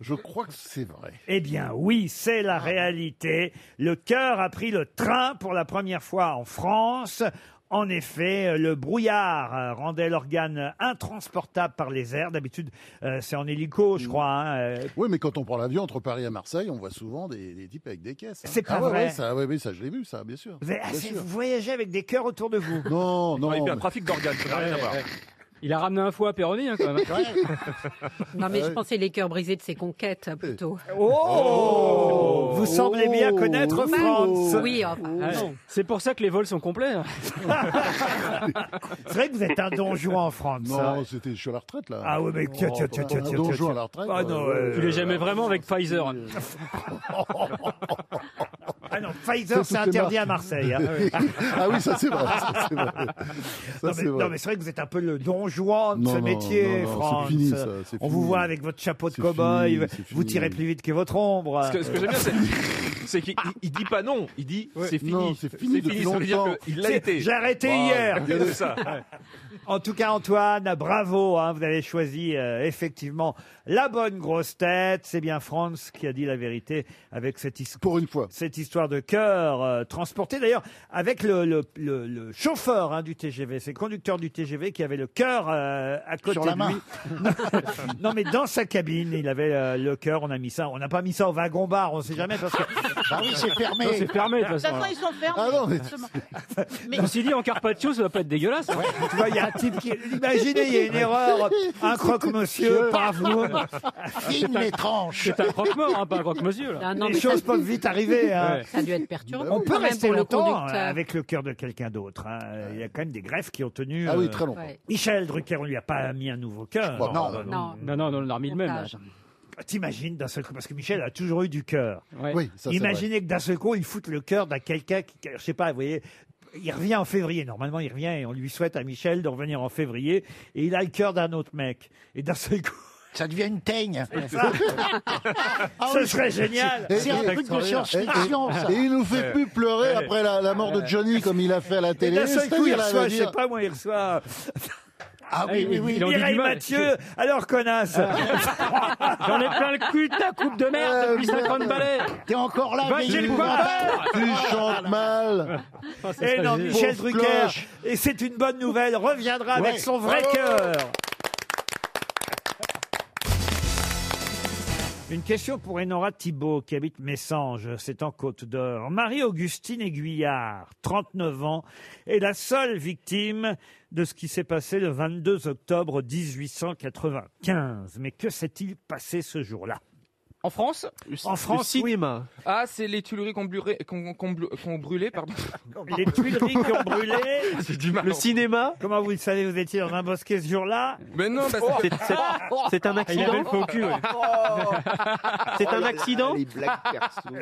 S14: Je crois que c'est vrai. Ah.
S4: Eh bien oui, c'est la réalité. Le cœur a pris le train pour la première fois en France. En effet, le brouillard euh, rendait l'organe intransportable par les airs. D'habitude, euh, c'est en hélico, je crois. hein, euh,
S14: Mm. Oui, mais quand on prend l'avion entre Paris et Marseille, on voit souvent des, des types avec des caisses. hein.
S4: C'est pas
S14: Ah ouais,
S4: vrai.
S14: ouais, ça, ouais, oui, ça, je l'ai vu, ça, bien sûr.
S4: Vous, avez- ah,
S14: Bien
S4: c'est-
S14: sûr.
S4: vous voyagez avec des cœurs autour de vous
S14: Non, non.
S3: il fait un
S10: trafic d'organes, ça n'a rien à voir.
S3: Il a ramené un fou à Péroni, hein, quand même.
S11: Non,
S4: Ah
S11: mais je
S3: Ouais.
S11: pensais les cœurs brisés de ses conquêtes, euh, plutôt.
S4: Eh. Oh, Vous semblez bien connaître
S3: Bah,
S4: France.
S11: Oui, enfin,
S3: Ouais.
S11: non.
S3: C'est pour ça que les vols sont complets. hein.
S4: C'est vrai que vous êtes un don juan en France. hein.
S14: Non, c'était, je suis à la retraite, là.
S4: Ah oui, mais tiens,
S14: Oh,
S4: tiens, tiens,
S14: un
S4: tiens, tiens,
S14: donjon
S4: tiens.
S14: à la retraite.
S4: Ah non,
S14: euh,
S3: Tu l'es jamais vraiment avec Pfizer.
S4: Ah non, Pfizer, c'est interdit à Marseille. hein.
S14: ah oui, ça c'est vrai. ça, c'est vrai. Ça,
S4: non, mais,
S14: c'est vrai.
S4: non, mais c'est vrai que vous êtes un peu le don Juan de
S14: Non,
S4: ce
S14: non,
S4: métier,
S14: non, non, c'est
S4: France.
S14: fini, ça, c'est
S4: On
S14: fini.
S4: vous voit avec votre chapeau de
S14: C'est
S4: cow-boy,
S14: fini, c'est
S4: vous
S14: fini.
S4: tirez plus vite que votre ombre.
S10: Ce que, ce que j'aime bien, c'est- c'est qu'il il- il dit pas non, il dit c'est fini.
S14: Non, c'est fini depuis
S10: ça veut dire
S14: longtemps.
S10: qu'il l'a
S4: C'est-
S10: été.
S4: J'ai arrêté hier.
S10: C'est ça.
S4: En tout cas, Antoine, bravo. hein, vous avez choisi euh, effectivement la bonne grosse tête. C'est bien France qui a dit la vérité avec cette histoire.
S14: Pour une fois.
S4: Cette histoire de cœur euh, transporté. D'ailleurs, avec le, le- le- le chauffeur hein, du TGV, c'est le conducteur du TGV qui avait le cœur euh, à côté
S9: Sur la
S4: de
S9: main.
S4: lui. Non, mais dans sa cabine, il avait euh, le cœur. On a mis ça. On n'a pas mis ça au wagon bar. On sait jamais parce que
S7: Bah
S4: Bah,
S9: Ah oui, c'est fermé.
S3: Non, C'est fermé de toute
S6: De toute
S3: façon.
S4: hein.
S6: façon, ils sont fermés.
S3: Ah non, mais-
S6: justement.
S3: Je me suis dit, en Carpaccio, ça va pas être dégueulasse.
S4: Tu vois, il y a un type qui. Imaginez, il y a une erreur. Un croque-monsieur, paf, boum.
S3: C'est un- C'est un croque-mort, hein, pas un croque-monsieur. là.
S11: Ah non,
S4: Les
S11: mais
S4: choses
S11: ça-
S4: peuvent vite arriver. hein.
S11: Ça a dû être perturbant.
S3: Bah
S4: On peut
S11: quand même
S4: rester
S11: pour le
S4: longtemps
S11: conducteur.
S4: euh, avec le cœur de quelqu'un d'autre. hein. Il y a quand même des greffes qui ont tenu.
S3: Ah oui,
S4: euh,
S3: très longtemps. Ouais.
S4: Michel Drucker, on lui a pas mis un nouveau cœur.
S3: crois pas. Non. Non, non, non, l'armée même. là.
S4: T'imagines d'un seul coup, parce que Michel a toujours eu du cœur.
S3: Ouais. Oui, ça, c'est
S4: Imaginez que d'un seul coup, il foute le cœur d'un quelqu'un qui, je sais pas, vous voyez, il revient en février. Normalement, il revient et on lui souhaite à Michel de revenir en février. Et il a le cœur d'un autre mec. Et d'un seul coup.
S9: Ça devient une teigne. Ah
S4: Ce serait génial.
S14: Et-
S9: C'est un
S14: et-
S9: truc de science-fiction,
S14: et-
S9: ça.
S14: Et il nous fait plus pleurer après la, la mort de Johnny comme il a fait à la
S4: Et
S14: télé.
S4: d'un seul coup, il
S14: C'est-à-dire, là,
S4: reçoit,
S14: elle
S4: je
S14: va
S4: sais pas moi, il reçoit.
S9: Ah
S3: oui, oui, oui. Il en dit du
S4: Mireille
S3: mal. Ah.
S4: Mathieu, alors connasse.
S3: J'en ai plein le cul de ta coupe de merde depuis 50 balais.
S9: T'es encore là,
S3: Va
S9: mais
S3: chez le
S9: il-
S3: coiffeur.
S14: Tu chantes mal.
S4: Et Eh non, Michel
S14: Pauvre
S4: Drucker,
S14: cloche.
S4: et c'est une bonne nouvelle, reviendra
S14: Ouais.
S4: avec son vrai
S14: Bravo.
S4: cœur. Une question pour Enora Thibault, qui habite Messange, c'est en Côte d'Or. Marie-Augustine Aiguillard, 39 ans, est la seule victime de ce qui s'est passé le 22 octobre 1895. Mais que s'est-il passé ce jour-là
S22: En France
S4: En France, oui.
S16: cinéma.
S22: Ah, c'est les Tuileries qu'on brûlait, qu'on qu'on blu- qu'on brûlait, pardon.
S4: Les Tuileries qui ont brûlé.
S22: J'ai du mal.
S16: Le cinéma
S4: Comment vous le savez, vous étiez dans un bosquet ce jour-là
S22: Mais non, parce que- Oh
S16: C'est- c'est- c'est un accident. C'est un
S3: Ah,
S16: accident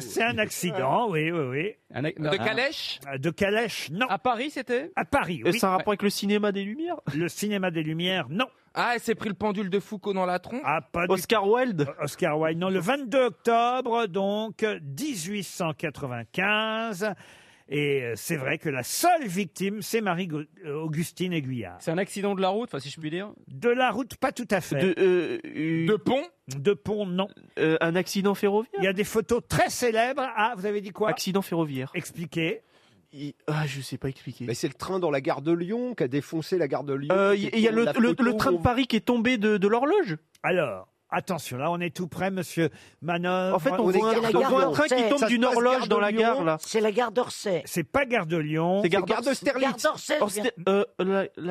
S4: C'est un accident, oui, oui, oui.
S16: Ah.
S3: non. De calèche
S4: Euh, De calèche, non. À
S22: Paris, c'était
S4: À Paris,
S16: Euh,
S4: oui.
S16: C'est un rapport avec le cinéma des Lumières
S4: Le cinéma des Lumières, non.
S22: Ah, elle s'est pris le pendule de Foucault dans la tronche
S4: Ah, pas
S16: Oscar Wilde
S4: Oscar Wilde, non. Le 22 octobre, donc, 1895. Et euh, c'est vrai que la seule victime, c'est Marie-Augustine Aiguillard.
S3: C'est un accident de la route, enfin, si je puis dire.
S4: De la route, pas tout à fait.
S16: De, euh, euh,
S22: pont
S4: De pont, non.
S16: Euh, un accident ferroviaire
S4: Il y a des photos très célèbres. Ah, vous avez dit quoi
S16: Accident ferroviaire.
S4: Expliquez.
S16: Il- Ah, je sais pas expliquer.
S18: Mais c'est le train dans la gare de Lyon qui a défoncé la gare de Lyon.
S16: Euh, Il y, il y a le,
S18: La
S16: le-
S18: photo,
S16: le train de
S18: on-
S16: Paris qui est tombé de, de l'horloge.
S4: Alors, attention, là, on est tout près, monsieur Manon.
S16: En fait, on voit un- on voit un train qui tombe d'une horloge dans la gare, là.
S4: C'est la gare d'Orsay. C'est pas gare de Lyon.
S16: C'est gare Gare d'Ors- d'Austerlitz. gare d'Orsay, je viens.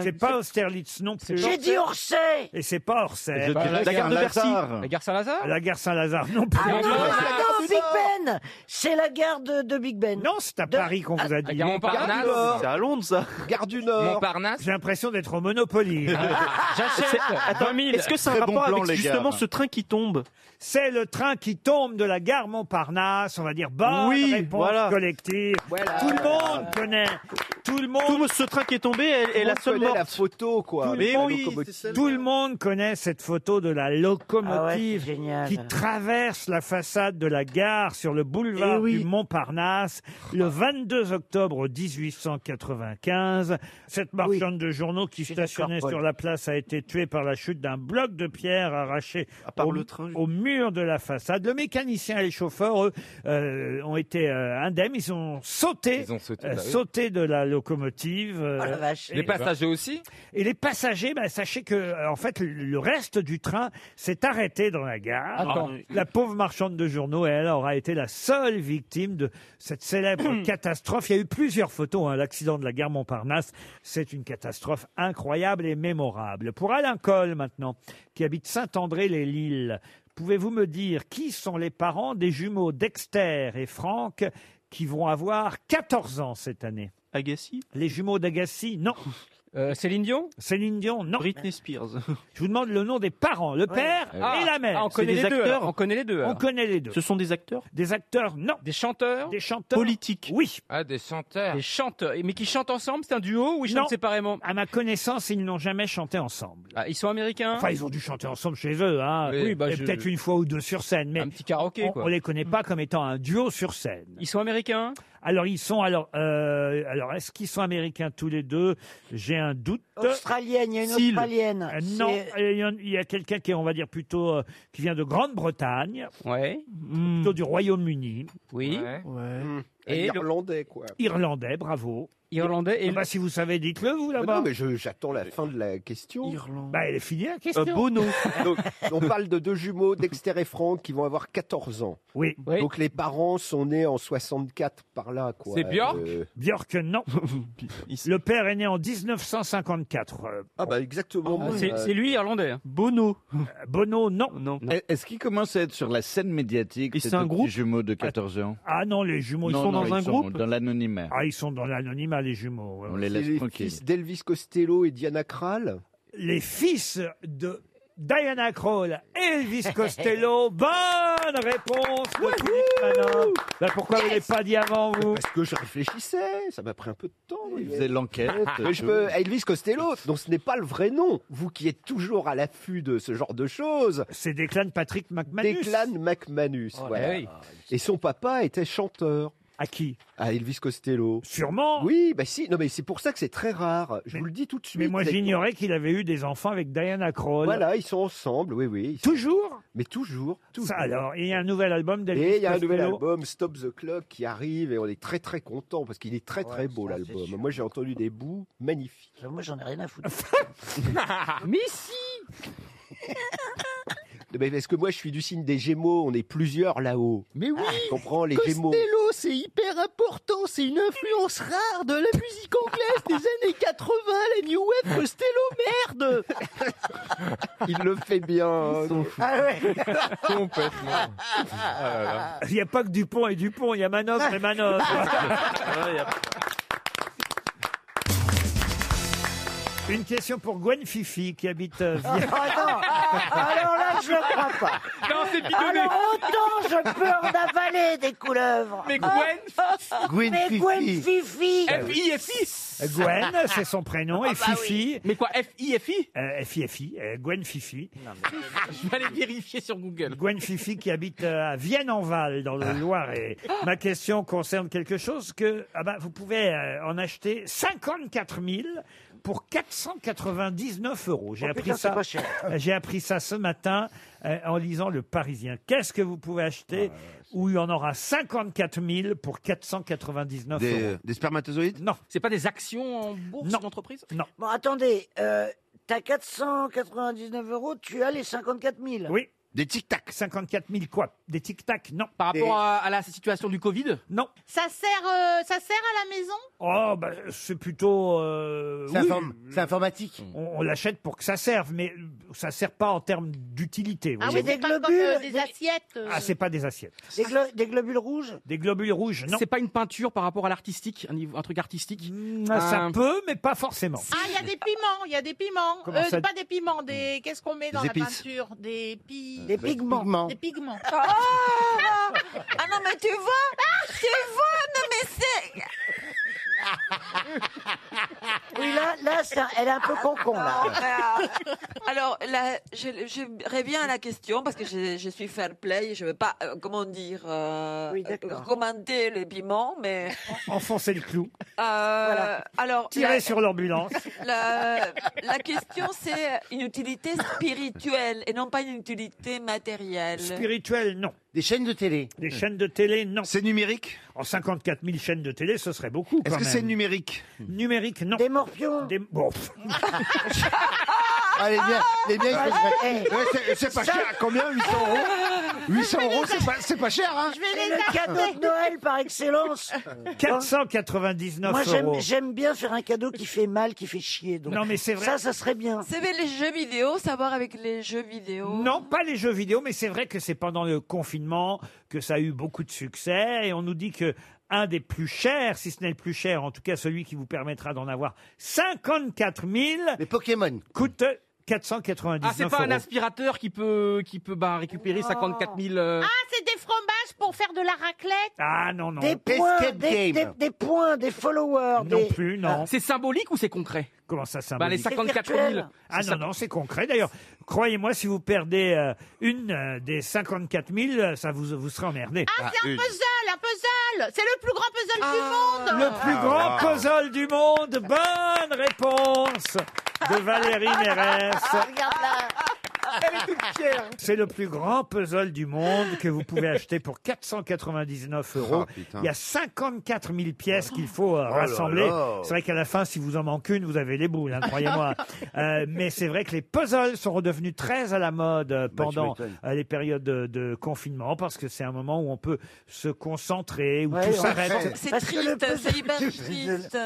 S4: C'est pas Austerlitz non plus.
S5: J'ai dit Orsay.
S4: Et c'est pas Orsay.
S16: Je Bah, dirais la gare gare de Bercy. Lazare.
S3: La gare Saint-Lazare
S4: La gare Saint-Lazare non plus.
S5: Ah non, c'est la gare de Big Ben. C'est la gare de, de Big Ben.
S4: Non, c'est à Paris qu'on vous a dit.
S16: Gare du Nord. C'est à Londres, ça.
S18: Gare du Nord.
S22: Montparnasse.
S4: J'ai l'impression d'être au Monopoly.
S16: C'est- Attends, est-ce que c'est un rapport avec justement ce train qui tombe
S4: C'est le train qui tombe de la gare Montparnasse, on va dire bonne
S16: Oui,
S4: réponse
S16: voilà.
S4: collective. Tout le monde connaît. Tout le monde.
S16: Tout ce train qui est tombé est, est la
S18: On
S16: seule
S18: connaît
S16: morte.
S18: la photo, quoi.
S4: Tout,
S18: avec
S4: le
S18: la
S4: monde,
S18: locomotive.
S4: tout le monde connaît cette photo de la
S16: Ah
S18: Ah
S4: locomotive
S5: Ah génial.
S4: qui traverse la façade de la gare sur le boulevard du Montparnasse le 22 octobre 1895. Cette marchande de journaux qui stationnait
S16: Paul.
S4: sur la place a été tuée par la chute d'un bloc de pierre arraché au, au mur de la façade. Le mécanicien et le chauffeur, eux, euh, ont été euh, indemnes. Ils ont sauté,
S22: Ils ont sauté,
S4: euh,
S22: bah oui.
S4: sauté de la locomotive. euh,
S22: Les
S4: et-
S22: passagers aussi
S4: et les passagers, ben, sachez que euh, en fait le- le reste du train s'est arrêté dans la gare.
S22: Attends.
S4: La pauvre marchande de journaux, elle aura été la seule victime de cette célèbre catastrophe. Il y a eu plusieurs photos. hein. L'accident de la gare Montparnasse, c'est une catastrophe incroyable et mémorable. Pour Alain Coll maintenant, qui habite Saint-André-les-Lilles, pouvez-vous me dire qui sont les parents des jumeaux Dexter et Franck qui vont avoir 14 ans cette année
S16: Agassi Euh,
S4: Les jumeaux d'Agassi, non.
S3: Céline Dion
S4: Céline Dion, non.
S16: Britney Spears.
S4: Je vous demande le nom des parents, le père et la mère.
S3: Ah, on connaît les deux. alors. On connaît les deux.
S4: On
S3: alors.
S4: connaît les deux.
S16: Ce sont des acteurs
S4: Des acteurs, non.
S3: Des chanteurs
S4: Des chanteurs.
S16: Politiques
S4: Oui.
S22: Ah, des chanteurs.
S3: Des chanteurs. Mais qui chantent ensemble C'est un duo ou ils
S4: Non.
S3: chantent séparément
S4: À ma connaissance, ils n'ont jamais chanté ensemble.
S3: Ah, Ils sont américains
S4: Enfin, ils ont dû chanter ensemble chez eux, hein.
S3: Oui, bah,
S4: Et
S3: je-
S4: peut-être une fois ou deux sur scène, mais
S3: Un petit karaoké,
S4: on,
S3: quoi.
S4: on les connaît pas comme étant un duo sur scène.
S3: Ils sont américains
S4: Alors ils sont alors euh, alors est-ce qu'ils sont américains tous les deux J'ai un doute.
S5: Australienne, il y a une
S4: S'il.
S5: australienne.
S4: Euh, non,
S5: C'est-
S4: il y en- il y a quelqu'un qui est, on va dire plutôt, euh, qui vient de Grande-Bretagne,
S3: Ouais.
S4: plutôt du Royaume-Uni.
S3: Oui.
S8: Mm.
S16: Ouais.
S18: Et
S4: le-
S18: Irlandais, quoi.
S4: Irlandais, bravo. Irlandais. Et bah, si vous savez, dites-le, vous,
S18: Mais
S4: là-bas.
S18: non, mais je- j'attends la fin de la question.
S4: Bah, elle est finie, la question.
S18: Donc, on parle de deux jumeaux, Dexter et Frank, qui vont avoir 14 ans.
S4: Oui.
S18: Donc les parents sont nés en 64 par là, quoi.
S4: C'est Björk
S18: Euh,
S4: Björk, non. Le père est né en 1954. euh,
S18: Ah bah exactement.
S4: Ah,
S18: moi,
S4: c'est-
S18: euh,
S4: c'est lui, irlandais, hein.
S3: Bono.
S4: Bono, non.
S3: non.
S8: Est-ce qu'il commence à être sur la scène médiatique
S4: Et
S8: ces
S4: c'est un
S8: deux petits
S4: groupe
S8: jumeaux de 14 ans
S4: Ah non, les jumeaux, ils
S8: Non,
S4: sont
S8: non,
S4: dans
S8: ils
S4: un
S8: sont
S4: groupe
S8: Dans l'anonymat.
S4: Ah, ils sont dans l'anonymat, les jumeaux. ouais,
S8: On
S4: ouais.
S8: les
S18: c'est
S8: laisse
S18: les
S8: tranquilles.
S18: fils d'Elvis Costello et Diana Krall.
S4: Les fils de Diana Krall et Elvis Costello. Bonne réponse de Philippe Manon. Bah, pourquoi vous l'avez pas dit avant, vous
S18: Parce que je réfléchissais, ça m'a pris un peu de temps.
S8: Il faisait l'enquête, euh,
S18: Mais je
S8: tout.
S18: peux- Elvis Costello, dont ce n'est pas le vrai nom, vous qui êtes toujours à l'affût de ce genre de choses.
S4: C'est Declan Patrick McManus.
S18: Declan McManus,
S4: Oh,
S18: voilà. Ah
S4: bah oui.
S18: Et son papa était chanteur.
S4: À qui
S18: À Elvis Costello.
S4: Sûrement
S18: Oui, bah si, non mais c'est pour ça que c'est très rare. Je vous le dis tout de suite.
S4: Mais moi,
S18: c'est-
S4: j'ignorais qu'il avait eu des enfants avec Diana Krall.
S18: Voilà, ils sont ensemble, oui, oui.
S4: Toujours
S18: Mais toujours, toujours.
S4: Ça, alors, il y a un nouvel album d'Elvis
S18: Et il y a un nouvel
S4: Costello.
S18: album, Stop the Clock, qui arrive et on est très très content parce qu'il est très très beau l'album. Moi j'ai entendu des bouts magnifiques.
S5: Moi j'en ai rien à foutre.
S18: Mais si Parce que moi je suis du signe des Gémeaux, on est plusieurs là-haut. Mais oui comprends les Gémeaux.
S21: Costello, c'est hyper important, c'est une influence rare de la musique anglaise des années 80, la New Wave, Costello, merde
S18: Il le fait bien.
S21: Ah ouais.
S18: Complètement.
S5: Ah
S4: Ah Il n'y a pas que Dupont et Dupont, il y a Manoffre et Manoffre. Une question pour Gwen Fifi qui habite. euh,
S5: Ah non Alors là, je ne crois pas.
S4: Non, c'est bidonné.
S5: Alors autant je peux en avaler des couleuvres.
S4: Mais Gwen
S13: Ah,
S4: Gwen
S5: Mais Gwen
S4: Fifi.
S5: Fifi.
S4: F-I-F-I. Gwen, c'est son prénom, et
S5: bah
S4: Fifi.
S19: Mais quoi, F-I-F-I
S4: F-I-F-I, euh, Gwen Fifi.
S19: Je vais aller vérifier sur Google. Ah.
S4: Gwen Fifi qui habite euh, à Vienne-en-Val, dans le Loiret. Ma question concerne quelque chose que ah bah, vous pouvez euh, en acheter 54 000 pour 499 euros. J'ai
S5: Oh
S4: appris
S5: putain, c'est
S4: ça.
S5: pas cher.
S4: Euh, J'ai appris ça ce matin euh, en lisant Le Parisien. Qu'est-ce que vous pouvez acheter où il y en aura 54 000 pour 499 euros
S2: Des, des spermatozoïdes
S4: Non.
S19: C'est pas des actions en bourse d'entreprise
S4: Non.
S5: Bon, attendez, euh, t'as 499 euros, tu as les 54 000.
S4: Oui.
S2: Des tic-tac.
S4: 54 000 quoi Des tic-tac Non.
S19: Par rapport à, à la situation du Covid
S4: Non.
S6: Ça sert, euh, ça sert à la maison
S4: Oh, bah, c'est plutôt. euh,
S7: C'est
S4: oui.
S7: inform- c'est informatique.
S4: On, on l'achète pour que ça serve, mais ça sert pas en termes d'utilité. vous
S6: Ah oui,
S4: voyez.
S6: c'est pas comme euh, des assiettes. euh.
S4: Ah, c'est pas des assiettes.
S5: Des, glo- des globules rouges
S4: Des globules rouges, non.
S19: C'est pas une peinture par rapport à l'artistique, un, niveau- un truc artistique
S4: Ah, Ça
S19: Un-
S4: peut, mais pas forcément.
S6: Ah, il y a des piments, il y a des piments.
S4: Comment
S6: Euh,
S4: ça- Hmm.
S6: Pas des piments, des. Qu'est-ce qu'on met dans
S4: Des
S6: la
S4: épices.
S6: peinture Des pi...
S4: Des pigments.
S6: Des pigments.
S23: Ah non, mais tu vois Tu vois Non, mais c'est...
S5: Oui, là, là ça, elle est un peu concon, là.
S23: Alors, là, je, je reviens à la question parce que je, je suis fair play. Je ne veux pas, euh, comment dire, euh, commenter les piments, mais.
S4: Enfoncer le clou,
S23: euh,
S4: Voilà.
S6: Oh,
S23: Alors,
S4: tirer
S23: la-
S4: sur l'ambulance.
S23: La, la question, c'est une utilité spirituelle et non pas une utilité matérielle.
S4: Spirituel, non.
S7: Des chaînes de télé
S4: Des chaînes de télé, non.
S2: C'est numérique
S4: En 54 000 chaînes de télé, ce serait beaucoup.
S2: Est-ce
S4: quand
S2: que c'est
S4: même.
S2: numérique
S4: Numérique, non. Des
S5: morpions
S4: Des... Bon, pff,
S2: Ah,
S7: Allez, bien, les biens, ils
S5: Ouais,
S7: se-
S2: ouais, c'est- c'est pas cher. Combien 800 euros 800 euros, c'est pas, c'est pas cher, hein
S5: Je vais le cadeau de Noël par excellence.
S4: 499
S5: Moi, j'aime-
S4: euros.
S5: j'aime bien faire un cadeau qui fait mal, qui fait chier. donc
S4: Non, mais c'est vrai.
S5: Ça, ça serait bien.
S23: C'est les jeux vidéo, savoir avec les jeux vidéo.
S4: Non, pas les jeux vidéo, mais c'est vrai que c'est pendant le confinement que ça a eu beaucoup de succès et on nous dit que un des plus chers, si ce n'est le plus cher, en tout cas celui qui vous permettra d'en avoir 54 000. Les
S7: Pokémon.
S4: Coûte 499
S19: Ah, c'est pas un
S4: euros.
S19: aspirateur qui peut, qui peut bah,
S5: Oh.
S19: récupérer 54 000. euh,
S6: Ah, c'est des fromages pour faire de la raclette
S4: Ah non, non.
S5: Des points, des, des- des points, des followers.
S4: Non
S5: des-
S4: plus, non.
S19: Ah, C'est symbolique ou c'est concret
S4: Comment ça
S19: Bah, les
S4: symbolique
S19: 54 000.
S4: Ah non, non, c'est concret. D'ailleurs, croyez-moi, si vous perdez euh, une euh, des 54 000, euh, ça vous, vous serez emmerdé.
S6: Ah, c'est un puzzle, un puzzle C'est le plus grand puzzle du
S7: Ah.
S6: monde
S4: Le plus
S6: Ah,
S4: grand puzzle du monde. Bonne réponse de Valérie Mérès.
S23: Regarde là
S4: C'est le plus grand puzzle du monde que vous pouvez acheter pour 499 euros.
S2: Ah, putain.
S4: Il y a 54 000 pièces qu'il faut euh,
S2: Oh là
S4: rassembler.
S2: là.
S4: C'est vrai qu'à la fin, si vous en manquez une, vous avez les boules, hein, croyez-moi. Euh, mais c'est vrai que les puzzles sont redevenus très à la mode euh,
S2: Bah, tu
S4: pendant
S2: m'étonnes.
S4: euh, les périodes de, de confinement parce que c'est un moment où on peut se concentrer, où tout
S5: on
S4: s'arrête.
S5: C'est Parce que le triste, puzzle- c'est hyper triste.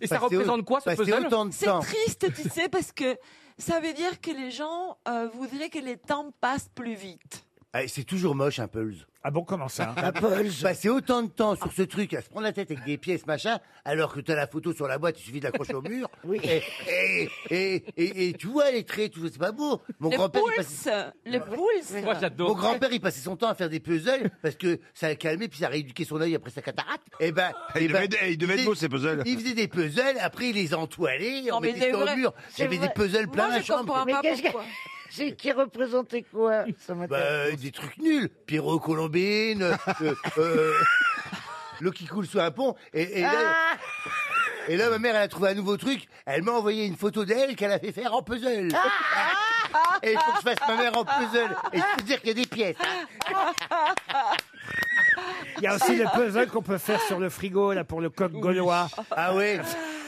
S4: Et ça Passer représente au- quoi, ce passer puzzle autant de
S23: C'est
S4: temps.
S23: triste, tu sais, parce que ça veut dire que les gens euh, voudraient que les temps passent plus vite.
S7: Ah, c'est toujours moche un Pulse.
S4: Ah bon, comment ça
S7: Un Pulse Passer autant de temps sur ce truc à se prendre la tête avec des pièces, machin, alors que t'as la photo sur la boîte, il suffit de l'accrocher au mur. Oui. Et, et, et, et- et tu vois les traits, tout, c'est pas beau. Mon
S23: le
S7: grand-père, il
S23: pulse,
S7: passait-
S23: le pulse.
S7: Mon grand-père, il passait son temps à faire des puzzles parce que ça a calmé puis ça a rééduqué son œil après sa cataracte. Et ben,
S2: Il
S7: eh ben,
S2: devait- il devait
S7: faisait-
S2: être beau, ces puzzles.
S7: Il faisait des puzzles, après il les entoilait, on
S5: Non, mais
S7: mettait
S5: c'est
S7: ça au
S5: vrai,
S7: mur.
S5: c'est
S7: J'avais des
S5: vrai.
S7: puzzles plein
S5: Moi,
S7: la
S5: je
S7: chambre.
S5: comprends Mais pas qu'est-ce que- pourquoi. C'est qui représentait quoi ça m'intéresse.
S7: Bah, des trucs nuls. Pierrot Colombine, euh, euh, l'eau qui coule sur un pont. Et, et là,
S13: Ah.
S7: et là, ma mère, elle a trouvé un nouveau truc. Elle m'a envoyé une photo d'elle qu'elle a fait faire en puzzle. et il faut que je fasse ma mère en puzzle. Et je peux dire qu'il y a des pièces.
S4: Il y a aussi les puzzles qu'on peut faire sur le frigo, là, pour le coq gaulois. Hein
S7: Ah ouais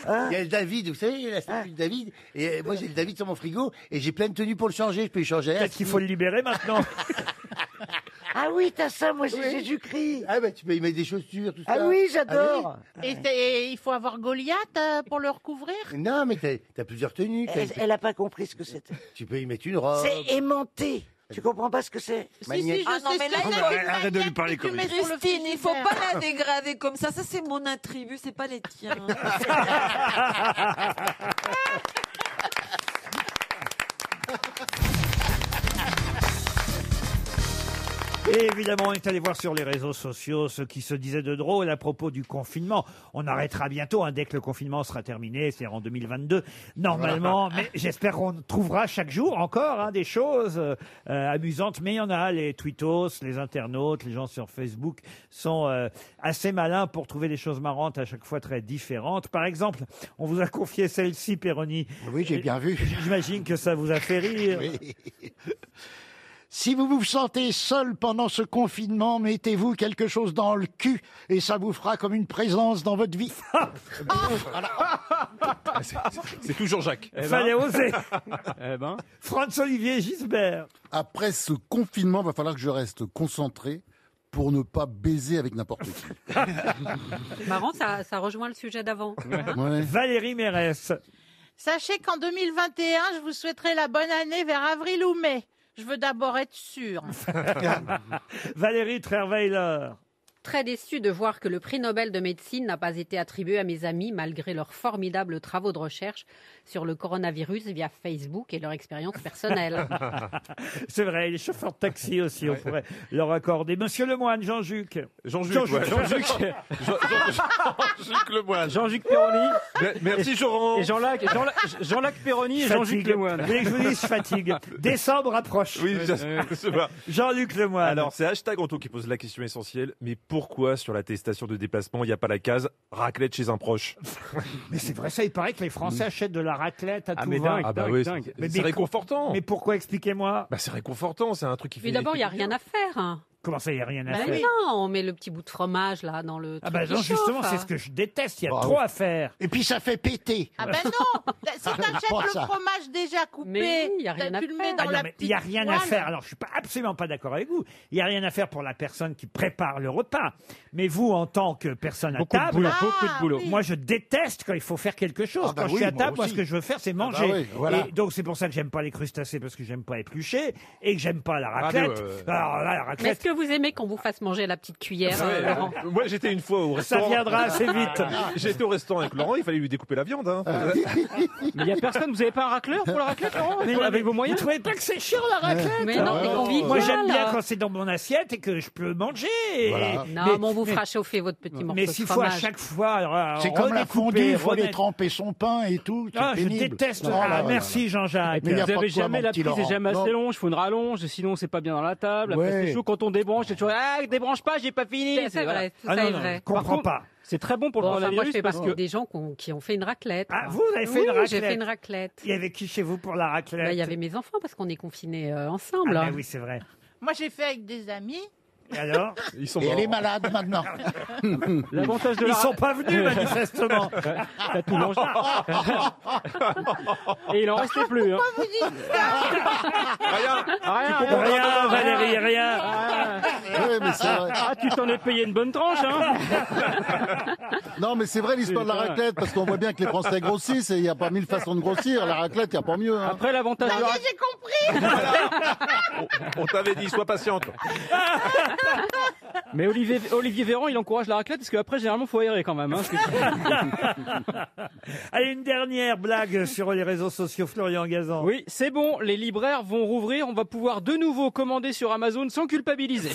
S7: Il y a le David, vous savez, la statue de David. Et euh, moi, j'ai le David sur mon frigo et j'ai plein de tenues pour le changer. Je peux y changer. Peut-être
S4: qu'il faut le libérer maintenant.
S7: ah oui, t'as ça, moi, c'est Jésus-Christ. Ah bah, tu peux y mettre des chaussures, tout ça. Ah oui.
S6: Et, c'est- et il faut avoir Goliath euh, pour le recouvrir
S7: Non, mais t'as t'as plusieurs tenues.
S6: Elle-
S7: elle n'a pas compris ce que c'était. Tu peux y mettre une robe.
S5: C'est aimanté. Tu comprends pas ce que c'est
S7: Magnétique.
S23: Ah non, mais là, il faut-
S7: de lui parler
S23: Christine, il faut pas la dégrader comme ça. Ça, c'est mon attribut, c'est pas les tiens.
S4: Et évidemment, on est allé voir sur les réseaux sociaux ce qui se disait de drôle à propos du confinement. On arrêtera bientôt, hein, dès que le confinement sera terminé, c'est-à-dire en 2022, normalement. Mais j'espère qu'on trouvera chaque jour encore hein, des choses euh, euh, amusantes. Mais il y en a, les twittos, les internautes, les gens sur Facebook sont euh, assez malins pour trouver des choses marrantes à chaque fois très différentes. Par exemple, on vous a confié celle-ci, Péroni. Oui, j'ai bien vu. J'imagine que ça vous a fait rire.
S9: Si vous vous sentez seul pendant ce confinement, mettez-vous quelque chose dans le cul et ça vous fera comme une présence dans votre vie.
S10: Ah, C'est toujours Jacques.
S4: Fallait oser.
S3: eh ben.
S4: Franz-Olivier Gisbert.
S14: Après ce confinement, va falloir que je reste concentré pour ne pas baiser avec n'importe qui.
S11: Marrant, ça, ça rejoint le sujet d'avant.
S4: Valérie Mérès.
S6: Sachez qu'en 2021, je vous souhaiterai la bonne année vers avril ou mai. Je veux d'abord être sûr.
S4: Valérie Trierweiler.
S11: Très déçu de voir que le prix Nobel de médecine n'a pas été attribué à mes amis malgré leurs formidables travaux de recherche sur le coronavirus via Facebook et leur expérience personnelle.
S4: C'est vrai, les chauffeurs de taxi aussi, on pourrait leur accorder. Monsieur Lemoine, Jean-Juc.
S10: Jean-Juc,
S4: Jean-Juc.
S10: ouais, Jean-Juc. Jean-
S4: Jean-Juc
S10: Lemoine.
S3: Jean-Juc Perroni.
S10: Merci, Joran.
S3: Et Jean-Lac, Jean-Lac, Jean-Lac Perroni et Jean-Juc
S4: Fatigue.
S3: Lemoine.
S4: Vous voulez que je vous dise, je fatigue. Décembre approche.
S10: Oui,
S3: Euh,
S10: je- c'est vrai.
S4: Jean-Luc Lemoyne.
S10: Alors, c'est hashtag Anto qui pose la question essentielle. Mais pourquoi sur l'attestation de déplacement, il n'y a pas la case raclette chez un proche
S4: Mais c'est vrai, ça, il paraît que les Français achètent de la raclette à
S10: Ah,
S4: tout
S10: mais
S4: va.
S10: dingue, Ah, bah dingue, oui, dingue. c'est- c'est
S4: mais-
S10: réconfortant.
S4: Mais pourquoi, expliquez-moi
S10: bah, C'est réconfortant, c'est un truc qui fait.
S11: Mais d'abord, il n'y a rien à faire. hein.
S4: Comment ça, il n'y a rien à
S11: Ben
S4: faire
S11: non, on met le petit bout de fromage là dans le.
S4: Ah
S11: truc
S4: bah
S11: qui
S4: non,
S11: chauffe.
S4: justement, c'est ce que je déteste,
S3: Bah
S4: il y a trop à faire.
S9: Et puis ça fait péter.
S6: Ah ben non Si t'achètes
S4: Pour
S6: le
S4: ça.
S6: fromage déjà coupé,
S11: Mais oui, y a rien
S6: t'as-
S11: à
S6: tu le
S11: faire.
S6: mets dans
S4: Ah non,
S6: la
S4: mais
S6: petite
S4: il n'y a rien à
S6: poêle.
S4: faire. Alors, je suis pas absolument pas d'accord avec vous. Il n'y a rien à faire pour la personne qui prépare le repas. Mais vous, en tant que personne
S3: Beaucoup
S4: à
S3: de
S4: table,
S3: boulot,
S6: Ah,
S3: beaucoup de boulot.
S4: Moi, je déteste quand il faut faire quelque chose.
S3: Ah bah
S4: quand je
S3: oui,
S4: suis à
S3: moi
S4: table, moi,
S3: aussi.
S4: ce que je veux faire, c'est
S3: bah
S4: manger.
S3: oui, voilà.
S4: Et donc, c'est pour ça que j'aime pas les crustacés parce que j'aime pas éplucher et que j'aime pas la raclette.
S10: Ah, mais ouais, ouais.
S4: Alors là, la
S11: Mais est-ce
S4: raclette.
S11: que vous aimez qu'on vous fasse manger la petite cuillère
S4: Ah
S10: Ouais,
S11: euh,
S10: euh,
S11: Laurent
S10: moi, j'étais une fois au
S4: Ça
S10: restaurant. Ah,
S4: viendra assez vite.
S10: J'étais au restaurant avec Laurent, il fallait lui découper la viande. hein.
S3: Ah. Mais il n'y a personne, vous n'avez pas un racleur pour la raclette, Laurent
S4: Mais
S3: Pour-
S4: non, mais
S3: Avec vos moyens
S4: Vous trouvez pas que c'est chiant la raclette
S11: Mais non, t'es convivial.
S4: Moi j'aime bien quand c'est dans mon assiette et que je peux manger.
S11: Voilà. Non, mais on vous fera chauffer votre petit morceau
S4: Mais
S11: de
S4: s'il faut à
S11: fromage.
S4: chaque fois. euh, alors, alors,
S9: C'est comme la
S4: redécouper,
S9: fondue, il faut aller
S4: remettre-
S9: tremper son pain et tout. c'est
S4: Ah, je
S9: pénible.
S4: déteste.
S9: Oh là
S4: Ah,
S9: là
S4: merci
S9: là là.
S4: Jean-Jacques.
S9: Mais il y a
S3: vous
S9: pas de
S3: n'avez
S9: quoi,
S3: jamais
S9: mon
S3: la
S9: petit
S3: prise est
S9: Laurent.
S3: jamais
S9: Non.
S3: assez longe, il faut une rallonge, sinon c'est pas bien dans la table. Après
S9: Ouais.
S3: c'est chaud quand on débranche, c'est toujours ah débranche pas, j'ai pas fini.
S11: C'est
S3: C'est-
S11: vrai,
S3: voilà.
S11: tout Ah ça non, est non, vrai. je comprends
S3: Par contre,
S11: pas.
S3: C'est très bon pour
S11: Bon,
S3: le
S11: enfin, moi, je
S3: coronavirus
S11: fais
S3: parce
S11: partie
S3: que
S11: des gens qui ont, qui ont fait une raclette.
S3: Ah,
S11: quoi.
S3: vous, vous avez fait une
S11: Oui, J'ai
S3: raclette.
S11: fait une raclette.
S4: Il y avait qui chez vous pour la
S11: Bah,
S4: raclette
S11: Il y avait mes enfants parce qu'on est confinés euh,
S4: Ah,
S11: ensemble.
S4: bah
S11: hein.
S4: oui, c'est vrai.
S6: Moi, j'ai fait avec des amis.
S4: Et alors
S10: Ils sont
S14: Et elle
S10: morts.
S14: est malade maintenant.
S3: L'avantage de
S4: Ils
S3: la-
S4: sont pas venus, manifestement.
S3: T'as tout mangé. Et il en restait plus. hein.
S21: Vous dites ça
S4: Ah.
S3: Rien,
S21: comprends
S4: rien, Valérie, rien.
S14: Ouais, mais c'est vrai.
S3: Ah, tu t'en es payé une bonne tranche, hein
S14: Non, mais c'est vrai l'histoire de la raclette, parce qu'on voit bien que les Français grossissent et il n'y a pas mille façons de grossir. La raclette, il n'y a pas mieux. hein.
S3: Après, l'avantage
S21: Ça y
S13: Bah,
S21: est, j'ai compris
S10: On t'avait dit, sois patiente.
S3: Mais Olivier, Olivier Véran, il encourage la raclette parce qu'après, généralement, faut aérer quand même. hein.
S4: Allez, une dernière blague sur les réseaux sociaux, Florian Gazan.
S3: Oui, c'est bon, les libraires vont rouvrir, on va pouvoir de nouveau commander sur Amazon sans culpabiliser.